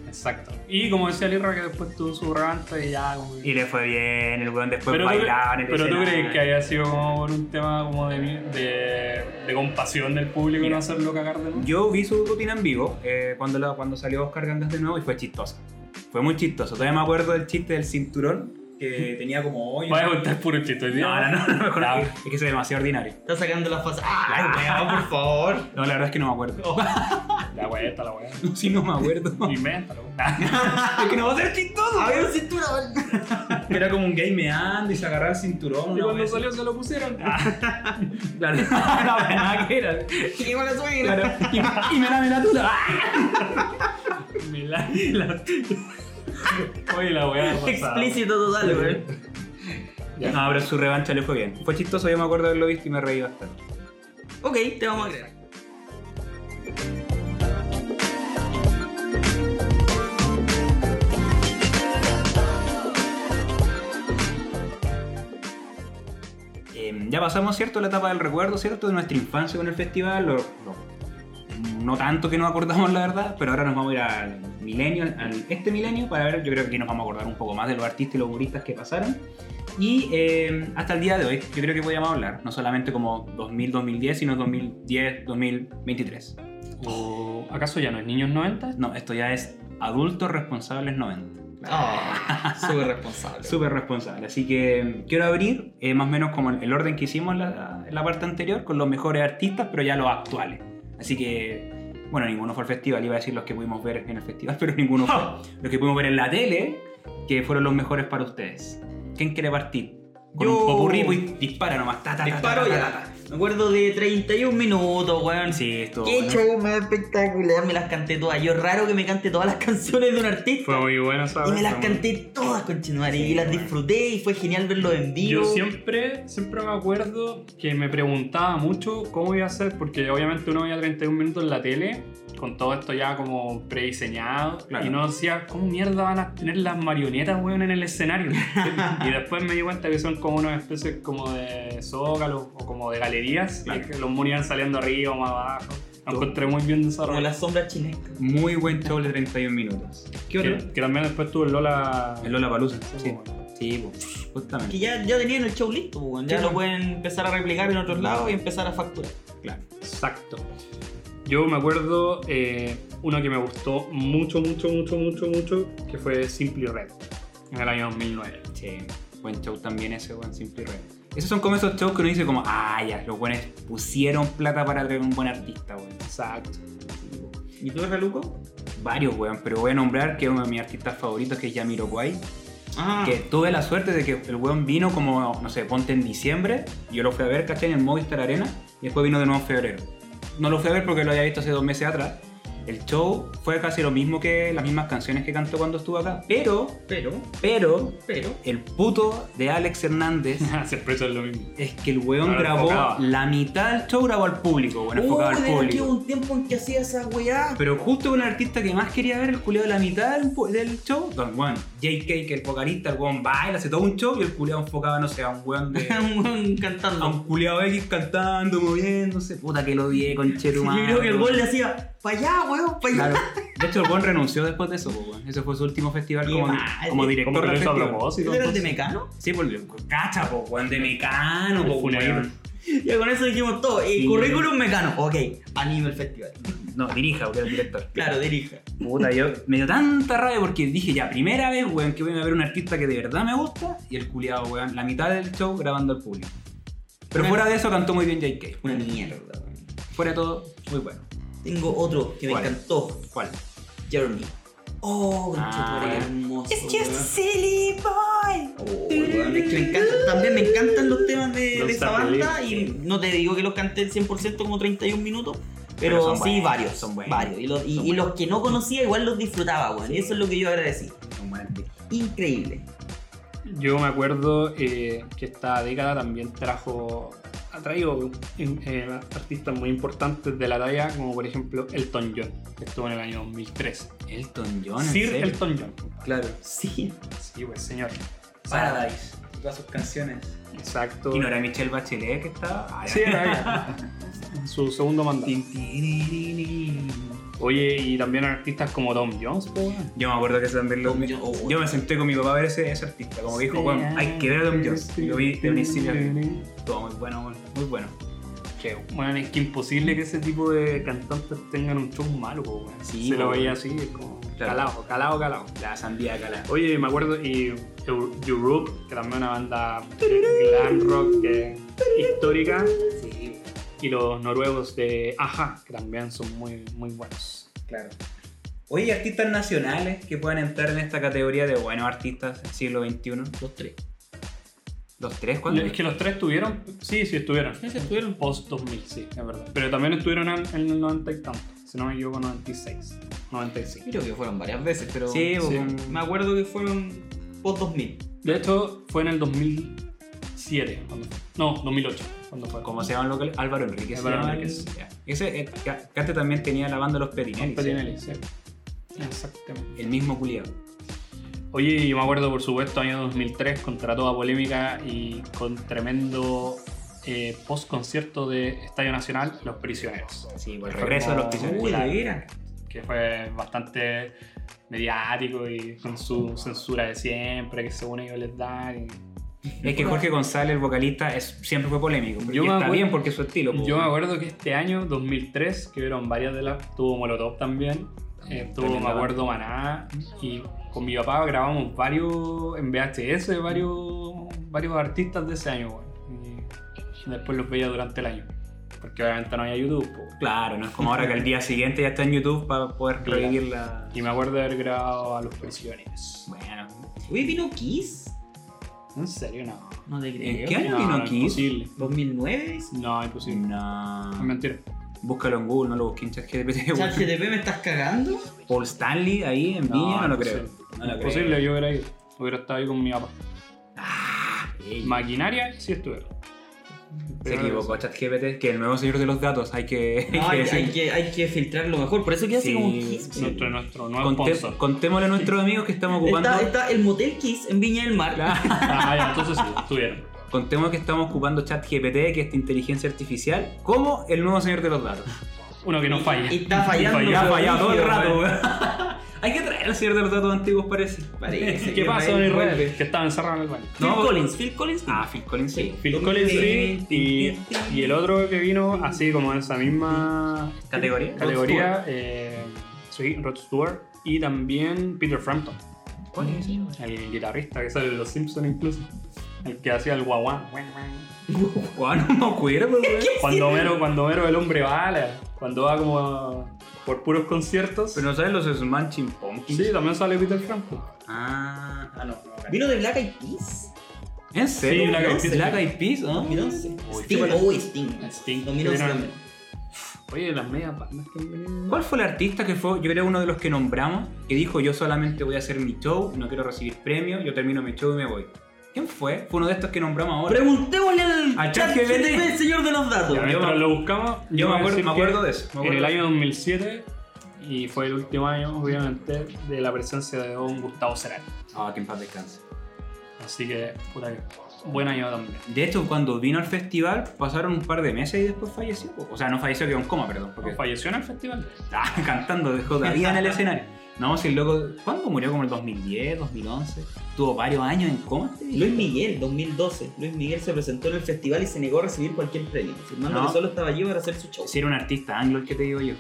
Speaker 1: Exacto. Y como decía Lirra, que después tuvo su revancha y ya. como que-
Speaker 3: Y le fue bien, el weón después
Speaker 1: pero
Speaker 3: bailaban
Speaker 1: tú,
Speaker 3: en el
Speaker 1: pero tú
Speaker 3: escenario.
Speaker 1: crees que haya sido como por un tema como de, mi- de, de compasión del público y
Speaker 3: Mira,
Speaker 1: no hacerlo cagar de nuevo.
Speaker 3: Yo vi su rutina en vivo eh, cuando, la- cuando salió Oscar Gangas de nuevo y fue chistosa. Fue muy chistoso. Todavía me acuerdo del chiste del cinturón que tenía como hoyo.
Speaker 1: Voy a contar puro chiste. hoy día.
Speaker 3: No, no, no, no me acuerdo.
Speaker 1: Ya.
Speaker 3: Es que soy demasiado ordinario.
Speaker 2: Está sacando la fase. ¡Ay, weón, por favor!
Speaker 3: No, la verdad es que no me acuerdo.
Speaker 1: Oh, La weá está la weá.
Speaker 3: No, sí, no Ah. me acuerdo.
Speaker 1: Invéntalo.
Speaker 3: es que no va a ser chistoso.
Speaker 2: A ver, un cinturón.
Speaker 3: Era como un gay meando y se agarraba el cinturón.
Speaker 1: Y
Speaker 3: una
Speaker 1: cuando
Speaker 3: vez.
Speaker 1: salió se lo pusieron.
Speaker 3: Ah. Claro, la verdad que era.
Speaker 2: Igual a su
Speaker 3: Claro. Y, me- y me la Ah, me la tula.
Speaker 1: Me la- la- Oye, la weá. pasada.
Speaker 2: Explícito total, weón.
Speaker 1: Ya.
Speaker 3: No, pero su revancha le fue bien. Fue chistoso, yo me acuerdo de haberlo visto y me reí bastante.
Speaker 2: Ok, te vamos a creer.
Speaker 3: Eh, ya pasamos, ¿cierto? La etapa del recuerdo, ¿cierto? De nuestra infancia con el festival. o- no, no tanto que nos acordamos, la verdad, pero ahora nos vamos a ir al milenio, al este milenio, para ver, yo creo que aquí nos vamos a acordar un poco más de los artistas y los humoristas que pasaron. Y eh, hasta el día de hoy, yo creo que podríamos hablar, no solamente como 2000-2010, sino 2010-2023.
Speaker 1: ¿O Uh, acaso ya no es Niños 90?
Speaker 3: No, esto ya es adultos responsables 90.
Speaker 2: Ah, súper responsable.
Speaker 3: Súper responsable. Así que mm, quiero abrir eh, más o menos como el orden que hicimos en la, en la parte anterior con los mejores artistas, pero ya los actuales. Así que, bueno, ninguno fue al festival, iba a decir los que pudimos ver en el festival, pero ninguno fue.
Speaker 2: Ah.
Speaker 3: Los que pudimos ver en la tele, que fueron los mejores para ustedes. ¿Quién quiere partir? Con
Speaker 2: Yo.
Speaker 3: un popurrí, pues, dispara nomás. Ta, ta, ta,
Speaker 2: Disparo
Speaker 3: ta, ta,
Speaker 2: ya.
Speaker 3: ta, ta.
Speaker 2: Me acuerdo de 31 minutos, weón.
Speaker 3: Sí, esto.
Speaker 2: Qué show más espectacular. Me las canté todas. Yo es raro que me cante todas las canciones de un artista.
Speaker 1: Fue muy buena esa
Speaker 2: Y me las
Speaker 1: fue muy-
Speaker 2: canté todas, conchetumare.
Speaker 3: Sí,
Speaker 2: y las
Speaker 3: weón.
Speaker 2: disfruté y fue genial verlo en vivo.
Speaker 1: Yo siempre, siempre me acuerdo que me preguntaba mucho cómo iba a ser, porque obviamente uno veía 31 minutos en la tele, con todo esto ya como prediseñado,
Speaker 3: Claro.
Speaker 1: y no decía, ¿cómo mierda van a tener las marionetas, weón, en el escenario? y después me di cuenta que son como unas especies como de zócalos o como de galerías,
Speaker 3: Claro.
Speaker 1: y que los muros iban saliendo arriba, más abajo. Lo
Speaker 3: Todo.
Speaker 1: encontré muy bien
Speaker 2: Como
Speaker 1: desarrollado.
Speaker 2: las sombras chinescas.
Speaker 3: Muy buen show de 31 minutos. ¿Qué otro?
Speaker 1: Que, que también después tuvo el Lola...
Speaker 3: El Lola Palusa. Sí,
Speaker 2: Oh.
Speaker 1: Sí.
Speaker 3: sí, pues, justamente.
Speaker 2: Que ya, ya tenían el show listo, weón. Ya
Speaker 1: Sí,
Speaker 2: lo
Speaker 1: weón.
Speaker 2: pueden empezar a replicar en otros lados y empezar a facturar.
Speaker 3: Claro.
Speaker 1: Exacto. Yo me acuerdo eh, uno que me gustó mucho, mucho, mucho, mucho, mucho, que fue Simply Red, en el año 2009.
Speaker 3: Sí, buen show también ese, buen Simple Red. Esos son como esos shows que uno dice como, ah, ya, los buenos pusieron plata para traer un buen artista, weón.
Speaker 1: Exacto.
Speaker 2: ¿Y tú, Raluco?
Speaker 3: Varios, weón, pero voy a nombrar que uno de mis artistas favoritos, que es Jamiroquai,
Speaker 2: Ah,
Speaker 3: que tuve la suerte de que el weón vino como, no sé, ponte en diciembre, yo lo fui a ver, ¿cachai? En el Movistar Arena, y después vino de nuevo en febrero. No lo fui a ver porque lo había visto hace dos meses atrás. El show fue casi lo mismo que las mismas canciones que cantó cuando estuvo acá, pero,
Speaker 2: pero,
Speaker 3: pero,
Speaker 2: pero.
Speaker 3: el puto de Alex Hernández
Speaker 1: Siempre eso es lo mismo.
Speaker 3: Es que el weón
Speaker 1: No lo
Speaker 3: grabó
Speaker 1: enfocaba.
Speaker 3: la mitad del show, grabó al público, bueno, enfocaba al
Speaker 2: Oh, de verdad que hubo
Speaker 3: público.
Speaker 2: un tiempo en que hacía esa weá.
Speaker 3: Pero justo con el artista que más quería ver, el culiado de la mitad del, pu- del show, Don Juan, JK, que el vocalista, el weón baila, hace todo un show y el culiado enfocaba, no sé, a un weón de.
Speaker 2: un weón
Speaker 3: a
Speaker 2: cantando.
Speaker 3: un culiado X cantando, moviéndose, puta que lo odié con
Speaker 2: Yo
Speaker 3: Cheruman.
Speaker 2: creo que el gol le hacía, pa' allá, weón, pa' allá.
Speaker 3: Claro. De hecho, el weón renunció después de eso, pues, weón. Ese fue su último festival
Speaker 2: Qué
Speaker 3: como, di-
Speaker 2: mal.
Speaker 3: como director
Speaker 1: ¿Cómo que
Speaker 3: del
Speaker 1: lo hizo a
Speaker 3: festival.
Speaker 1: propósito?
Speaker 2: ¿Tú eras de
Speaker 1: entonces?
Speaker 2: Mecano?
Speaker 3: Sí, pues, cacha, po, weón, de mecano, po,
Speaker 1: El funeral.
Speaker 3: weón.
Speaker 2: Ya con eso dijimos todo. El
Speaker 3: Sí.
Speaker 2: currículum Mecano. Ok, anime el festival.
Speaker 3: No, dirija, porque era el director.
Speaker 2: Claro, dirija.
Speaker 3: Puta, yo me dio tanta rabia porque dije, ya, primera vez, weón, que voy a ver un artista que de verdad me gusta y el culiado, weón, la mitad del show grabando al público. Pero
Speaker 2: Bueno.
Speaker 3: fuera de eso cantó muy bien JK.
Speaker 2: Una mierda, weón.
Speaker 3: Fuera de todo, muy bueno.
Speaker 2: Tengo otro que me
Speaker 3: ¿Cuál?
Speaker 2: encantó.
Speaker 3: ¿Cuál?
Speaker 2: Journey. Oh,
Speaker 3: Ah.
Speaker 2: conchetumare, qué hermoso. weón.
Speaker 3: silly boy.
Speaker 2: Oh, weón, es que me encanta. También me encantan los temas de, de
Speaker 1: Los
Speaker 2: esa banda.
Speaker 1: Zapelin,
Speaker 2: Y
Speaker 1: sí.
Speaker 2: no te digo que los canté el 100% como 31 minutos. Pero,
Speaker 3: Pero son
Speaker 2: sí,
Speaker 3: buenos,
Speaker 2: varios.
Speaker 3: son buenos.
Speaker 2: Varios. Y, los, y-
Speaker 3: Son
Speaker 2: y los
Speaker 3: buenos.
Speaker 2: que no conocía, igual los disfrutaba, weón. Y eso es lo que yo agradecí.
Speaker 3: Un buen artista.
Speaker 2: Increíble.
Speaker 1: Yo me acuerdo eh, que esta década también trajo, ha traído eh, artistas muy importantes de la talla, como por ejemplo Elton John, que estuvo en el año 2013.
Speaker 3: Elton John, Ah, en
Speaker 1: Sir
Speaker 3: serio.
Speaker 1: Elton John.
Speaker 3: Claro.
Speaker 2: Sí.
Speaker 1: Sí, pues señor.
Speaker 3: Paradise. Todas sus canciones.
Speaker 1: Exacto.
Speaker 3: Y no era Michelle Bachelet que estaba. Ah,
Speaker 1: Sí, era ella. En Su segundo mandato.
Speaker 3: Tin, tiriririn.
Speaker 1: Oye, y también artistas como Tom Jones, po, weón.
Speaker 3: Yo me acuerdo que también lo...
Speaker 2: Tom Jones, oh,
Speaker 3: Yo me senté con mi papá a ver ese, ese artista. Como dijo, weón, hay que ver a Don Jones. Y Lo vi de un inicio a fin. Todo muy bueno, weón, muy bueno.
Speaker 1: Que, bueno, es que imposible que ese tipo de cantantes tengan un show malo, po, weón.
Speaker 3: Sí,
Speaker 1: Se lo
Speaker 3: po,
Speaker 1: veía
Speaker 3: weón.
Speaker 1: así, es como
Speaker 3: Claro.
Speaker 1: calado, calado, calado.
Speaker 3: La sandía cala.
Speaker 1: Oye, me acuerdo, y Eu- Europe, que también es una banda de glam rock que es histórica,
Speaker 3: Sí,
Speaker 1: y los noruegos de Aja, que también son muy, muy buenos.
Speaker 3: claro. Oye, artistas nacionales que puedan entrar en esta categoría de buenos artistas del siglo XXI.
Speaker 2: Los tres.
Speaker 3: ¿Los tres? ¿Cuándo?
Speaker 1: Es que los tres estuvieron, sí, sí estuvieron. Sí, estuvieron post 2000, sí, es verdad. Pero también estuvieron en, en el 90 y tanto, si no me equivoco, 96, 95.
Speaker 2: Creo que fueron varias veces, pero.
Speaker 3: Sí, pues,
Speaker 1: Sí.
Speaker 2: Me
Speaker 3: weón.
Speaker 2: acuerdo que fueron post 2000.
Speaker 1: De hecho, fue en el 2007, cuando fue. No, 2008, cuando fue.
Speaker 3: ¿Cómo se llaman los locales? Álvaro Enríquez. se
Speaker 1: Álvaro
Speaker 3: llama el-
Speaker 1: Enríquez.
Speaker 3: Ya. Ese, eh, Ca- Cate también tenía la banda Los Petinelli.
Speaker 1: Petinelli, sí. Exactamente.
Speaker 3: El mismo culiado.
Speaker 1: Oye, yo me acuerdo, por supuesto, año 2003, contra toda polémica y con tremendo eh, post concierto de Estadio Nacional Los Prisioneros,
Speaker 3: Sí, el regreso de los prisioneros.
Speaker 1: Uy, de
Speaker 3: mira.
Speaker 1: que fue bastante mediático y con su censura de siempre, que según ellos les dan. y-
Speaker 3: Es que Jorge González, el vocalista, es, siempre fue polémico.
Speaker 1: Yo
Speaker 3: Yo
Speaker 1: me
Speaker 3: está
Speaker 1: acuerdo-
Speaker 3: bien porque es su estilo. pues. po.
Speaker 1: Yo me acuerdo que este año, 2003, que vieron varias de las. Tuvo Molotov también. eh, tuvo, me
Speaker 3: tremenda
Speaker 1: acuerdo, Maná. Y con mi papá grabamos varios. En VHS, varios, varios artistas de ese año, weón. Y después los veía durante el año. Porque obviamente no había YouTube, po.
Speaker 3: Claro, no es como ahora que el día siguiente ya está en YouTube para poder
Speaker 1: Claro.
Speaker 3: revivir la.
Speaker 1: Y me acuerdo de haber grabado a los prisioneros.
Speaker 3: Bueno.
Speaker 2: Uy, vino Kiss.
Speaker 1: ¿En serio? No.
Speaker 2: No te creo.
Speaker 3: qué año?
Speaker 1: No,
Speaker 3: vino
Speaker 1: no,
Speaker 3: Kiss?
Speaker 1: imposible.
Speaker 2: ¿2009? dice?
Speaker 1: No, imposible. Es
Speaker 3: No.
Speaker 1: mentira.
Speaker 3: Búscalo en Google, no lo busques en ChatGPT. güey.
Speaker 2: ChatGPT, ¿me estás cagando?
Speaker 3: Paul Stanley ahí en Viña, no, lo creo.
Speaker 1: imposible.
Speaker 3: No lo
Speaker 1: Imposible, yo hubiera ido. Hubiera estado ahí con mi papá.
Speaker 3: creo. Ey,
Speaker 1: Maquinaria, sí estuve.
Speaker 3: Se equivocó ChatGPT, que el nuevo señor de los datos, hay que,
Speaker 2: No,
Speaker 3: hay
Speaker 2: hay,
Speaker 3: que decir.
Speaker 2: hay que, hay que filtrarlo mejor. Por eso queda así
Speaker 3: Sí,
Speaker 2: como un Kiss.
Speaker 3: sí.
Speaker 1: Nuestro, nuestro nuevo
Speaker 3: Conté-
Speaker 1: sponsor.
Speaker 3: contémosle a nuestros amigos que estamos ocupando.
Speaker 2: Está, está el motel Kiss en Viña del Mar.
Speaker 3: Claro.
Speaker 1: Ah, ya, entonces sí, estuvieron.
Speaker 3: Contemos que estamos ocupando ChatGPT, que es esta inteligencia artificial, como el nuevo señor de los datos.
Speaker 1: Uno que no falla.
Speaker 2: Y está fallando.
Speaker 1: Y
Speaker 3: Ya ha
Speaker 1: fallaba,
Speaker 3: fallado todo el
Speaker 1: brígido,
Speaker 3: rato, weón. Hay que traer al señor de los datos antiguos, parece.
Speaker 2: Parece.
Speaker 1: ¿Qué
Speaker 2: que
Speaker 1: pasa con
Speaker 2: Israel
Speaker 1: Israel?
Speaker 2: vuelve.
Speaker 1: Que estaba encerrado en el baño.
Speaker 2: Phil
Speaker 3: No, porque-
Speaker 2: Collins, Phil Collins.
Speaker 3: Ah, Phil Collins, sí.
Speaker 1: Phil Collins sí, y, y el otro que vino así como en esa misma
Speaker 3: ¿Categoría?
Speaker 1: categoría, eh, sí, Rod Stewart y también Peter Frampton,
Speaker 3: ¿Cuál es ese?
Speaker 1: el guitarrista que sale de Los Simpsons incluso, el que hacía el guaguán. guan, guan.
Speaker 3: Weón, Ah, no me acuerdo, weón.
Speaker 1: Cuando Homero, cuando Homero el hombre bala, cuando va como por puros conciertos.
Speaker 3: Pero no sabes los Sman Chimponki.
Speaker 1: Sí, también sale Peter Frampton.
Speaker 3: Ah, ah, no.
Speaker 2: Vino de Black Eyed Peas.
Speaker 3: ¿En serio?
Speaker 1: Sí, Black Eyed Peas.
Speaker 3: Black Eyed Peas, ¿no?
Speaker 2: 2011.
Speaker 1: Uy,
Speaker 2: Sting.
Speaker 1: qué bueno.
Speaker 2: Oh, Sting.
Speaker 1: Sting.
Speaker 2: 2011
Speaker 1: Vieron-
Speaker 2: también.
Speaker 1: Oye, las medias bandas que han venido.
Speaker 3: ¿Cuál fue el artista que fue, yo creo, uno de los que nombramos, que dijo yo solamente voy a hacer mi show, no quiero recibir premios, yo termino mi show y me voy? ¿Quién fue? Fue uno de estos que nombramos ahora.
Speaker 2: Preguntémosle al
Speaker 3: Al
Speaker 2: ChatGPT,
Speaker 3: ChatGPT.
Speaker 2: el señor de los datos.
Speaker 1: Ya,
Speaker 3: Yo
Speaker 1: mientras
Speaker 3: me-
Speaker 1: lo buscamos,
Speaker 3: yo
Speaker 1: voy
Speaker 3: me
Speaker 1: a
Speaker 3: acuerdo,
Speaker 1: decir
Speaker 3: me acuerdo
Speaker 1: que
Speaker 3: de eso. me
Speaker 1: En
Speaker 3: acuerdo
Speaker 1: el
Speaker 3: de
Speaker 1: año
Speaker 3: eso.
Speaker 1: 2007, y fue el último año, obviamente, de la presencia de don Gustavo Cerati.
Speaker 3: Ah, que en paz descanse.
Speaker 1: Así que, puta que. Buen año también.
Speaker 3: De hecho, cuando vino al festival, pasaron un par de meses y después falleció. po. O sea, no falleció, quedó en coma, perdón. Porque
Speaker 1: Porque falleció en el festival.
Speaker 3: estaba Ah, cantando, dejó todavía en el escenario. No, si el loco. ¿Cuándo murió? Como el 2010, 2011. Tuvo varios años en coma. este viejo.
Speaker 2: Luis Miguel, 2012. Luis Miguel se presentó en el festival y se negó a recibir cualquier premio, afirmando
Speaker 3: No.
Speaker 2: que solo estaba allí para hacer su show.
Speaker 3: Si era un artista anglo, el que te digo yo.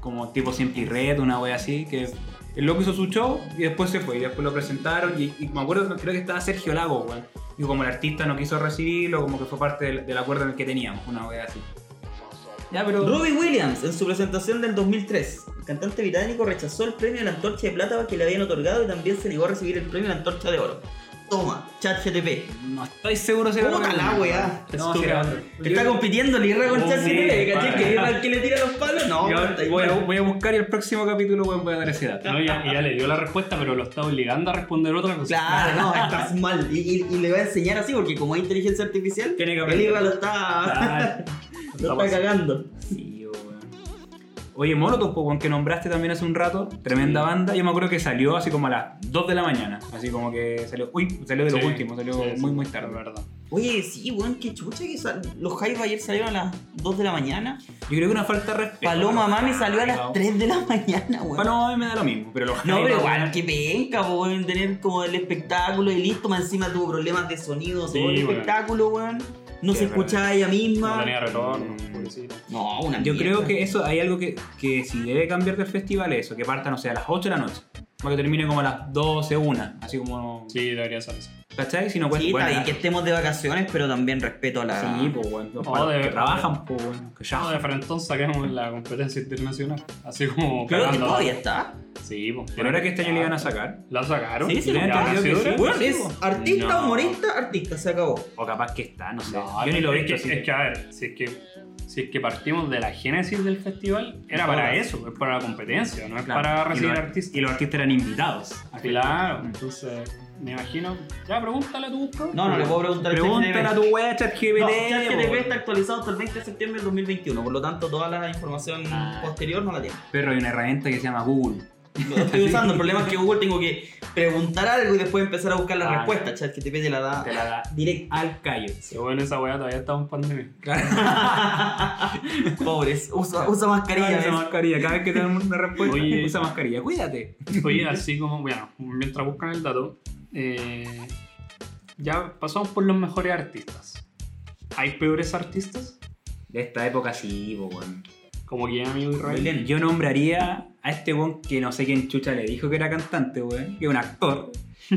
Speaker 3: Como tipo Simply Red, una wea así, que el loco hizo su show y después se fue. Y después lo presentaron y, y me acuerdo, creo que estaba Sergio Lago, weón. Y como el artista no quiso recibirlo, como que fue parte del, del acuerdo en el que teníamos, una wea así. Ya, pero...
Speaker 2: Robbie Williams, en su presentación del 2003, el cantante británico rechazó el premio de la antorcha de plata que le habían otorgado y también se negó a recibir el premio de la antorcha de oro. Toma, ChatGPT.
Speaker 3: No estoy seguro si era
Speaker 2: Puta
Speaker 3: Robbie
Speaker 2: la
Speaker 3: Williams.
Speaker 2: weá.
Speaker 3: No, si era otro.
Speaker 2: Te Está compitiendo la guerra con
Speaker 3: Oh,
Speaker 2: ChatGPT,
Speaker 3: sí,
Speaker 2: ¿cachai?
Speaker 3: para.
Speaker 2: Que al que le tira los palos, no.
Speaker 3: Yo
Speaker 2: está ahí,
Speaker 3: voy, a,
Speaker 2: bueno.
Speaker 3: voy a buscar y el próximo capítulo weón, voy a dar ese dato.
Speaker 1: No, ya, ya le dio la respuesta, pero lo está obligando a responder otra cosa.
Speaker 2: Claro, no, estás mal. Y, y- y le va a enseñar así, porque como es inteligencia artificial,
Speaker 3: Tiene que
Speaker 2: el
Speaker 3: aprender.
Speaker 2: IVA lo está,
Speaker 3: Ah,
Speaker 2: lo
Speaker 3: está
Speaker 2: está
Speaker 3: pasando.
Speaker 2: cagando.
Speaker 3: Sí, weón. Oye, Molotov, po, weón, que nombraste también hace un rato, tremenda banda. Yo me acuerdo que salió así como a las 2 de la mañana. Así como que salió. Uy, salió de los
Speaker 1: Sí,
Speaker 3: últimos, salió
Speaker 1: sí, sí,
Speaker 3: muy, muy
Speaker 1: es
Speaker 3: tarde.
Speaker 1: verdad.
Speaker 2: Oye, sí, weón, qué chucha que sal- los Jaivas ayer salieron a las 2 de la mañana.
Speaker 3: Yo creo que una falta de respeto.
Speaker 2: Paloma
Speaker 3: weón.
Speaker 2: Mami salió a las 3 de la mañana, weón.
Speaker 3: Paloma Mami me da lo mismo, pero los
Speaker 2: no,
Speaker 3: Jaime,
Speaker 2: pero
Speaker 3: weón,
Speaker 2: igual, qué penca, po, weón, tener como el espectáculo y listo, más encima tuvo problemas de sonido,
Speaker 1: Sí,
Speaker 2: todo el
Speaker 1: weón.
Speaker 2: espectáculo, weón. No
Speaker 3: Sí,
Speaker 2: se
Speaker 3: es verdad.
Speaker 2: escuchaba ella
Speaker 1: No
Speaker 2: misma.
Speaker 1: tenía retorno,
Speaker 3: Mm.
Speaker 1: pobrecito.
Speaker 2: No, una
Speaker 3: Yo
Speaker 2: mierda.
Speaker 3: creo que eso hay algo que, que si debe cambiar del festival es eso, que parta, no sé, a las 8 de la noche. Como que termine como a las 12, 1, así como...
Speaker 1: Sí, debería ser eso.
Speaker 3: ¿Cachai? Si no cuesta...
Speaker 2: Sí,
Speaker 3: bueno,
Speaker 2: está bien que estemos de vacaciones, pero también respeto a la.
Speaker 3: Sí, pues bueno, los
Speaker 1: No,
Speaker 3: palos
Speaker 1: de-
Speaker 3: que trabajan, pues bueno, que ya.
Speaker 1: No, de frente entonces saquemos la competencia internacional. Así como
Speaker 2: Creo que
Speaker 1: cagando.
Speaker 2: todavía está.
Speaker 1: Sí, pues.
Speaker 3: Pero ahora que este año le iban a sacar,
Speaker 1: ¿La sacaron?
Speaker 3: Sí, sí,
Speaker 1: ¿Ya
Speaker 3: lo
Speaker 1: habrá
Speaker 3: entendido
Speaker 1: sido
Speaker 3: que sí.
Speaker 1: ahora?
Speaker 2: Weón,
Speaker 3: sí,
Speaker 2: es
Speaker 3: po.
Speaker 2: artista,
Speaker 1: No.
Speaker 2: humorista, artista, se acabó.
Speaker 3: o capaz que está, no sé.
Speaker 1: No,
Speaker 3: Yo ni lo he
Speaker 1: es,
Speaker 3: visto.
Speaker 1: que,
Speaker 3: así
Speaker 1: es que, a ver, si es que, si es que partimos de la génesis del festival, era para
Speaker 3: Claro.
Speaker 1: eso, es para la competencia, no es
Speaker 3: Claro.
Speaker 1: para
Speaker 3: y
Speaker 1: recibir
Speaker 3: los,
Speaker 1: artistas. Ah,
Speaker 3: Y los artistas eran invitados.
Speaker 1: Claro, entonces me imagino. Ya, pregúntale a tu buscador.
Speaker 2: No, no le puedo preguntar al
Speaker 3: Pregúntale
Speaker 2: ChatGPT.
Speaker 3: a tu wea, ChatGPT.
Speaker 2: No,
Speaker 3: po.
Speaker 2: ChatGPT está actualizado hasta el 20 de septiembre del 2021, por lo tanto toda la información
Speaker 3: Ah.
Speaker 2: posterior no la tiene.
Speaker 3: Pero hay una herramienta que se llama Google.
Speaker 2: Lo estoy usando. El problema es que Google tengo que preguntar algo y después empezar a buscar la
Speaker 3: Ah,
Speaker 2: respuesta. Chat, que te pide la da
Speaker 3: Te la da
Speaker 2: directa.
Speaker 3: al callo.
Speaker 1: Qué bueno, esa weá todavía está en pandemia.
Speaker 2: Pobres, usa, usa mascarilla.
Speaker 3: usa
Speaker 2: ¿ves?
Speaker 3: mascarilla. Cada vez que te dan una respuesta,
Speaker 1: Oye.
Speaker 3: usa mascarilla. Cuídate.
Speaker 1: Oye, así como, bueno, mientras buscan el dato, eh, ya pasamos por los mejores artistas. ¿Hay peores artistas?
Speaker 3: De esta época sí, po, weón.
Speaker 1: Como que amigo Israel.
Speaker 3: Yo nombraría a este weón que no sé quién chucha le dijo que era cantante, weón. Que es un actor.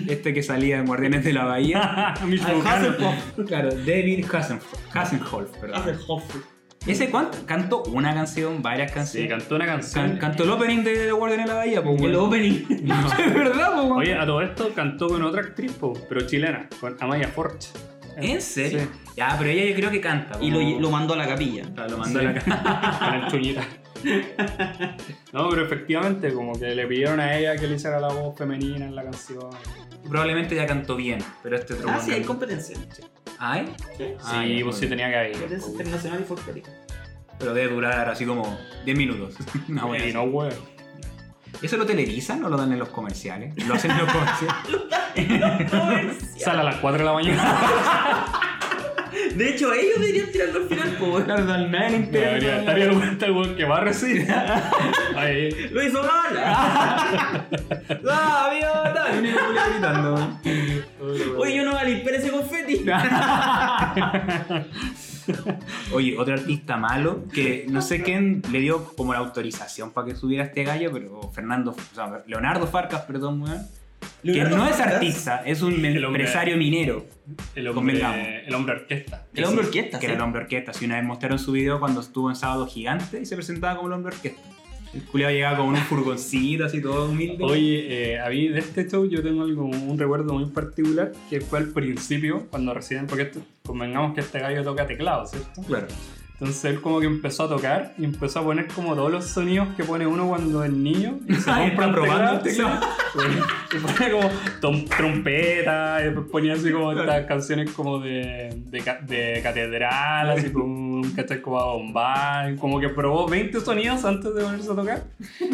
Speaker 3: Este que salía en Guardianes de la Bahía.
Speaker 1: Micho
Speaker 2: Al
Speaker 1: Bucano.
Speaker 2: Hufflepuff.
Speaker 3: Claro, David Hasselhoff. Hasselhoff, perdón.
Speaker 2: Hufflepuff.
Speaker 3: Ese cuánto cantó una canción, varias
Speaker 1: Sí,
Speaker 3: canciones.
Speaker 1: cantó una canción.
Speaker 3: Can- cantó el opening de The Guardian de la Bahía, po,
Speaker 2: El
Speaker 3: weón.
Speaker 2: opening.
Speaker 3: Es verdad, po, weón.
Speaker 1: Oye, a todo esto cantó con otra actriz, po, pero chilena, con Amaya Forch.
Speaker 3: ¿En serio?
Speaker 1: Sí,
Speaker 3: Ya, pero ella yo creo que canta.
Speaker 2: Y
Speaker 3: como-
Speaker 2: lo, lo mandó a la capilla.
Speaker 3: Ah, lo mandó
Speaker 1: Sí.
Speaker 3: a la casa.
Speaker 1: con el chuñita. No, pero efectivamente, como que le pidieron a ella que le hiciera la voz femenina en la canción.
Speaker 3: Ah, Probablemente ya cantó bien, pero este otro
Speaker 2: Ah,
Speaker 3: weón
Speaker 2: sí, hay
Speaker 3: cantó.
Speaker 2: competencia.
Speaker 3: ¿Ay?
Speaker 2: Sí.
Speaker 3: Ah,
Speaker 1: sí,
Speaker 3: ya,
Speaker 1: pues
Speaker 3: muy
Speaker 1: sí
Speaker 3: bien.
Speaker 1: tenía que haber.
Speaker 2: Competencia
Speaker 1: po.
Speaker 2: internacional y folclórica.
Speaker 3: Pero debe durar así como 10 minutos. Una buena.
Speaker 1: Y no, weón.
Speaker 3: ¿Eso lo televisan o lo dan en los comerciales? Lo hacen en los comerciales.
Speaker 1: Sale a las 4 de la mañana.
Speaker 2: De hecho, ellos deberían tirarlo al final, po.
Speaker 3: claro, dan nada en el
Speaker 1: Me debería estar el weón el weón que va a recibir. Ay, ay.
Speaker 2: Lo hizo mal.
Speaker 3: ¡Gaviota! El único que le gritando.
Speaker 2: Oye, yo no valí, espera ese confeti.
Speaker 3: Oye, otro artista malo que no sé quién le dio como la autorización para que subiera este gallo, pero Fernando, o sea, Leonardo Farcas, perdón, weón. Que
Speaker 2: Leonardo
Speaker 3: no es
Speaker 2: Farcas.
Speaker 3: artista, es un
Speaker 1: El hombre-
Speaker 3: empresario minero.
Speaker 1: El
Speaker 3: Convengamos.
Speaker 1: hombre, el hombre orquesta.
Speaker 2: El hombre orquesta,
Speaker 3: Que
Speaker 2: sí.
Speaker 3: era el hombre orquesta. Si una vez mostraron su video cuando estuvo en Sábado Gigante y se presentaba como el hombre orquesta. El culiao llegaba con un furgoncito así todo humilde.
Speaker 1: Oye, eh, a mí de este show yo tengo algo, un recuerdo muy particular que fue al principio, cuando recién, porque esto- convengamos que este gallo toca teclado, ¿cierto?
Speaker 3: Claro.
Speaker 1: Entonces él como que empezó a tocar y empezó a poner como todos los sonidos que pone uno cuando es niño y se compra
Speaker 3: Ah, está
Speaker 1: un
Speaker 3: probando
Speaker 1: teclado. Sí. Y ponía como tom- trompeta, y después ponía así como estas canciones como de, de, ca- de catedral, así como, ¿cachai? como a bombar, como que probó 20 sonidos antes de ponerse a tocar.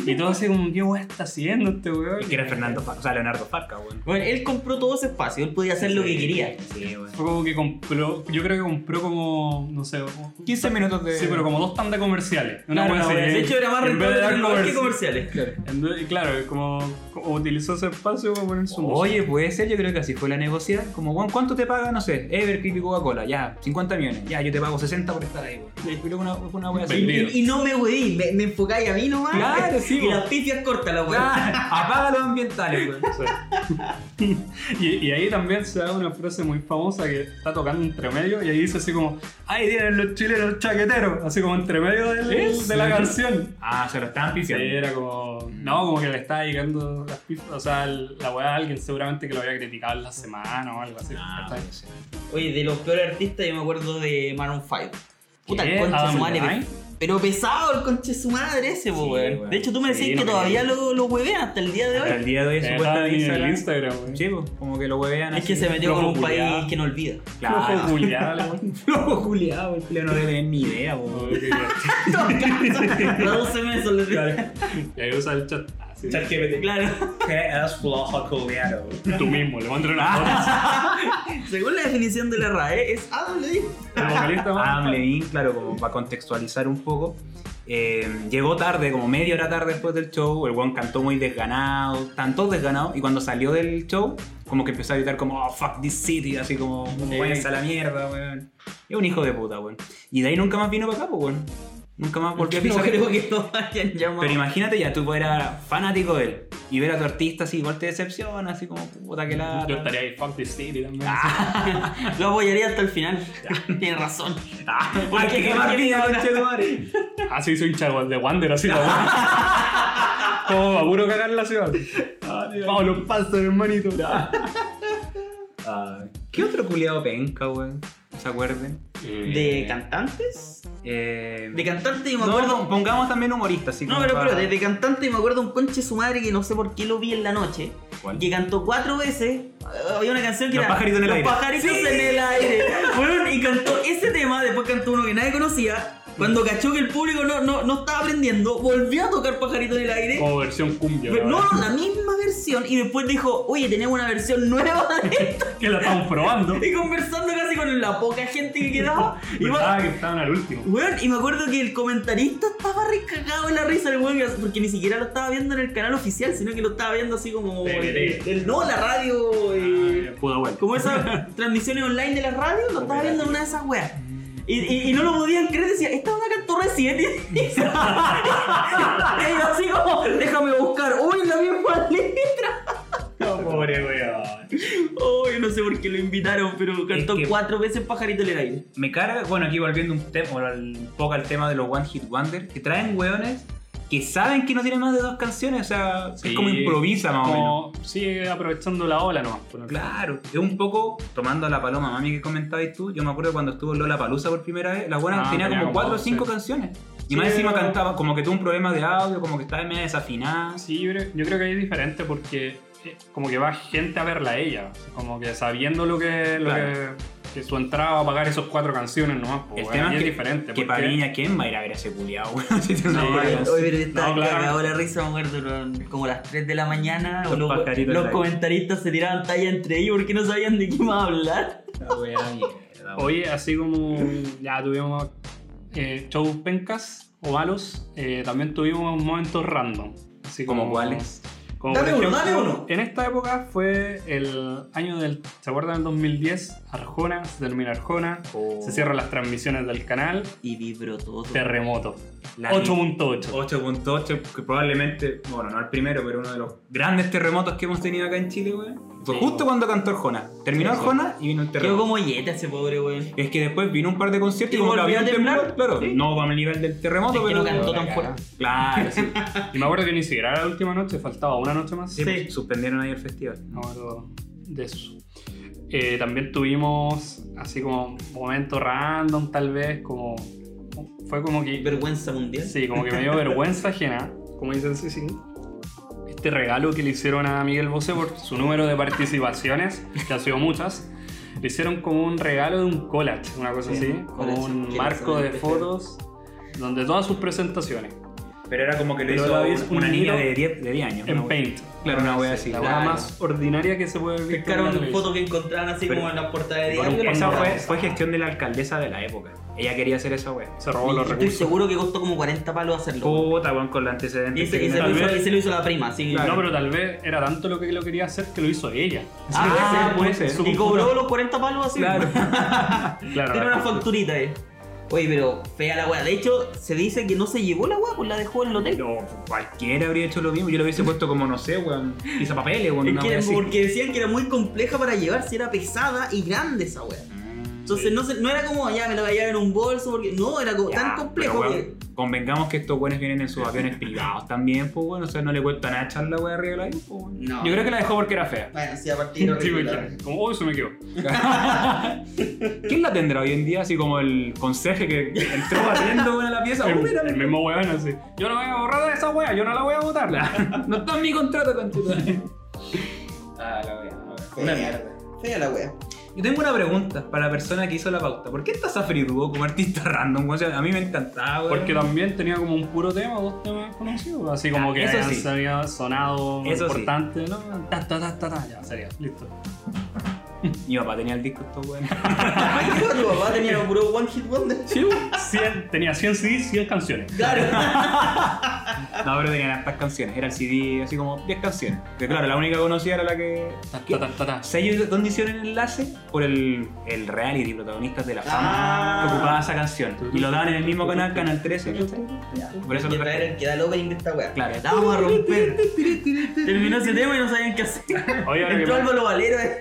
Speaker 1: Y todo así como, ¿qué weón está haciendo este weón?
Speaker 3: Y que era Fernando Farcas, o sea, Leonardo Farcas, weón.
Speaker 2: Bueno, él compró todo ese espacio, él podía hacer lo que quería.
Speaker 3: Sí, weón.
Speaker 1: Fue como que compró, yo creo que compró como, no sé,
Speaker 3: 15 minutos de.
Speaker 1: Sí, pero como dos tandas comerciales. Una
Speaker 3: Claro,
Speaker 1: wea
Speaker 3: una
Speaker 1: así,
Speaker 3: wea así.
Speaker 2: De hecho, era más
Speaker 1: en vez de
Speaker 2: rentable
Speaker 1: dar
Speaker 2: tener lugar que
Speaker 1: comerci-
Speaker 2: comerciales.
Speaker 1: En vez- y Claro, como, como utilizó ese espacio para poner su música.
Speaker 3: Oye, puede ser, yo creo que así fue la negociación. Como, weón, ¿cuánto te paga? No sé, Evercreek y Coca-Cola, ya, 50 millones, ya, yo te pago 60 por estar ahí, weón. Yo creo que una- fue una wea así.
Speaker 1: Vendido.
Speaker 2: Y, y no me weí, me, me enfocáis a mí nomás.
Speaker 3: Claro, sí,
Speaker 2: Y
Speaker 3: vos.
Speaker 2: las pifias cortas, la weá.
Speaker 3: Ah, apaga los ambientales, weón.
Speaker 1: Sí. y, y ahí también se da una frase muy famosa que está tocando entre medio y ahí dice así como, ahí tienen los chilenos chaqueteros, así como entre medio del-
Speaker 3: ¿Sí?
Speaker 1: de la canción.
Speaker 3: Ah, se lo estaban
Speaker 1: Sí,
Speaker 3: pifiando.
Speaker 1: era como, no, como que le estaba dedicando las pifas, o sea, el- la weá a alguien seguramente que lo había criticado en la semana o algo así.
Speaker 3: Ah,
Speaker 1: ¿cachai?
Speaker 3: puede ser.
Speaker 2: Oye, de los peores artistas, yo me acuerdo de Maroon 5. Puta,
Speaker 1: ¿Qué?
Speaker 3: Ah,
Speaker 2: el conche de su
Speaker 1: Adam
Speaker 2: madre.
Speaker 1: Levine.
Speaker 2: Pero pesado el conche de su madre ese, po,
Speaker 3: Sí,
Speaker 2: weón.
Speaker 3: weón.
Speaker 2: De hecho, tú me
Speaker 3: Sí,
Speaker 2: decías
Speaker 3: no
Speaker 2: que
Speaker 3: me
Speaker 2: todavía
Speaker 3: digas.
Speaker 2: lo, lo huevean hasta el día de
Speaker 3: Hasta el
Speaker 2: hoy.
Speaker 3: día de hoy es
Speaker 1: Eh,
Speaker 3: su
Speaker 1: estaba
Speaker 3: cuenta de
Speaker 1: en el
Speaker 3: Instagram.
Speaker 1: Instagram, weón.
Speaker 3: Sí, pues, como que lo huevean
Speaker 2: Es que se metió con un país que no olvida.
Speaker 1: Flojo
Speaker 3: Claro.
Speaker 1: culiao, la weá.
Speaker 3: Flojo culiado, el culiao no debe tener ni idea, po.
Speaker 1: Oye, qué divertido.
Speaker 2: Los 12 meses le
Speaker 1: Claro. Y ahí usa el chat. Ah, sí.
Speaker 2: Claro.
Speaker 3: ¿Qué es flojo culiado?
Speaker 1: Tú mismo, le mandaron una foto.
Speaker 2: Según la definición de la RAE, es Adam Levine.
Speaker 1: El vocalista más-
Speaker 3: Adam Levine, Ah, claro, como para contextualizar un poco. eh, llegó tarde, como media hora tarde después del show. El weón cantó muy desganado, tanto desganado. Y cuando salió del show, como que empezó a gritar como, oh, fuck this city, así como,
Speaker 1: Sí.
Speaker 3: váyanse a la mierda, weón. Es un hijo de puta, weón. Y de ahí nunca más vino para acá, pues, weón. Nunca más volvió a
Speaker 2: No
Speaker 3: pisar.
Speaker 2: creo que todos hayan llamado.
Speaker 3: Pero imagínate ya, tú eras fanático de él y ver a tu artista así, igual te decepciona, así como, puta que la.
Speaker 1: Yo estaría ahí, fuck this city también.
Speaker 3: Ah,
Speaker 2: Lo apoyaría hasta el final. Tienes razón.
Speaker 3: Hay que quemar vida, conchetumare.
Speaker 1: Así Ah, soy hincha de Wander, así la weá. Como a puro cagar la ciudad. Vamos, los pasos, hermanito.
Speaker 3: Ah, ¿Qué otro culiado penca, weón? ¿Se acuerden?
Speaker 2: ¿De cantantes?
Speaker 3: Eh,
Speaker 2: De cantante yo me
Speaker 3: no,
Speaker 2: acuerdo.
Speaker 3: no, pongamos también humoristas, así
Speaker 2: No,
Speaker 3: como
Speaker 2: pero,
Speaker 3: para-
Speaker 2: pero desde cantante me acuerdo un conche su madre que no sé por qué lo vi en la noche.
Speaker 3: ¿Cuál?
Speaker 2: Que cantó cuatro veces. eh, Había una canción que
Speaker 3: Los
Speaker 2: era.
Speaker 3: pajaritos en el
Speaker 2: Los
Speaker 3: aire".
Speaker 2: pajaritos en el aire. Bueno, y cantó ese tema, después cantó uno que nadie conocía. Cuando cachó que el público no, no, no estaba aprendiendo, volvió a tocar pajarito en el aire.
Speaker 1: Como versión cumbia.
Speaker 2: Pero- no,
Speaker 1: ¿verdad?
Speaker 2: la misma versión. Y después dijo, oye, tenemos una versión nueva de esto.
Speaker 1: Que la estamos probando.
Speaker 2: Y conversando casi con la poca gente que quedaba. Y va-
Speaker 1: Pensaba que estaban al último.
Speaker 2: Weón, y me acuerdo que el comentarista estaba recagado en la risa el weón, porque ni siquiera lo estaba viendo en el canal oficial, sino que lo estaba viendo así como.
Speaker 1: TNT.
Speaker 2: el- el- no, la radio. eh,
Speaker 1: Pudo bueno.
Speaker 2: como esas transmisiones online de la radio, lo estaba viendo en una de esas weas. Y, y- y no lo podían creer, decía, esta es una cantora 7. Y yo así como, déjame buscar, uy, la misma letra.
Speaker 1: No, pobre weón.
Speaker 2: Uy, no sé por qué lo invitaron, pero cantó
Speaker 3: que-
Speaker 2: cuatro veces pajarito en el aire.
Speaker 3: Me carga, bueno, aquí volviendo un, tema, bueno, al- un poco al tema de los One Hit Wonder, que traen weones que saben que no tienen más de dos canciones, o sea,
Speaker 1: Sí,
Speaker 3: es como improvisa más o menos.
Speaker 1: como sigue aprovechando la ola nomás. por lo que-
Speaker 3: Claro, es un poco, tomando a la paloma mami que comentabas tú, yo me acuerdo cuando estuvo Lola Palusa por primera vez, la buena
Speaker 1: Ah,
Speaker 3: tenía como cuatro o
Speaker 1: sí.
Speaker 3: cinco canciones. Y
Speaker 1: Sí,
Speaker 3: más encima
Speaker 1: pero-
Speaker 3: cantaba, como que tuvo un problema de audio, como que estaba medio desafinada.
Speaker 1: Sí, yo creo, yo creo que ahí es diferente porque eh, como que va gente a verla a ella, como que sabiendo lo que, lo
Speaker 3: Claro.
Speaker 1: que, que su entrada va a pagar esas cuatro canciones nomás. pues,
Speaker 3: El
Speaker 1: weón,
Speaker 3: tema
Speaker 1: y
Speaker 3: es
Speaker 1: es
Speaker 3: que,
Speaker 1: diferente.
Speaker 3: que
Speaker 1: porque-
Speaker 3: para niña, ¿quién va a ir a ver a ese culiao? weón? Si tiene una
Speaker 1: No,
Speaker 3: buena
Speaker 1: eh,
Speaker 3: canción.
Speaker 2: Hoy pero estaba
Speaker 1: No, claro.
Speaker 2: cagado la risa, me acuerdo, eran como las 3 de la mañana,
Speaker 3: Los
Speaker 2: los,
Speaker 3: pajaritos
Speaker 2: los
Speaker 3: en la
Speaker 2: comentaristas se tiraban talla entre ellos porque no sabían de qué iba a hablar.
Speaker 3: La wea mierda, weón.
Speaker 1: Oye, así como ya tuvimos eh, shows pencas o malos, eh, también tuvimos momentos random. Así
Speaker 3: ¿Como
Speaker 1: como
Speaker 3: cuáles?
Speaker 1: Como
Speaker 2: Dame
Speaker 1: por
Speaker 2: uno,
Speaker 1: ejemplo,
Speaker 2: dame uno.
Speaker 1: En esta época fue el año del. ¿Se acuerdan del 2010? Arjona, se termina Arjona,
Speaker 3: Oh.
Speaker 1: se cierran las transmisiones del canal,
Speaker 2: Y vibró todo.
Speaker 1: terremoto.
Speaker 3: La-
Speaker 1: 8.8.
Speaker 3: 8.8, que probablemente, bueno, no el primero, pero uno de los grandes terremotos que hemos tenido acá en Chile, weón. Fue
Speaker 1: Sí.
Speaker 3: justo cuando cantó Arjona. Terminó
Speaker 1: Sí, sí.
Speaker 3: Arjona y vino el
Speaker 2: Quedó
Speaker 3: terremoto.
Speaker 2: como yete ese pobre weón.
Speaker 3: Es que después vino un par de conciertos y
Speaker 2: ¿Y
Speaker 3: como que
Speaker 2: volvió
Speaker 3: había un
Speaker 2: a temblar?
Speaker 3: temblor, claro.
Speaker 2: Sí.
Speaker 3: No como el nivel del terremoto,
Speaker 2: Es que
Speaker 3: pero.
Speaker 2: no cantó tan
Speaker 1: la
Speaker 2: fuerte.
Speaker 3: Claro, sí.
Speaker 1: Y me acuerdo que ni siquiera era la última noche, faltaba una noche más.
Speaker 3: Sí,
Speaker 2: Sí.
Speaker 3: pues, Suspendieron ahí el festival.
Speaker 1: Me acuerdo de eso. Eh, también tuvimos así como momentos random, tal vez, como. Fue como que.
Speaker 2: Vergüenza mundial.
Speaker 1: Sí, como que me dio vergüenza ajena, como dicen sí, sí. Este regalo que le hicieron a Miguel Bosé por su número de participaciones, que ha sido muchas, le hicieron como un regalo de un collage, una cosa
Speaker 2: Sí,
Speaker 1: así,
Speaker 2: un
Speaker 1: como
Speaker 2: collage,
Speaker 1: un
Speaker 2: que
Speaker 1: marco
Speaker 2: son
Speaker 1: de
Speaker 2: de-
Speaker 1: fotos, donde todas sus presentaciones,
Speaker 3: Pero era como que lo
Speaker 1: Pero
Speaker 3: hizo
Speaker 1: la vez
Speaker 3: una
Speaker 1: un
Speaker 3: niña
Speaker 1: niño
Speaker 3: de 10, de 10 años.
Speaker 1: en
Speaker 3: una wea.
Speaker 1: Paint,
Speaker 3: Claro, una wea así.
Speaker 1: la
Speaker 2: Claro.
Speaker 1: cosa más ordinaria que se puede ver.
Speaker 2: Pescaron
Speaker 1: en la
Speaker 2: fotos que encontraban así
Speaker 3: Pero-
Speaker 2: como en las puertas de
Speaker 1: Con un
Speaker 2: diario. y las
Speaker 3: Esa fue,
Speaker 2: mandaban.
Speaker 3: fue gestión de la alcaldesa de la época. Ella quería hacer esa wea.
Speaker 1: televisión. Se robó los
Speaker 2: Estoy
Speaker 1: recursos. Oh,
Speaker 2: seguro que costó como 40 palos hacerlo.
Speaker 3: Puta, weón, con los antecedentes.
Speaker 2: Y se,
Speaker 3: que
Speaker 2: y se
Speaker 3: tenía.
Speaker 2: lo
Speaker 1: Tal
Speaker 2: hizo,
Speaker 1: vez-
Speaker 2: y se lo hizo la prima, así que-
Speaker 1: No, pero tal vez era tanto lo que lo quería hacer que lo hizo ella.
Speaker 2: Ah,
Speaker 3: puede ser,
Speaker 1: su
Speaker 2: Y
Speaker 1: computadora-
Speaker 2: cobró los 40 palos así.
Speaker 3: Claro.
Speaker 1: Claro,
Speaker 2: Tiene
Speaker 1: la-
Speaker 2: una facturita ahí. Oye, pero fea la weá. De hecho, se dice que no se llevó la weá, pues la dejó en el hotel.
Speaker 3: No, cualquiera habría hecho lo mismo. Yo lo hubiese puesto como, no sé, weón. Pisa papeles, weón.
Speaker 2: Es
Speaker 3: una
Speaker 2: que
Speaker 3: wea
Speaker 2: era-
Speaker 3: así.
Speaker 2: porque decían que era muy compleja para llevar, si era pesada y grande esa weá.
Speaker 3: Mm,
Speaker 2: Entonces no, se- no era como, ya me la voy a llevar en un bolso, porque no, era como
Speaker 3: ya,
Speaker 2: tan complejo
Speaker 3: pero,
Speaker 2: que...
Speaker 3: weón, Convengamos que estos weones vienen en sus aviones privados también, pues, weón. O sea, no le cuesta nada echar la wea arriba de la avión, pues, weón.
Speaker 2: No.
Speaker 3: Yo creo que la dejó porque era fea.
Speaker 2: Bueno, sí, a partir
Speaker 1: Sí, güey, claro. Como, oh, se me quedó.
Speaker 3: ¿Quién la tendrá hoy en día? Así como el conserje que entró barriendo weón, a la pieza.
Speaker 1: El,
Speaker 3: Uh, mira,
Speaker 1: el mismo weón así. Yo no voy a borrar de esa wea, yo no la voy a botar.
Speaker 3: No está en mi contrato con tu Ah, la wea. Una mierda.
Speaker 2: Fea la weá.
Speaker 3: Yo tengo una pregunta para la persona que hizo la pauta. ¿Por qué estás a Friduo como artista random? weón? O sea, a mí me encantaba, weón.
Speaker 1: Porque también tenía como un puro tema, dos temas conocidos. Así como
Speaker 3: Ah,
Speaker 1: que
Speaker 3: eso
Speaker 1: hayan
Speaker 3: sí.
Speaker 1: sonido- sonado
Speaker 3: Eso sí.
Speaker 1: importante, ¿no? Ta, ta, ta, ta, ta, ya, sería, listo.
Speaker 3: Mi papá tenía el disco esto, weón.
Speaker 2: Ay, qué guapo, tu papá tenía un puro one hit wonder.
Speaker 1: Sí, 100, tenía 100 CDs, 100 canciones.
Speaker 2: Claro.
Speaker 3: No, pero tenían hartas canciones. Era el CD, así como 10 canciones. Que claro, la única que conocía era la que.
Speaker 1: Ta, ta, ta, ta, ta.
Speaker 3: ¿Sabes dónde hicieron el enlace? Por el, el reality, protagonistas de la fama,
Speaker 2: Ah.
Speaker 3: que ocupaba esa canción. Y lo daban en el mismo canal, Canal 13. ¿cachai? Por eso
Speaker 2: Hay que
Speaker 3: lo
Speaker 2: traer
Speaker 3: traje.
Speaker 2: el que da el opening de esta weá.
Speaker 3: Claro.
Speaker 2: La vamos a romper. Terminó ese tema y no sabían qué hacer.
Speaker 1: Oye, ahora que,
Speaker 2: Entró
Speaker 1: men-
Speaker 2: Álvaro Valero. eh.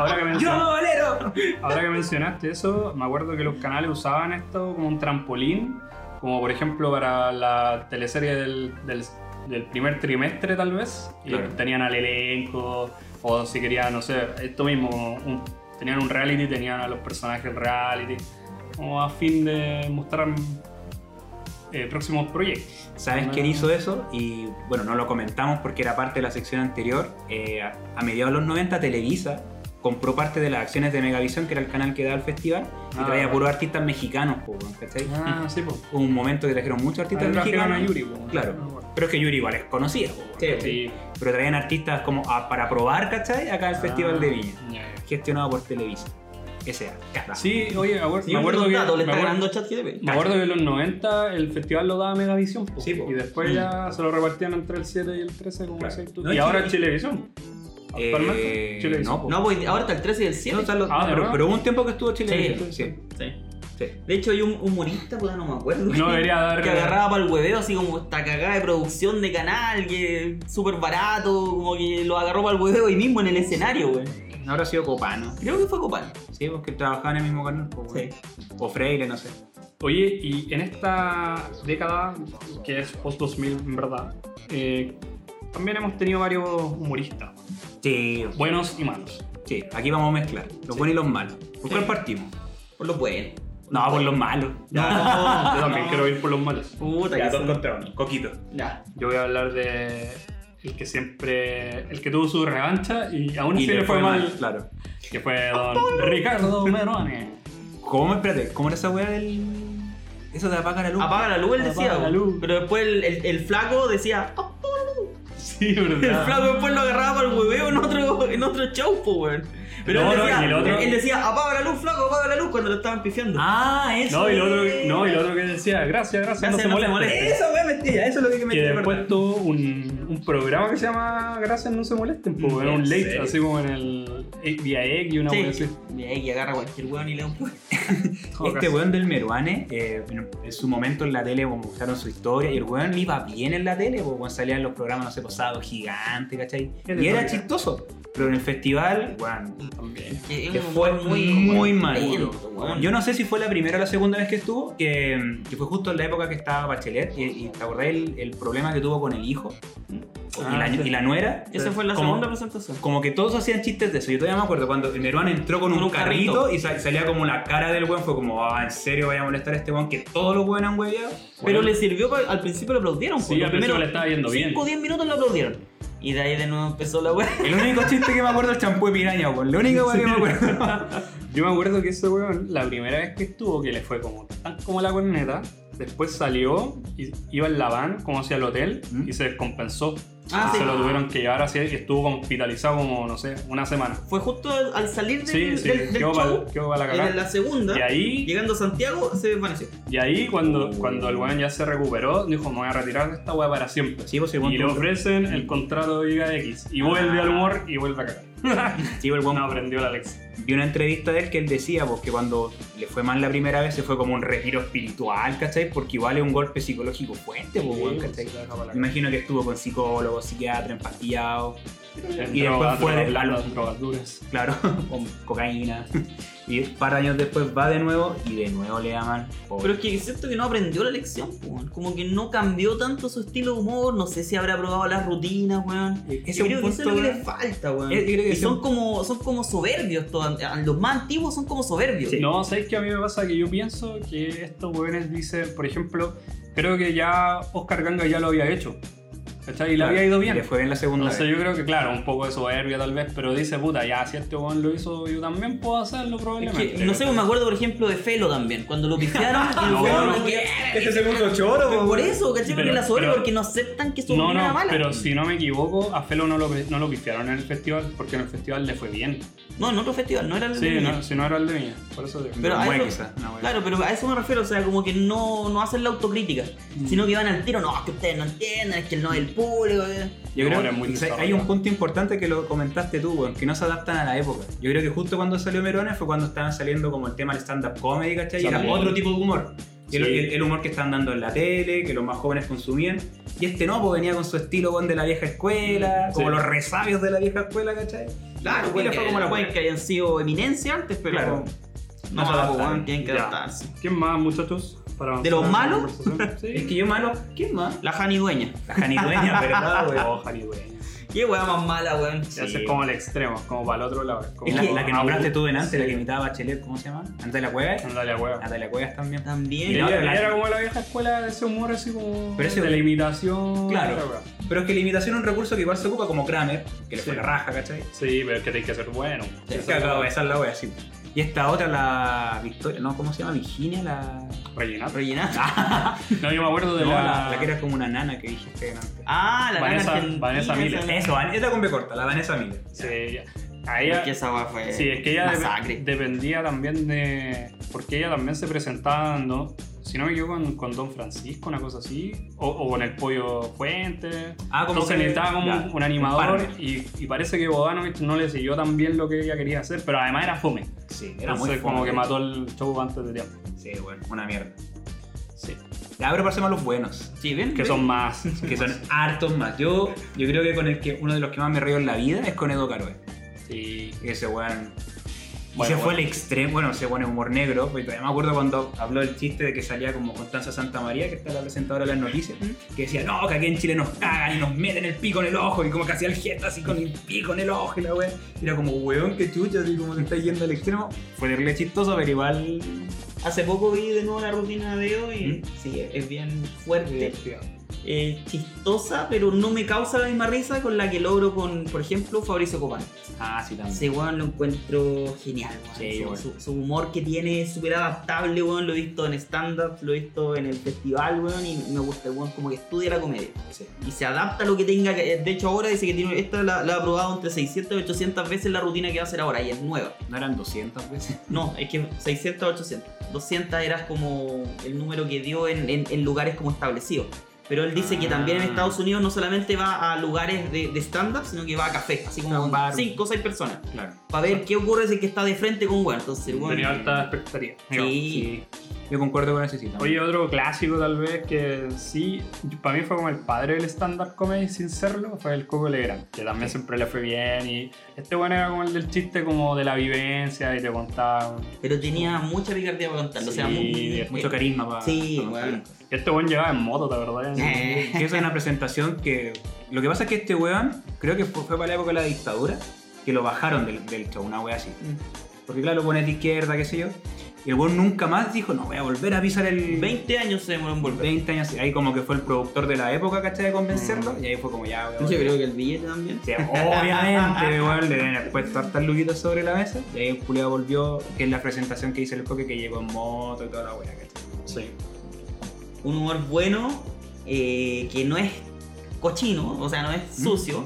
Speaker 1: ahora que
Speaker 2: ¡Yo,
Speaker 1: mencionaste,
Speaker 2: Valero!
Speaker 1: ahora que mencionaste eso, me acuerdo que los canales usaban esto como un trampolín, como por ejemplo para la teleserie del, del- del primer trimestre tal vez, y
Speaker 3: Claro.
Speaker 1: tenían al elenco, o si querían, no sé, esto mismo, un- tenían un reality, tenían a los personajes del reality, como a fin de mostrar eh, próximos proyectos.
Speaker 3: ¿Sabes quién
Speaker 1: Ah.
Speaker 3: hizo eso? Y bueno, no lo comentamos porque era parte de la sección anterior. Eh, a, a mediados de los 90, Televisa compró parte de las acciones de Megavisión, que era el canal que da el festival, y
Speaker 1: Ah.
Speaker 3: traía puros artistas mexicanos, po, weón, ¿cachai?
Speaker 1: Ah, sí, pues.
Speaker 3: Hubo un momento que trajeron muchos artistas
Speaker 1: Ahí trajeron
Speaker 3: mexicanos.
Speaker 1: a Yuri, po.
Speaker 3: Claro. Pero es que Yuri igual es conocida, po,
Speaker 2: Sí.
Speaker 3: ¿cachai?
Speaker 1: Sí.
Speaker 3: Pero traían artistas como a- para probar, ¿cachai?
Speaker 1: Ah.
Speaker 3: Acá al Festival de Viña,
Speaker 1: Ya, ya.
Speaker 3: gestionado por Televisa. S.A. Caspa.
Speaker 1: Sí, oye, acuer-
Speaker 2: Sí,
Speaker 1: me acuerdo
Speaker 2: los
Speaker 1: que.
Speaker 2: datos,
Speaker 1: me
Speaker 2: le está
Speaker 1: acuerdo-
Speaker 2: ganando a ChatGPT.
Speaker 1: Me acuerdo que en los 90 el festival lo daba Megavisión po.
Speaker 3: Sí, po.
Speaker 1: y después
Speaker 2: Mm.
Speaker 1: ya se lo repartían entre el 7 y el 13 como
Speaker 3: Claro.
Speaker 1: decías tú.
Speaker 3: No,
Speaker 1: y
Speaker 3: es
Speaker 1: ahora
Speaker 3: que-
Speaker 1: Chilevisión.
Speaker 3: Eh,
Speaker 1: Actualmente Chilevisión.
Speaker 3: no, po.
Speaker 2: No, pues ahora está el 13 y el 7.
Speaker 3: No, están los-
Speaker 1: Ah, ¿de
Speaker 3: pero,
Speaker 1: verdad?
Speaker 3: pero hubo un tiempo que estuvo Chile.
Speaker 2: Sí.
Speaker 3: sí.
Speaker 2: Sí.
Speaker 3: sí.
Speaker 2: De hecho, hay un humorista, puta, no me acuerdo.
Speaker 1: No debería dar-
Speaker 2: Que agarraba para el hueveo, así como esta cagada de producción de canal, que súper barato, como que lo agarró para el hueveo ahí mismo en el escenario, güey.
Speaker 3: Habrá sido Copano.
Speaker 2: Creo que fue Copal.
Speaker 3: Sí, porque trabajaban en el mismo canal. po, weón. O Freire, no sé.
Speaker 1: Oye, y en esta década, que es post-2000 en verdad, eh, también hemos tenido varios humoristas,
Speaker 3: Sí.
Speaker 1: buenos y malos.
Speaker 3: Sí, aquí vamos a mezclar. Los
Speaker 1: Sí.
Speaker 3: buenos y los malos. ¿Por
Speaker 2: Sí.
Speaker 3: cuál partimos?
Speaker 2: Por lo bueno.
Speaker 3: No, por los malos.
Speaker 2: No,
Speaker 1: Yo también quiero ir por los malos.
Speaker 2: Puta, que son-
Speaker 3: contra uno. Coquito.
Speaker 2: Ya.
Speaker 1: Yo voy a hablar de el que siempre, el que tuvo su revancha y aún
Speaker 3: Y
Speaker 1: así le fue mal,
Speaker 3: Claro.
Speaker 1: que fue don Ricardo Merone.
Speaker 3: ¿Cómo, espérate, cómo era esa weá del. Eso de apagar la luz?
Speaker 2: Apaga la luz, él
Speaker 1: Apaga
Speaker 2: decía.
Speaker 1: la
Speaker 2: güey.
Speaker 1: luz.
Speaker 2: Pero después el, el- el flaco decía. "Oh".
Speaker 1: Sí,
Speaker 2: El
Speaker 1: verdad.
Speaker 2: flaco después lo agarraba para el hueveo en otro, en otro show, po, güey. Pero
Speaker 1: No,
Speaker 2: él,
Speaker 1: no,
Speaker 2: decía,
Speaker 1: y el otro-
Speaker 2: él decía, apaga la luz, flaco, apaga la luz cuando lo estaban pifiando.
Speaker 3: Ah, eso.
Speaker 1: No, y lo otro, no, y lo otro que decía, gracias, gracias, no
Speaker 2: Gracias, no
Speaker 1: se
Speaker 2: se
Speaker 1: moleste.
Speaker 2: moleste.
Speaker 3: Eso, weá, mentira. Eso es lo que me
Speaker 1: Que después tuvo un, un programa que se llama Gracias, no se molesten, pues,
Speaker 3: Mm,
Speaker 1: era
Speaker 3: ¿en
Speaker 1: un late,
Speaker 3: serio?
Speaker 1: así como en el eh, vía X y una wea
Speaker 2: sí. Este
Speaker 1: así.
Speaker 2: Mira, ahí agarra cualquier weón y le da un pu-
Speaker 3: Este weón del Meruane, eh, en- en su momento en la tele como mostraron su historia y el weón iba bien en la tele, pues, weón, salía en los programas, no sé, pasado gigante, ¿cachai?
Speaker 1: Qué
Speaker 3: Y era
Speaker 1: terrible.
Speaker 3: chistoso, pero en el festival, weón,
Speaker 1: También.
Speaker 2: Que es
Speaker 3: que
Speaker 2: un
Speaker 3: fue
Speaker 2: weón
Speaker 3: muy, mal.
Speaker 2: lento, weón.
Speaker 3: Yo no sé si fue la primera o la segunda vez que estuvo, que, que fue justo en la época que estaba Bachelet, y, y te acordás el, el problema que tuvo con el hijo y, la,
Speaker 1: Ah, sí.
Speaker 3: y la nuera.
Speaker 2: Esa fue la
Speaker 3: Como-
Speaker 2: segunda presentación.
Speaker 3: Como que todos hacían chistes de eso. Yo todavía me acuerdo cuando el Meruán entró con un,
Speaker 2: Con un
Speaker 3: carrito,
Speaker 2: carrito.
Speaker 3: y sa- salía como la cara del weón. Fue como, ah, ¿en serio vaya a molestar a este weón que todos los weones han hueveado?
Speaker 2: Pero le sirvió, pa- al principio lo aplaudieron. po.
Speaker 1: Sí,
Speaker 2: Los
Speaker 1: al principio
Speaker 2: primeros
Speaker 1: le estaba yendo bien.
Speaker 2: 5 o 10 minutos lo aplaudieron. Y de ahí de nuevo empezó la weá.
Speaker 3: El único chiste que me acuerdo es champú de piraña, weón. Lo único weón que me acuerdo.
Speaker 1: Yo me acuerdo que ese weón, la primera vez que estuvo, que le fue como tan como la corneta, después salió, y iba en la van, como hacia el hotel,
Speaker 3: ¿Mm?
Speaker 1: y se descompensó.
Speaker 2: Ah,
Speaker 1: y
Speaker 2: sí.
Speaker 1: se lo tuvieron que llevar así y estuvo como hospitalizado como, no sé, una semana.
Speaker 2: Fue justo al, al salir
Speaker 1: Sí,
Speaker 2: del,
Speaker 1: sí,
Speaker 2: del, del
Speaker 1: quedó
Speaker 2: show.
Speaker 1: para la
Speaker 2: En
Speaker 1: cagada.
Speaker 2: la segunda,
Speaker 1: Y ahí
Speaker 2: llegando a Santiago, se desvaneció.
Speaker 1: Y ahí
Speaker 3: Oh.
Speaker 1: cuando, cuando el weón ya se recuperó, dijo, me voy a retirar de esta weá para siempre.
Speaker 3: Sí, pues, sí,
Speaker 1: y
Speaker 3: weón,
Speaker 1: le
Speaker 3: tú-
Speaker 1: ofrecen el contrato de Giga X. Y vuelve
Speaker 3: Ah.
Speaker 1: al humor y vuelve a cagar.
Speaker 3: Sí, el weón
Speaker 1: no aprendió la lección.
Speaker 3: vi una entrevista de él que él decía pues, que cuando le fue mal la primera vez se fue como un retiro espiritual, ¿cachai? Porque igual es un golpe psicológico fuerte, pues, weón, ¿cachai?
Speaker 1: Sí, la deja para la
Speaker 3: Me Imagino que estuvo con psicólogo, psiquiatra, empastillado,
Speaker 1: cagada.
Speaker 3: y
Speaker 1: Droga-
Speaker 3: después fue
Speaker 1: droga
Speaker 3: de-
Speaker 1: blanda, drogas duras.
Speaker 3: claro, con cocaína. Y un par de años después va de nuevo y de nuevo le llaman.
Speaker 2: Pero
Speaker 3: Pobre.
Speaker 2: es que siento que no aprendió la lección, po, weón. Como que no cambió tanto su estilo de humor. No sé si habrá probado las rutinas, weón.
Speaker 3: Ese
Speaker 2: Yo creo que eso es lo que
Speaker 3: punto,
Speaker 2: les falta, weón.
Speaker 3: Eh, yo creo que
Speaker 2: Y
Speaker 3: ese-
Speaker 2: son como, son como soberbios, todos. los más antiguos son como soberbios.
Speaker 1: No, ¿sabéis que a mí me pasa? Que yo pienso que estos weones dicen, por ejemplo, creo que ya Oscar Ganga ya lo había hecho. ¿Cachai? Y le
Speaker 3: claro,
Speaker 1: había ido bien.
Speaker 3: Le fue bien la segunda
Speaker 1: Entonces
Speaker 3: vez.
Speaker 1: yo creo que, claro, un poco de soberbia tal vez, pero dice, puta, ya si este weón lo hizo, yo también puedo hacerlo
Speaker 2: Es
Speaker 1: probablemente.
Speaker 2: que, no sé, me acuerdo por ejemplo de Felo también, cuando lo pifiaron y
Speaker 1: No,
Speaker 2: lo fueron
Speaker 1: no,
Speaker 2: a que-
Speaker 3: Este segundo choro,
Speaker 2: Por eso, ¿cachai? Porque
Speaker 1: Pero-
Speaker 2: la soberbia,
Speaker 1: pero-
Speaker 2: porque no aceptan que su
Speaker 1: No,
Speaker 2: opinión era
Speaker 1: no,
Speaker 2: mala.
Speaker 1: pero si no me equivoco, a Felo no lo, no lo pifiaron en el festival, porque en el festival le fue bien.
Speaker 2: No, en otro festival, no era el de
Speaker 1: Sí,
Speaker 2: Viña.
Speaker 1: no, si no era el de Viña, por eso digo.
Speaker 2: Pero a
Speaker 3: Bueno,
Speaker 2: eso-
Speaker 3: quizá, no, bueno.
Speaker 2: Claro, pero a eso me refiero, o sea, como que no, no hacen la autocrítica,
Speaker 1: Mm.
Speaker 2: sino que van al tiro, no, es que ustedes no entienden, es que no es el público. eh.
Speaker 3: Yo
Speaker 1: No,
Speaker 3: creo
Speaker 1: era muy
Speaker 3: que
Speaker 1: desarrollado.
Speaker 3: hay un punto importante que lo comentaste tú, weón, que no se adaptan a la época. Yo creo que justo cuando salió Merones fue cuando estaban saliendo como el tema del stand-up comedy, ¿cachai? Y era
Speaker 1: También.
Speaker 3: otro tipo de humor. Y El,
Speaker 1: Sí.
Speaker 3: el- el humor que están dando en la tele, que los más jóvenes consumían. Y este no, pues venía con su estilo weón, de la vieja escuela,
Speaker 1: Sí.
Speaker 3: como los resabios de la vieja escuela, ¿cachai?
Speaker 2: Claro,
Speaker 3: Y le
Speaker 2: pueden
Speaker 3: fue como la
Speaker 2: que,
Speaker 3: weá.
Speaker 2: que hayan sido eminencia antes, pero
Speaker 3: Claro.
Speaker 2: no,
Speaker 3: No se
Speaker 2: pues,
Speaker 3: adaptan.
Speaker 2: weón, tienen que
Speaker 1: Ya.
Speaker 2: adaptarse.
Speaker 1: ¿Quién más, muchachos? Para avanzar
Speaker 2: ¿De los
Speaker 1: en la
Speaker 2: malos?
Speaker 1: conversación? Sí.
Speaker 3: Es que yo malo, ¿quién más?
Speaker 2: La Jani dueña.
Speaker 3: La janidueña, ¿verdad, weón?
Speaker 1: Oh, Jani, güey.
Speaker 2: Qué weá más mala, weón.
Speaker 1: Ese es como el extremo, como para el otro lado. es como-
Speaker 3: Es la, la que
Speaker 1: Ah,
Speaker 3: nombraste
Speaker 1: uh,
Speaker 3: tú delante, la que
Speaker 1: sí. Mm.
Speaker 3: imitaba a Chelet, ¿cómo se llama? Natalia Cuevas.
Speaker 1: Ándale, huevo.
Speaker 3: Natalia Cuevas también.
Speaker 1: Y
Speaker 3: Y
Speaker 2: También.
Speaker 3: la-
Speaker 1: ella-
Speaker 3: ahora
Speaker 1: ella era como la vieja escuela de ese humor así como
Speaker 3: Pero ese-
Speaker 1: de la imitación.
Speaker 3: Claro.
Speaker 1: esa weá.
Speaker 3: Pero es que la imitación es un recurso que igual se ocupa como Kramer, que le fue
Speaker 1: Sí.
Speaker 3: la raja, ¿cachai?
Speaker 1: Sí, pero es que tenés que ser bueno.
Speaker 3: Sí,
Speaker 1: Esa es la
Speaker 3: cagado, esa es la wea, sí. Y esta otra, la Victoria, no, ¿cómo se llama? Virginia, la.
Speaker 1: Rellenar.
Speaker 2: Rellenada.
Speaker 1: Ah. No, yo me acuerdo de
Speaker 3: No,
Speaker 1: la...
Speaker 3: la, la que era como una nana que dijiste delante.
Speaker 2: Ah, la
Speaker 1: Vanessa-
Speaker 2: nana argentina,
Speaker 1: Vanessa Miller.
Speaker 2: esa-
Speaker 3: Eso, Van- esa con B corta, la Vanessa Miller.
Speaker 1: Sí, ella- a
Speaker 2: Es
Speaker 1: ella...
Speaker 2: que esa weá fue.
Speaker 1: Sí, es que ella dep-
Speaker 2: Masacre.
Speaker 1: dependía también de... Porque ella también se presentaba, ¿no? si no me equivoco, con, con Don Francisco, una cosa así, o, o con el Pollo Fuente.
Speaker 3: Ah, como
Speaker 1: Entonces
Speaker 3: que-
Speaker 1: necesitaba como
Speaker 3: ya,
Speaker 1: un,
Speaker 3: un
Speaker 1: animador
Speaker 3: partner.
Speaker 1: y, y parece que Bodanovich no le siguió tan bien lo que ella quería hacer, pero además era fome.
Speaker 3: Sí, era muy
Speaker 1: Entonces como
Speaker 3: fome,
Speaker 1: que
Speaker 3: de
Speaker 1: mató el show antes de tiempo.
Speaker 3: hecho. Sí, bueno, una mierda.
Speaker 1: Sí.
Speaker 3: Ya, pero pasemos a los buenos,
Speaker 2: Sí, ven.
Speaker 1: Que
Speaker 2: ven.
Speaker 1: son más...
Speaker 3: que son hartos más. Yo, yo creo que con el que uno de los que más me río en la vida es con Edo Caroe.
Speaker 1: Sí.
Speaker 3: Ese weón. Y
Speaker 1: Bueno,
Speaker 3: se fue
Speaker 1: bueno.
Speaker 3: al extremo, bueno, se pone humor negro. porque todavía me acuerdo cuando habló el chiste de que salía como Constanza Santa María, que está la presentadora de las noticias, que decía, no, que aquí en Chile nos cagan y nos meten el pico en el ojo, y como que hacía el gesto así con el pico en el ojo y la wea. Y era como, weón, que chucha, así como se está yendo al extremo. Fue terrible chistoso, pero igual.
Speaker 2: Hace poco vi de nuevo la rutina de
Speaker 1: ¿Mm?
Speaker 2: hoy. Sí, es bien fuerte. eh, chistosa, pero no me causa la misma risa con la que logro con, por ejemplo, Fabricio Copán.
Speaker 3: Ah, sí, también.
Speaker 2: Ese weón lo encuentro genial, weón.
Speaker 3: Sí,
Speaker 2: su,
Speaker 3: weón.
Speaker 2: su- su humor que tiene es súper adaptable, weón. Lo he visto en stand-up, lo he visto en el festival, weón. Y me gusta, el weón, como que estudia la comedia.
Speaker 3: Sí.
Speaker 2: Y se adapta a lo que tenga que... De hecho, ahora dice que tiene... Esta la, la ha probado entre 600 y 800 veces la rutina que va a hacer ahora y es nueva.
Speaker 3: No eran 200 veces.
Speaker 2: No, es que 600 a 800. 200 era como el número que dio en, en- en lugares como establecidos. Pero él dice que también en
Speaker 3: Ah.
Speaker 2: Estados Unidos no solamente va a lugares de, de stand-up, sino que va a café, así
Speaker 3: A
Speaker 2: como
Speaker 3: Ah, un bar.
Speaker 2: 5 o 6 personas.
Speaker 3: Claro.
Speaker 2: Para ver qué ocurre si el que está de frente con weón. Entonces el weón-
Speaker 1: Tenía alta expectativa.
Speaker 2: Sí.
Speaker 3: Yo concuerdo con ese sí
Speaker 1: Oye,
Speaker 3: también.
Speaker 1: otro clásico tal vez que sí, para mí fue como el padre del stand-up comedy sin serlo, fue el Coco Legrand, que también siempre le fue bien y este bueno era como el del chiste como de la vivencia y te contaba...
Speaker 2: Pero tenía mucha picardía para contarlo. o sea,
Speaker 1: Sí,
Speaker 2: muy-
Speaker 1: es
Speaker 3: Mucho carisma para.
Speaker 2: Sí, weón.
Speaker 1: Y este buen llegaba en moto, la verdad.
Speaker 2: Eh.
Speaker 3: que es una presentación que. Lo que pasa es que este weón, creo que fue, fue para la época de la dictadura, que lo bajaron del, del show, una wea así. Porque claro, lo pones de izquierda, qué sé yo. Y el weón nunca más dijo, no, voy a volver a pisar el
Speaker 2: 20 años se demoró en volver.
Speaker 3: 20 años. Ahí como que fue el productor de la época, ¿cachai? De convencerlo.
Speaker 1: Mm.
Speaker 3: Y ahí fue como ya, weón.
Speaker 2: Yo creo que el billete también.
Speaker 3: obviamente, weón, le deben haber puesto hartas luquitas sobre la mesa. Y ahí el culiao volvió, que es la presentación que hizo el coque, que llegó en moto y toda la wea, ¿cachai?
Speaker 1: Sí.
Speaker 2: un humor bueno, eh, que no es cochino, o sea, no es
Speaker 3: Mm.
Speaker 2: sucio,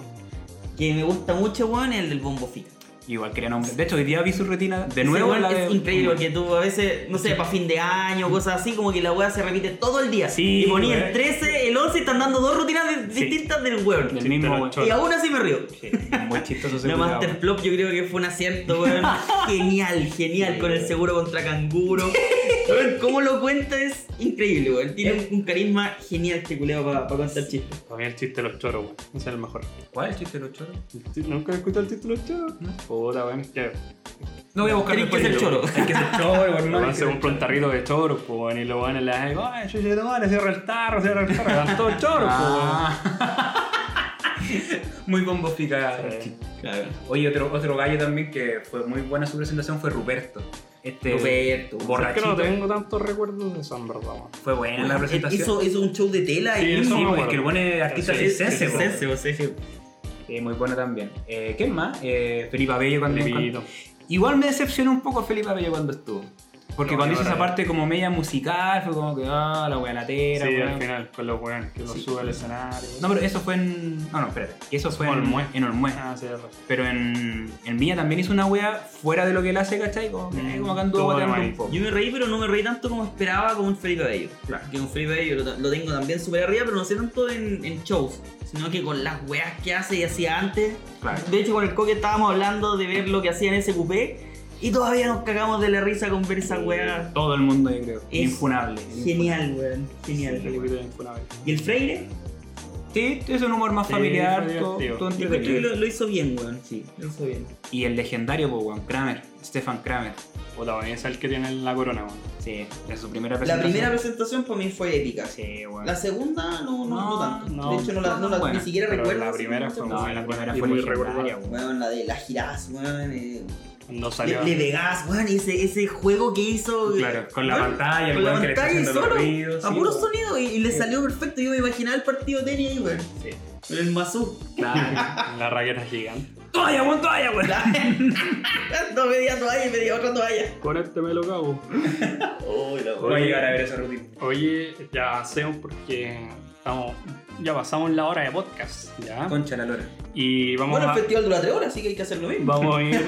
Speaker 2: que me gusta mucho, weón, el del bombo fica.
Speaker 3: Igual que era nombre. De hecho, hoy día vi su retina de
Speaker 2: Ese
Speaker 3: nuevo.
Speaker 2: weón
Speaker 3: la
Speaker 2: es
Speaker 3: de-
Speaker 2: increíble porque tú a veces, no sé, para fin de año, cosas así, como que la weá se repite todo el día.
Speaker 3: Sí,
Speaker 2: y ponía
Speaker 3: weón.
Speaker 2: el 13, el 11 y están dando dos rutinas di-
Speaker 3: Sí.
Speaker 2: distintas del weón.
Speaker 3: Del mismo
Speaker 1: Chiste
Speaker 3: weón.
Speaker 1: choro.
Speaker 2: Y aún así me río.
Speaker 3: Sí, muy chistoso ese
Speaker 2: La
Speaker 3: culiao.
Speaker 2: Masterplop yo creo que fue un acierto, weón. genial, genial,
Speaker 3: Sí,
Speaker 2: con el
Speaker 3: weón.
Speaker 2: seguro contra canguro. Weón, cómo lo cuenta es increíble, weón. Tiene un, un carisma genial este culeo para contar chistes.
Speaker 1: Para mí el chiste de los choros, weón. Ese es el mejor.
Speaker 3: ¿Cuál el chiste de los choros?
Speaker 1: El chi- ¿Nunca he escuchado el chiste de los choros?
Speaker 3: No.
Speaker 1: Puta, weón. es que-
Speaker 3: No voy a buscar
Speaker 2: Tenés que
Speaker 3: después
Speaker 2: ser
Speaker 3: el-
Speaker 2: choro.
Speaker 3: Hay que ser choro, weón,
Speaker 1: Lo
Speaker 3: no, hay que
Speaker 1: hacen
Speaker 3: ser
Speaker 1: un prontarrito de choros, pues, weón, y lo van a la digo, ay, yo yo no, madre, cierra el tarro, cierra el tarro, dan todos choros, pues, weón.
Speaker 3: Ah. Muy bombofica.
Speaker 1: Sí.
Speaker 2: Claro.
Speaker 3: Oye, otro, otro gallo también que fue muy buena su presentación fue Ruperto. Este
Speaker 2: Roberto.
Speaker 3: borra-
Speaker 1: Es que no
Speaker 3: Borrachito.
Speaker 1: tengo tantos recuerdos de eso, en verdad, weón.
Speaker 3: fue buena la presentación.
Speaker 2: Hizo, hizo un show de tela
Speaker 1: Sí,
Speaker 2: y
Speaker 1: eso
Speaker 3: Sí,
Speaker 1: me
Speaker 3: pues,
Speaker 1: acuerdo.
Speaker 3: que el buen es artista
Speaker 1: Sí,
Speaker 3: circense,
Speaker 1: sí,
Speaker 3: po.
Speaker 1: circense.
Speaker 3: Sí, muy bueno también. Eh, ¿Quién más? Eh, Felipe Abello cuando,
Speaker 1: Felipito.
Speaker 3: Igual me decepcionó un poco Felipe Abello cuando estuvo. Porque
Speaker 1: No,
Speaker 3: cuando
Speaker 1: yo
Speaker 3: hizo esa
Speaker 1: ahora-
Speaker 3: parte como media musical, fue como que, ah, la wea latera.
Speaker 1: Sí,
Speaker 3: weón.
Speaker 1: al final, con los weones que los
Speaker 3: Sí.
Speaker 1: sube al escenario.
Speaker 3: No, pero eso fue en. No, no, espérate. Que eso fue en
Speaker 1: Olmué.
Speaker 3: En Olmué.
Speaker 1: Ah, sí, es verdad.
Speaker 3: Pero en, en Viña también hizo una wea fuera de lo que él hace, ¿cachai? Como, que-
Speaker 1: Mm,
Speaker 3: como que anduvo
Speaker 1: todo de
Speaker 3: guateando
Speaker 1: maíz.
Speaker 3: un poco.
Speaker 2: Yo me reí, pero no me reí tanto como esperaba con un Felipe Bello.
Speaker 3: Claro.
Speaker 2: Que un Felipe Bello lo, lo tengo también súper arriba, pero no sé tanto en, en shows, sino que con las weas que hace y hacía antes.
Speaker 3: Claro.
Speaker 2: De hecho, con el Coque estábamos hablando de ver lo que hacía en ese cupé y todavía nos cagamos de la risa con ver esa wea.
Speaker 3: Todo el mundo, yo creo.
Speaker 2: Es
Speaker 3: Infunable.
Speaker 2: Genial, weón. Genial.
Speaker 1: Sí, Felipito de Infonavit.
Speaker 2: ¿Y el Freire?
Speaker 3: Sí, es un humor más
Speaker 1: Sí,
Speaker 3: familiar,
Speaker 1: fue
Speaker 3: todo,
Speaker 1: divertido.
Speaker 3: todo
Speaker 2: Yo creo que
Speaker 3: entretenido.
Speaker 2: lo, lo hizo bien, weón. Sí, lo hizo bien.
Speaker 3: Y el legendario, pues, weón, Kramer, Stefan Kramer.
Speaker 1: Puta, para mí es el que tiene la corona, weón.
Speaker 3: Sí, es su primera
Speaker 2: La
Speaker 3: presentación.
Speaker 2: primera presentación para mí fue épica.
Speaker 3: Sí, weón.
Speaker 2: La segunda no, no, no,
Speaker 3: No,
Speaker 2: tanto.
Speaker 1: no,
Speaker 2: de hecho, no la,
Speaker 3: no,
Speaker 2: no la-
Speaker 3: bueno,
Speaker 2: ni siquiera
Speaker 1: pero
Speaker 2: recuerdo.
Speaker 1: la
Speaker 2: así,
Speaker 1: primera
Speaker 2: no sé
Speaker 1: fue
Speaker 2: cómo
Speaker 3: No,
Speaker 2: se
Speaker 3: la
Speaker 2: llama.
Speaker 3: primera
Speaker 1: Y
Speaker 3: fue
Speaker 1: muy
Speaker 3: legendaria,
Speaker 1: recordada.
Speaker 3: weón.
Speaker 2: Weón, la de las giras, weón. eh,
Speaker 1: Cuando salió.
Speaker 2: Le, le pegás, weón, ese, ese juego que hizo.
Speaker 3: Claro, con la
Speaker 2: weón,
Speaker 3: pantalla, el
Speaker 2: con la
Speaker 3: weón que le está
Speaker 2: pantalla y
Speaker 3: haciendo los
Speaker 2: solo,
Speaker 3: ruidos,
Speaker 2: A
Speaker 3: sí,
Speaker 2: puro
Speaker 3: weón.
Speaker 2: sonido y, y le salió perfecto. Yo me imaginaba el partido de tenis ahí, weón.
Speaker 3: Sí.
Speaker 2: Con el mazú.
Speaker 3: Claro.
Speaker 1: La raqueta gigante.
Speaker 3: ¡Toalla, weón, toalla, weón!
Speaker 2: No media toalla y media otra toalla.
Speaker 3: este
Speaker 1: Conéctemelo, cabo.
Speaker 2: Uy, la
Speaker 3: Voy a llegar a ver esa rutina.
Speaker 1: Oye, ya hacemos porque estamos, ya pasamos la hora de podcast, ¿ya?
Speaker 3: Concha la lora.
Speaker 1: Y vamos
Speaker 2: Bueno, el
Speaker 1: a...
Speaker 2: festival dura 3 horas, así que hay que hacer lo mismo.
Speaker 1: Vamos a ir,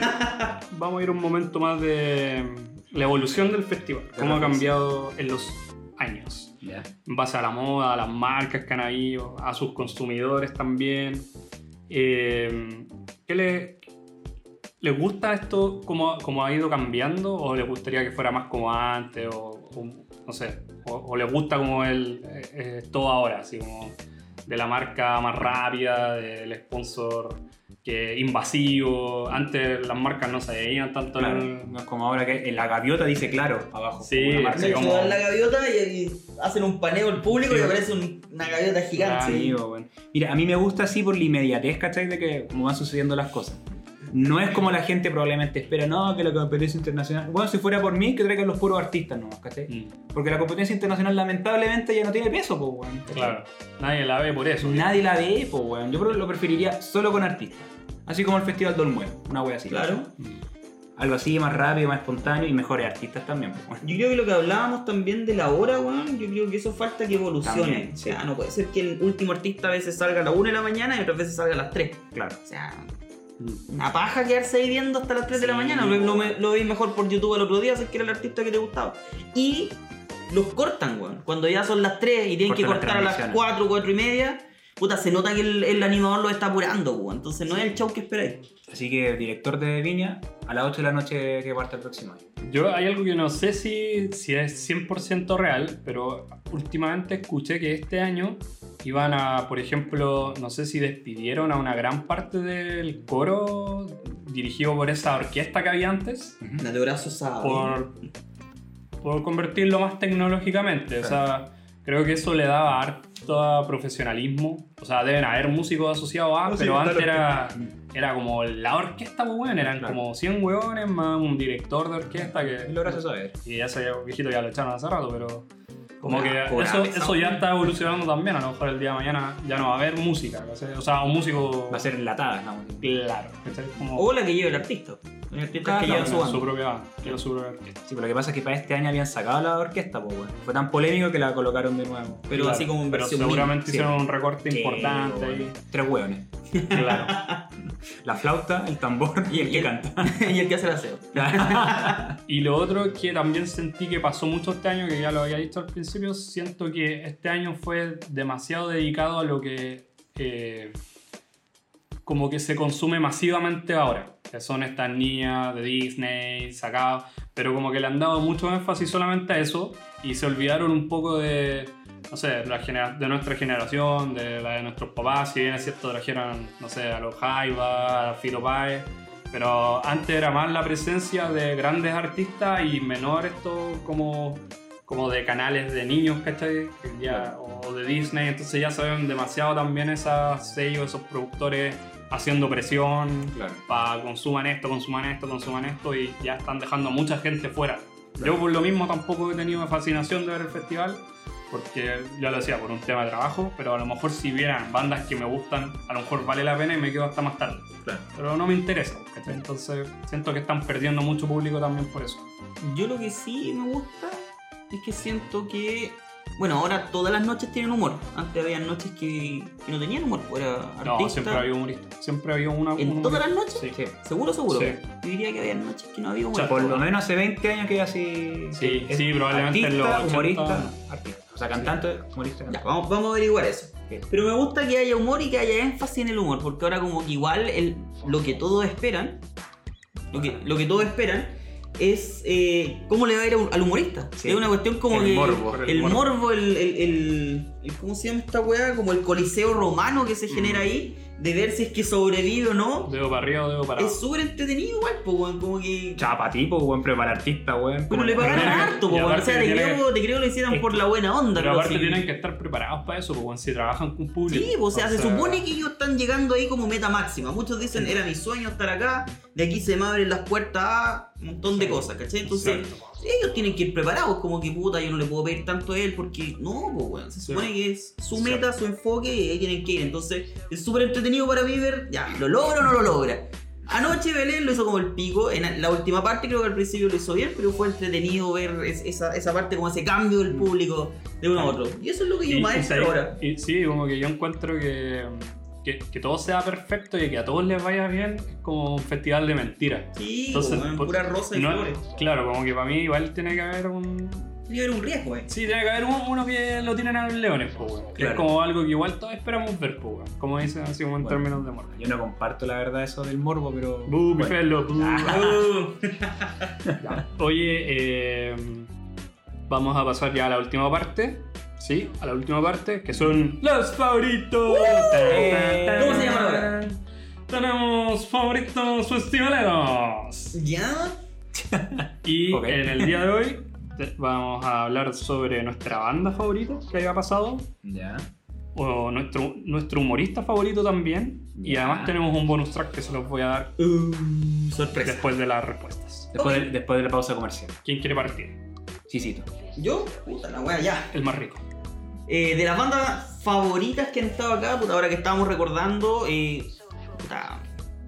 Speaker 1: vamos a ir un momento más de la evolución del festival, cómo ha cambiado en los años.
Speaker 3: Ya.
Speaker 1: En base a la moda, a las marcas que han habido, a sus consumidores también. Eh, ¿Qué le, les gusta esto, cómo, cómo ha ido cambiando? ¿O les gustaría que fuera más como antes? ¿O, o no sé? ¿O, o les gusta como el, eh, eh, todo ahora? Así como de la marca más rápida, del sponsor que invasivo. Antes las marcas no se veían tanto. en
Speaker 3: Claro.
Speaker 1: el-
Speaker 3: Mm, No es como ahora que en la gaviota dice claro abajo.
Speaker 1: Sí,
Speaker 3: Como una marca
Speaker 1: sí,
Speaker 2: Se
Speaker 3: de
Speaker 1: como-
Speaker 2: dan la gaviota y, y hacen un paneo al público
Speaker 1: Sí.
Speaker 2: y aparece un- una gaviota
Speaker 1: Ah,
Speaker 2: gigante.
Speaker 3: Amigo, bueno. Mira, a mí me gusta así por la inmediatez, ¿cachai? De que como van sucediendo las cosas. No es como la gente probablemente espera, no, que la competencia internacional. Bueno, si fuera por mí, que traigan los puros artistas nomás, ¿cachai?
Speaker 1: Mm,
Speaker 3: Porque la competencia internacional lamentablemente ya no tiene peso, pues, weón. ¿cachai?
Speaker 1: Claro, nadie la ve por eso.
Speaker 3: Nadie la ve, pues, weón. Yo creo que lo preferiría solo con artistas. Así como el Festival Dolmuel, una wea así.
Speaker 2: Claro.
Speaker 1: Mm.
Speaker 3: Algo así, más rápido, más espontáneo y mejores artistas también, pues, weón.
Speaker 2: Yo creo que lo que hablábamos también de la hora, weón, yo creo que eso falta que evolucione.
Speaker 3: También,
Speaker 2: O sea, no puede ser que el último artista a veces salga a las 1 de la mañana y otras veces salga a las 3.
Speaker 3: Claro.
Speaker 2: O sea,
Speaker 1: Mm.
Speaker 2: una paja quedarse ahí viendo hasta las 3 de la
Speaker 3: Sí,
Speaker 2: mañana. Lo, lo me- lo veis mejor por YouTube al otro día si es que era el artista que te gustaba. Y los cortan, weón. Cuando ya son las 3 y tienen que
Speaker 3: Cortan las
Speaker 2: cortar a las
Speaker 3: transmisiones.
Speaker 2: 4, 4 y media, puta, se nota que el, el animador lo está apurando, weón. Entonces no es el show que esperáis.
Speaker 3: Así que, director de Viña, a las 8 de la noche que parte el próximo año.
Speaker 1: Yo hay algo que no sé si, si es 100% real, pero últimamente escuché que este año iban a, por ejemplo, no sé si despidieron a una gran parte del coro dirigido por esa orquesta que había antes
Speaker 2: La de Horacio Saba, weón.
Speaker 1: por, por convertirlo más tecnológicamente. O sea, creo que eso le daba harto profesionalismo. O sea, deben haber músicos asociados a,
Speaker 3: No, sí,
Speaker 1: pero
Speaker 3: está
Speaker 1: antes
Speaker 3: la
Speaker 1: era,
Speaker 3: orquesta.
Speaker 1: era como la orquesta, pues bueno, eran
Speaker 3: Claro.
Speaker 1: como 100 hueones más un director de orquesta que...
Speaker 3: Lo gracias a ver.
Speaker 1: Y ya se viejito ya lo echaron hace rato, pero como
Speaker 2: Una
Speaker 1: que
Speaker 2: cura
Speaker 1: eso,
Speaker 2: pesado.
Speaker 1: eso ya está evolucionando también. A lo mejor el día de mañana ya no va a haber música, ¿cachai? o sea, un músico.
Speaker 3: Va a ser enlatada, ¿no?
Speaker 1: Claro, ¿cachai? como
Speaker 2: O la que lleva el artista. El artista
Speaker 3: Cada
Speaker 2: que
Speaker 3: uno
Speaker 2: lleva
Speaker 1: tiene
Speaker 2: su banda.
Speaker 1: su propia banda, tiene su propia orquesta.
Speaker 3: Sí, pero lo que pasa es que para este año habían sacado la orquesta, pues, weón. Fue tan polémico que la colocaron de nuevo.
Speaker 2: Pero
Speaker 1: Claro,
Speaker 2: así como en
Speaker 1: pero
Speaker 2: versión
Speaker 1: seguramente
Speaker 3: mini,
Speaker 1: hicieron un recorte
Speaker 3: Sí,
Speaker 1: importante ahí.
Speaker 3: weón. Tres hueones.
Speaker 1: Claro.
Speaker 3: La flauta, el tambor y el que canta.
Speaker 2: y el que hace el aseo.
Speaker 1: Y lo otro que también sentí que pasó mucho este año, que ya lo había dicho al principio, siento que este año fue demasiado dedicado a lo que eh, como que se consume masivamente ahora. Que son estas niñas de Disney, sacadas, pero como que le han dado mucho énfasis solamente a eso y se olvidaron un poco de, no sé, la genera- de nuestra generación, de la de nuestros papás, si bien es cierto, trajeron, no sé, a los Jaiba, a Fito Páez, pero antes era más la presencia de grandes artistas y menor esto como, como de canales de niños, ¿cachai? Que ya- O de Disney, entonces ya se ven demasiado también esos sellos, esos productores haciendo presión
Speaker 3: Claro.
Speaker 1: para consuman esto, consuman esto, consuman esto y ya están dejando a mucha gente fuera. Yo por lo mismo tampoco he tenido fascinación de ver el festival, porque ya lo decía, por un tema de trabajo, pero a lo mejor si vieran bandas que me gustan, a lo mejor vale la pena y me quedo hasta más tarde.
Speaker 3: Claro.
Speaker 1: Pero no me interesa, ¿cachai? entonces siento que están perdiendo mucho público también por eso.
Speaker 2: Yo lo que sí me gusta es que siento que. Bueno, ahora todas las noches tienen humor. Antes había noches que, que no tenían humor. pues Era artista.
Speaker 1: No, siempre había humorista, siempre había una...
Speaker 2: ¿En
Speaker 1: un-
Speaker 2: todas las noches?
Speaker 1: Sí.
Speaker 2: Seguro, seguro.
Speaker 1: Sí.
Speaker 2: Yo diría que había noches que no había humor.
Speaker 1: sea,
Speaker 3: Por lo menos hace 20 años que ya sí.
Speaker 1: Sí,
Speaker 3: es
Speaker 1: sí, probablemente en los
Speaker 3: artista,
Speaker 1: 80.
Speaker 3: humorista, artista. O sea, cantante, humorista,
Speaker 2: Ya,
Speaker 3: cantante.
Speaker 2: vamos, vamos a averiguar eso.
Speaker 3: Sí.
Speaker 2: Pero me gusta que haya humor y que haya énfasis en el humor, porque ahora como que igual el- lo que todos esperan, lo que, lo que todos esperan es eh, cómo le va a ir a un- al humorista.
Speaker 3: Sí.
Speaker 2: Es una cuestión como
Speaker 3: El
Speaker 2: que
Speaker 3: morbo.
Speaker 2: el,
Speaker 1: El Mm.
Speaker 2: morbo, el, el- el- el- ¿cómo se llama esta weá? Como el coliseo romano que se genera ahí, de ver si es que sobrevive o no,
Speaker 1: Dedo para arriba o dedo para
Speaker 2: es
Speaker 1: abajo.
Speaker 2: súper entretenido igual, po, weón, como que...
Speaker 3: Chapa tipo, weón, prepara artista, weón.
Speaker 2: Pero le pagaron harto, po,
Speaker 1: Y
Speaker 2: weón. o
Speaker 1: aparte
Speaker 2: sea, te
Speaker 1: tiene
Speaker 2: creo, te creo que lo hicieran
Speaker 1: es-
Speaker 2: por la buena onda,
Speaker 1: Pero aparte
Speaker 2: sí.
Speaker 1: tienen que estar preparados para eso, porque si trabajan con público.
Speaker 2: Sí, pues, o sea, se supone que ellos están llegando ahí como meta máxima. Muchos dicen, era mi sueño estar acá, de aquí se me abren las puertas a un montón de
Speaker 1: Sí.
Speaker 2: cosas, ¿cachai? Entonces, ellos tienen que ir preparados, como que puta, yo no le puedo pedir tanto a él, porque no, pues weón, se
Speaker 1: Sí.
Speaker 2: supone que es su
Speaker 1: Sí.
Speaker 2: meta, su enfoque, y ahí tienen que ir. Entonces, es súper entretenido para mí ver, ya, ¿lo logra o no lo logra? Anoche Belén lo hizo como el pico, en la última parte creo que al principio lo hizo bien, pero fue entretenido ver es- esa, esa parte, como ese cambio del público de uno a otro. Y eso es lo que yo
Speaker 1: Mm. Y-
Speaker 2: más
Speaker 1: y
Speaker 2: espero
Speaker 1: sabéis-
Speaker 2: ahora.
Speaker 1: y sí, como que yo encuentro que, que, que todo sea perfecto y que a todos les vaya bien es como un festival de mentiras.
Speaker 2: Sí,
Speaker 1: Entonces,
Speaker 2: weón,
Speaker 1: pues,
Speaker 2: pura rosa y
Speaker 1: No-
Speaker 2: flores.
Speaker 1: claro, como que para mí igual tiene que haber un...
Speaker 2: Tiene que haber un riesgo, eh.
Speaker 1: Sí, tiene que haber un- uno que lo tienen a los leones, pues, weón. Que
Speaker 3: Claro.
Speaker 1: Es como algo que igual todos esperamos ver, pues, weón. Como dicen así como en
Speaker 3: Bueno.
Speaker 1: términos de morbo.
Speaker 3: Yo no comparto la verdad eso del morbo, pero.
Speaker 1: Bu, mi
Speaker 3: bueno.
Speaker 1: Felo, bu.
Speaker 2: Uh,
Speaker 1: Ya. Oye, eh, vamos a pasar ya a la última parte. Sí, a la última parte, que son los favoritos.
Speaker 3: ¡Uh!
Speaker 1: Eh,
Speaker 2: ¿Cómo se llama ahora?
Speaker 3: Eh.
Speaker 1: Tenemos favoritos festivaleros.
Speaker 2: ¿Ya?
Speaker 1: Y
Speaker 3: Ok.
Speaker 1: en el día de hoy te- vamos a hablar sobre nuestra banda favorita que haya pasado,
Speaker 3: Ya.
Speaker 1: o nuestro, nuestro humorista favorito también. Y
Speaker 3: Ya.
Speaker 1: además tenemos un bonus track que se los voy a dar
Speaker 2: Uh, sorpresa.
Speaker 1: después de las respuestas.
Speaker 3: Después,
Speaker 2: Ok.
Speaker 3: de, después de la pausa comercial.
Speaker 1: ¿Quién quiere partir?
Speaker 3: Chisito.
Speaker 2: Yo, puta la wea, ya.
Speaker 1: El más rico.
Speaker 2: Eh, de las bandas favoritas que han estado acá, puta, ahora que estábamos recordando, eh, puta,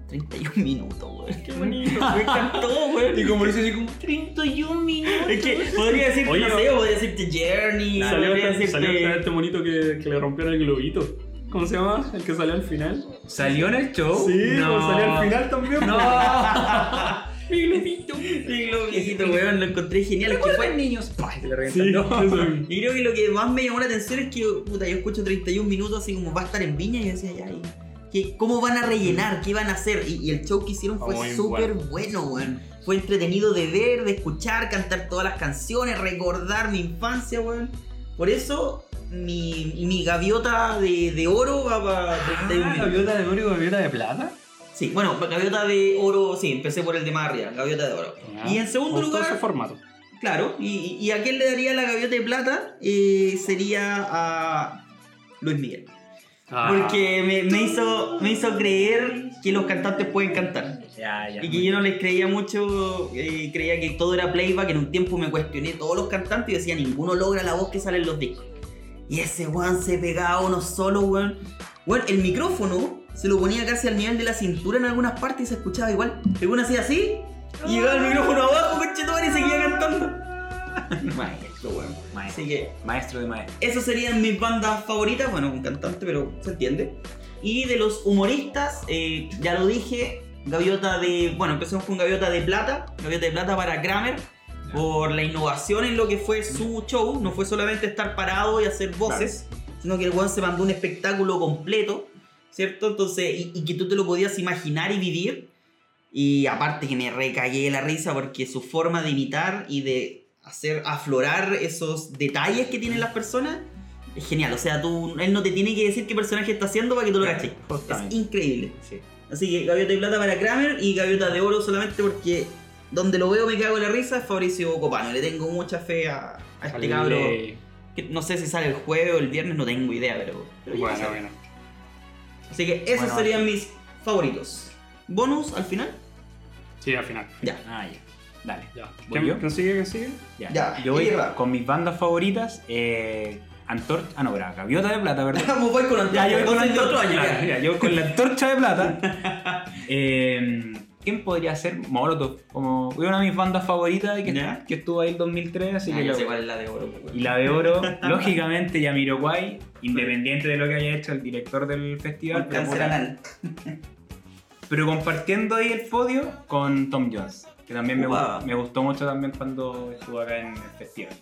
Speaker 2: 31 minutos, weón.
Speaker 1: Qué bonito.
Speaker 2: Me encantó, weón.
Speaker 3: como lo hice así como.
Speaker 2: 31 minutos. Es que podría decirte,
Speaker 1: Oye,
Speaker 2: no sé, podría decirte Journey,
Speaker 1: Salió,
Speaker 2: podría
Speaker 1: este,
Speaker 2: decirte...
Speaker 1: salió otra vez este monito que, que le rompieron el globito. ¿Cómo se llama? El que salió al final.
Speaker 3: ¿Salió en el show?
Speaker 1: Sí,
Speaker 3: no.
Speaker 1: pues salió al final también.
Speaker 3: No.
Speaker 1: Mi globito.
Speaker 2: Sí, Globito, weón, lo encontré genial. Es que fue-
Speaker 3: niños. Ay, se le revientan.
Speaker 1: Sí,
Speaker 3: No.
Speaker 1: eso.
Speaker 2: Y creo que lo que más me llamó la atención es que, puta, yo escucho 31 minutos así como va a estar en Viña y yo decía, ya, ¿y qué- ¿cómo van a rellenar? ¿Qué van a hacer? Y, y el show que hicieron fue
Speaker 1: Muy
Speaker 2: súper bueno, weón. Fue entretenido de ver, de escuchar, cantar todas las canciones, recordar mi infancia, weón. Por eso, mi, mi gaviota de, de oro va para 31 minutos.
Speaker 1: ¿Gaviota de oro y gaviota de plata?
Speaker 2: Sí, bueno, gaviota de oro, sí, empecé por el de más arriba, gaviota de oro. y en segundo lugar,
Speaker 1: Ah, ese formato.
Speaker 2: Claro, y, y a quién le daría la gaviota de plata Eh, sería a Luis Miguel.
Speaker 1: Ah.
Speaker 2: Porque me, me hizo, me hizo creer que los cantantes pueden cantar.
Speaker 3: Ya, ya.
Speaker 2: Y que yo no les creía mucho, eh, creía que todo era playback. En un tiempo me cuestioné todos los cantantes y decía, ninguno logra la voz que sale en los discos. Y ese weón se pegaba uno solo, weón. Weón, el micrófono se lo ponía casi al nivel de la cintura en algunas partes y se escuchaba igual. Algunos hacía así y llegaba el micrófono abajo, conchetumare, y seguía cantando. Maestro, weón.
Speaker 3: Maestro.
Speaker 2: Así que
Speaker 3: Maestro de maestro.
Speaker 2: esas serían mis bandas favoritas. Bueno, un cantante, pero se entiende. Y de los humoristas, eh, ya lo dije, Gaviota de. Bueno, empecemos con Gaviota de Plata. Gaviota de Plata para Kramer. Por la innovación en lo que fue su show. No fue solamente estar parado y hacer voces, sino que el weón se mandó un espectáculo completo, ¿cierto? Entonces, y, y que tú te lo podías imaginar y vivir. Y aparte que me recagué de la risa porque su forma de imitar y de hacer aflorar esos detalles que tienen las personas es genial. O sea, tú, él no te tiene que decir qué personaje está haciendo para que tú lo caches. Es
Speaker 3: Justamente.
Speaker 2: increíble.
Speaker 3: Sí.
Speaker 2: Así que gaviota de plata para Kramer y gaviota de oro solamente porque donde lo veo me cago en la risa es Fabricio Copano. Le tengo mucha fe a, a este cabro.
Speaker 1: Dale.
Speaker 2: que no sé si sale el jueves o el viernes, no tengo idea, pero. pero ya
Speaker 1: Bueno,
Speaker 2: sale.
Speaker 1: bueno.
Speaker 2: Así que esos
Speaker 3: Bueno.
Speaker 2: serían mis favoritos. ¿Bonus al final?
Speaker 1: Sí, al final.
Speaker 2: Ya.
Speaker 3: Ah, ya. Dale.
Speaker 1: Ya.
Speaker 3: ¿Voy
Speaker 1: ¿Quién,
Speaker 3: yo?
Speaker 1: quién sigue? ¿Quién sigue?
Speaker 3: Ya.
Speaker 2: Ya,
Speaker 3: Yo voy
Speaker 2: Irra.
Speaker 3: con mis bandas favoritas. Eh, Antorcha. Ah, no, pero Gaviota de Plata, ¿verdad?
Speaker 2: Vamos, voy con
Speaker 3: Ya, yo con la
Speaker 2: Entonces, de otro
Speaker 3: antorcha,
Speaker 2: año,
Speaker 3: claro,
Speaker 2: ya.
Speaker 3: ya, yo con la antorcha de plata. Eh, ¿Quién podría ser Molotov? Como fue una de mis bandas favoritas y que,
Speaker 2: Ya.
Speaker 3: que estuvo ahí en 2003, así
Speaker 2: Ah,
Speaker 3: que
Speaker 2: ya
Speaker 3: la-
Speaker 2: sé cuál es la de oro. pues,
Speaker 3: y
Speaker 2: bueno.
Speaker 3: la de oro, lógicamente, Yamiroquai, independiente de lo que haya hecho el director del festival,
Speaker 2: Un
Speaker 3: pero,
Speaker 2: cáncer anal.
Speaker 3: pero compartiendo ahí el podio con Tom Jones, que también me, gu-
Speaker 2: Guau.
Speaker 3: me gustó mucho también cuando estuvo acá en el festival.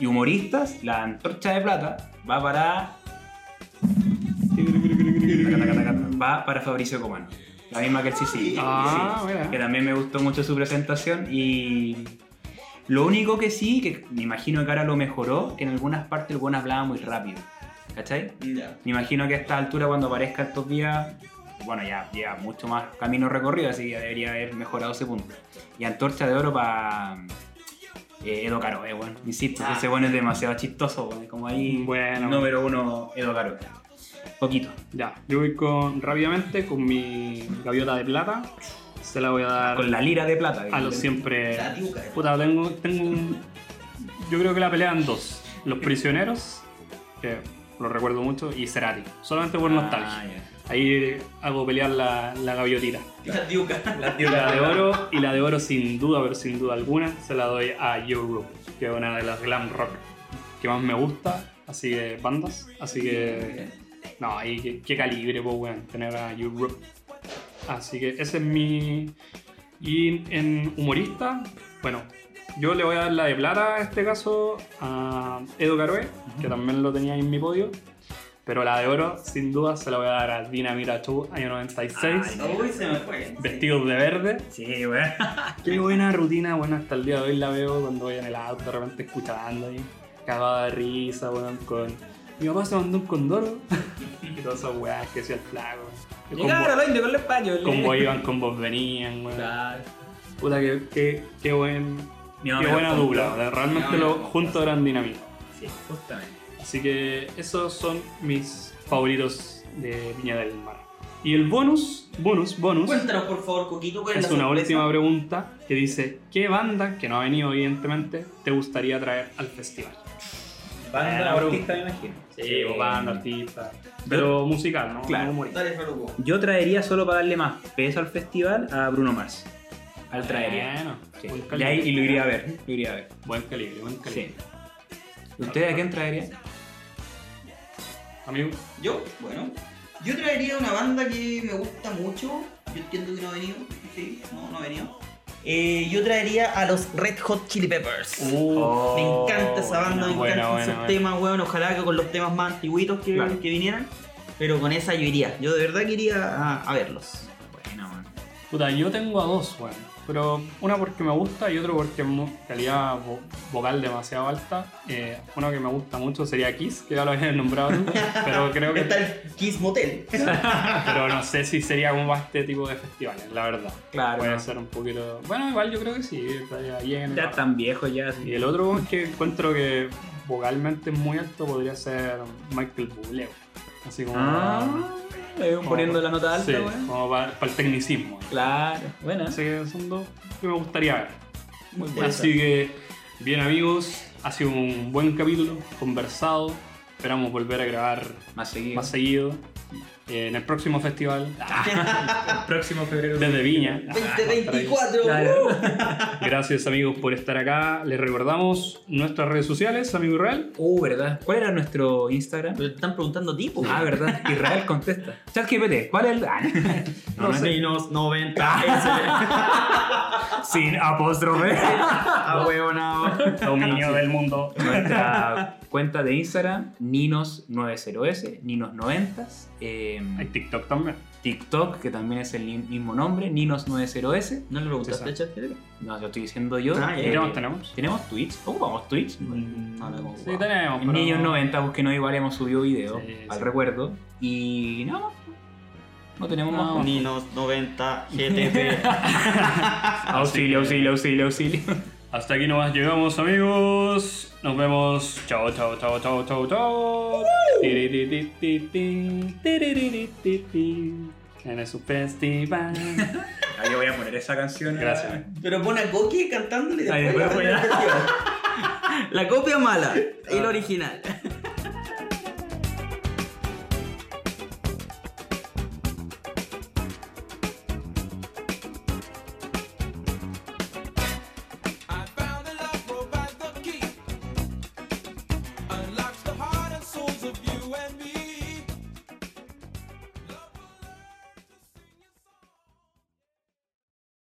Speaker 3: Y humoristas, la antorcha de plata va para va para Fabricio Comano. La misma que el Sisi.
Speaker 1: Ah,
Speaker 3: Que
Speaker 1: mira.
Speaker 3: también me gustó mucho su presentación y lo único que sí, que me imagino que ahora lo mejoró, que en algunas partes el buen hablaba muy rápido. ¿Cachai?
Speaker 2: Ya.
Speaker 3: Me imagino que a esta altura cuando aparezca estos días bueno, ya lleva mucho más camino recorrido, así que ya debería haber mejorado ese punto. Y Antorcha de Oro para Edo Caro, eh, bueno, insisto,
Speaker 2: Ah.
Speaker 3: ese bueno es demasiado chistoso, bueno, como ahí
Speaker 1: Bueno.
Speaker 3: número uno Edo Caro. Poquito.
Speaker 1: Ya, yo voy con, rápidamente con mi gaviota de plata. Se la voy a dar
Speaker 3: Con la lira de plata.
Speaker 1: a los
Speaker 3: evidentemente.
Speaker 1: siempre.
Speaker 2: La diuca.
Speaker 1: Eh,
Speaker 2: eh.
Speaker 1: Puta, tengo, tengo un- Yo creo que la pelean dos. Los prisioneros, que lo recuerdo mucho, y Cerati. Solamente por
Speaker 3: Ah,
Speaker 1: nostalgia.
Speaker 3: ya.
Speaker 1: Ahí hago pelear la, la gaviotita.
Speaker 2: La diuca.
Speaker 3: La
Speaker 1: Y
Speaker 3: lira
Speaker 1: la de oro, y la de oro sin duda, pero sin duda alguna, se la doy a Europe, que es una de las glam rock que más me gusta, así de bandas. Así que no, ahí qué, qué calibre, pues, weón, tener a Europe. Así que ese es mi. Y en humorista, bueno, yo le voy a dar la de plata en este caso a Edo Caroe, que también lo tenía ahí en mi podio. Pero la de oro, sin duda, se la voy a dar a Dinamita 2, año 96.
Speaker 3: Ay,
Speaker 2: Uy, se me fue.
Speaker 1: Vestidos de verde.
Speaker 3: Sí, bueno.
Speaker 1: Qué buena rutina, bueno, hasta el día de hoy la veo cuando voy en el auto, de repente escuchando ahí, cagada de risa, weón, con... Mi papá se mandó un condoro. y todas esas weas que hacía el flaco.
Speaker 3: Llegaron
Speaker 1: Con
Speaker 3: los indios con los españoles.
Speaker 1: Combos iban, combos venían, weón.
Speaker 3: Claro.
Speaker 1: Puta, que, que, qué buen...
Speaker 3: Mi
Speaker 1: Qué
Speaker 3: mamá me
Speaker 1: buena
Speaker 3: lo
Speaker 1: dupla,
Speaker 3: contó.
Speaker 1: weón. realmente
Speaker 3: Mi mamá
Speaker 1: lo
Speaker 3: me lo contó.
Speaker 1: juntos eran dinámico.
Speaker 3: Sí, justamente.
Speaker 1: Así que esos son mis favoritos de Viña del Mar. Y el bonus, bonus, bonus...
Speaker 2: Cuéntanos, por favor, Coquito, cuál es,
Speaker 1: Es
Speaker 2: la
Speaker 1: una
Speaker 2: sorpresa?
Speaker 1: última pregunta que dice, ¿qué banda, que no ha venido evidentemente, te gustaría traer al festival?
Speaker 3: Banda
Speaker 1: Ah, bro.
Speaker 3: artista, me imagino.
Speaker 1: o pues, banda, artista, pero musical, ¿no?
Speaker 3: Claro.
Speaker 1: No humorista.
Speaker 2: Dale, Faruco.
Speaker 3: Yo traería solo para darle más peso al festival a Bruno Mars. Al traería.
Speaker 1: Bueno,
Speaker 3: Sí.
Speaker 1: buen
Speaker 3: Y,
Speaker 1: calibre.
Speaker 3: ahí- y lo iría a ver. Lo iría a ver.
Speaker 1: Buen calibre, buen calibre.
Speaker 3: Sí. ¿Ustedes a quién traerían?
Speaker 1: Amigo,
Speaker 2: Yo, bueno, yo traería una banda que me gusta mucho. Yo entiendo que no ha venido. Sí, no, no ha venido. Eh, yo traería a los Red Hot Chili Peppers.
Speaker 1: Oh,
Speaker 2: me encanta esa banda, me
Speaker 1: buena,
Speaker 2: encantan
Speaker 1: buena,
Speaker 2: esos
Speaker 1: buena.
Speaker 2: temas, weón. Ojalá que con los temas más antiguitos que,
Speaker 3: Claro.
Speaker 2: que vinieran. Pero con esa yo iría. Yo de verdad que iría a, a verlos.
Speaker 3: Bueno, man.
Speaker 1: Puta, yo tengo a dos, bueno. Pero una porque me gusta y otro porque es mu- calidad vo- vocal demasiado alta. Eh, una que me gusta mucho sería Kiss, que ya lo habías nombrado tú, pero creo que Ah,
Speaker 2: Está el Kiss Motel.
Speaker 1: Pero no sé si sería como para este tipo de festivales, la verdad.
Speaker 3: Claro.
Speaker 1: Puede ser un poquito. Bueno, igual yo creo que sí, estaría bien.
Speaker 3: Ya tan viejo ya. así.
Speaker 1: Y el otro es que encuentro que vocalmente es muy alto podría ser Michael Bublé. güey. Así como.
Speaker 3: Ah, eh,
Speaker 1: como-
Speaker 3: poniendo la nota alta,
Speaker 1: Sí,
Speaker 3: weón.
Speaker 1: como para, el tecnicismo.
Speaker 3: Claro, bueno.
Speaker 1: Así que son dos que me gustaría ver.
Speaker 3: Muy
Speaker 1: Así que, bien amigos, ha sido un buen capítulo, conversado. Esperamos volver a grabar
Speaker 3: Más seguido.
Speaker 1: más seguido. eh, En el próximo festival,
Speaker 3: Ah, El próximo febrero.
Speaker 1: desde Viña.
Speaker 2: 2024.
Speaker 3: Claro.
Speaker 1: Gracias amigos por estar acá. Les recordamos nuestras redes sociales, amigo Israel.
Speaker 3: Uh, ¿verdad? ¿Cuál era nuestro Instagram?
Speaker 2: Pero te están preguntando tipo.
Speaker 3: Ah, ¿verdad? Israel contesta. ChatGPT, ¿cuál es el...? Ah, no, no es-
Speaker 4: Menos 90
Speaker 3: Ah, Sin apóstrofe. Ah,
Speaker 4: a huevonao.
Speaker 1: Dominio del mundo.
Speaker 3: Nuestra cuenta de Instagram, Ninos90S, Ninos90s.
Speaker 1: Hay
Speaker 3: eh,
Speaker 1: TikTok también.
Speaker 3: TikTok, que también es el ni- mismo nombre, Ninos90S.
Speaker 2: ¿No le preguntaste,
Speaker 3: Exacto.
Speaker 2: Chester?
Speaker 3: No, lo estoy diciendo yo. eh,
Speaker 2: Ah, ya.
Speaker 1: ¿Qué más tenemos?
Speaker 3: ¿Tenemos Twitch? ¿Ocupamos Twitch?
Speaker 2: no, no, no.
Speaker 1: Sí, tenemos. pero-
Speaker 3: Niños 90, busquenos igual hemos subido video
Speaker 1: Sí,
Speaker 3: al
Speaker 1: sí.
Speaker 3: recuerdo. Y nada más. No tenemos
Speaker 1: No.
Speaker 3: más.
Speaker 2: Ninos 90 GTP.
Speaker 3: Auxilio, auxilio, auxilio, auxilio.
Speaker 1: Hasta aquí nomás llegamos amigos. Nos vemos. Chao, chao, chao, chao, chao, chao. Tiririririririn, tiririririririn. En el festival.
Speaker 3: Ah, yo voy a poner esa canción. eh.
Speaker 1: Gracias.
Speaker 2: Pero pone a Coqui cantándole
Speaker 3: Ahí
Speaker 2: después.
Speaker 3: después
Speaker 2: la, la copia mala y la original.
Speaker 5: I found a love provides the key, unlocks the heart and souls of you and me.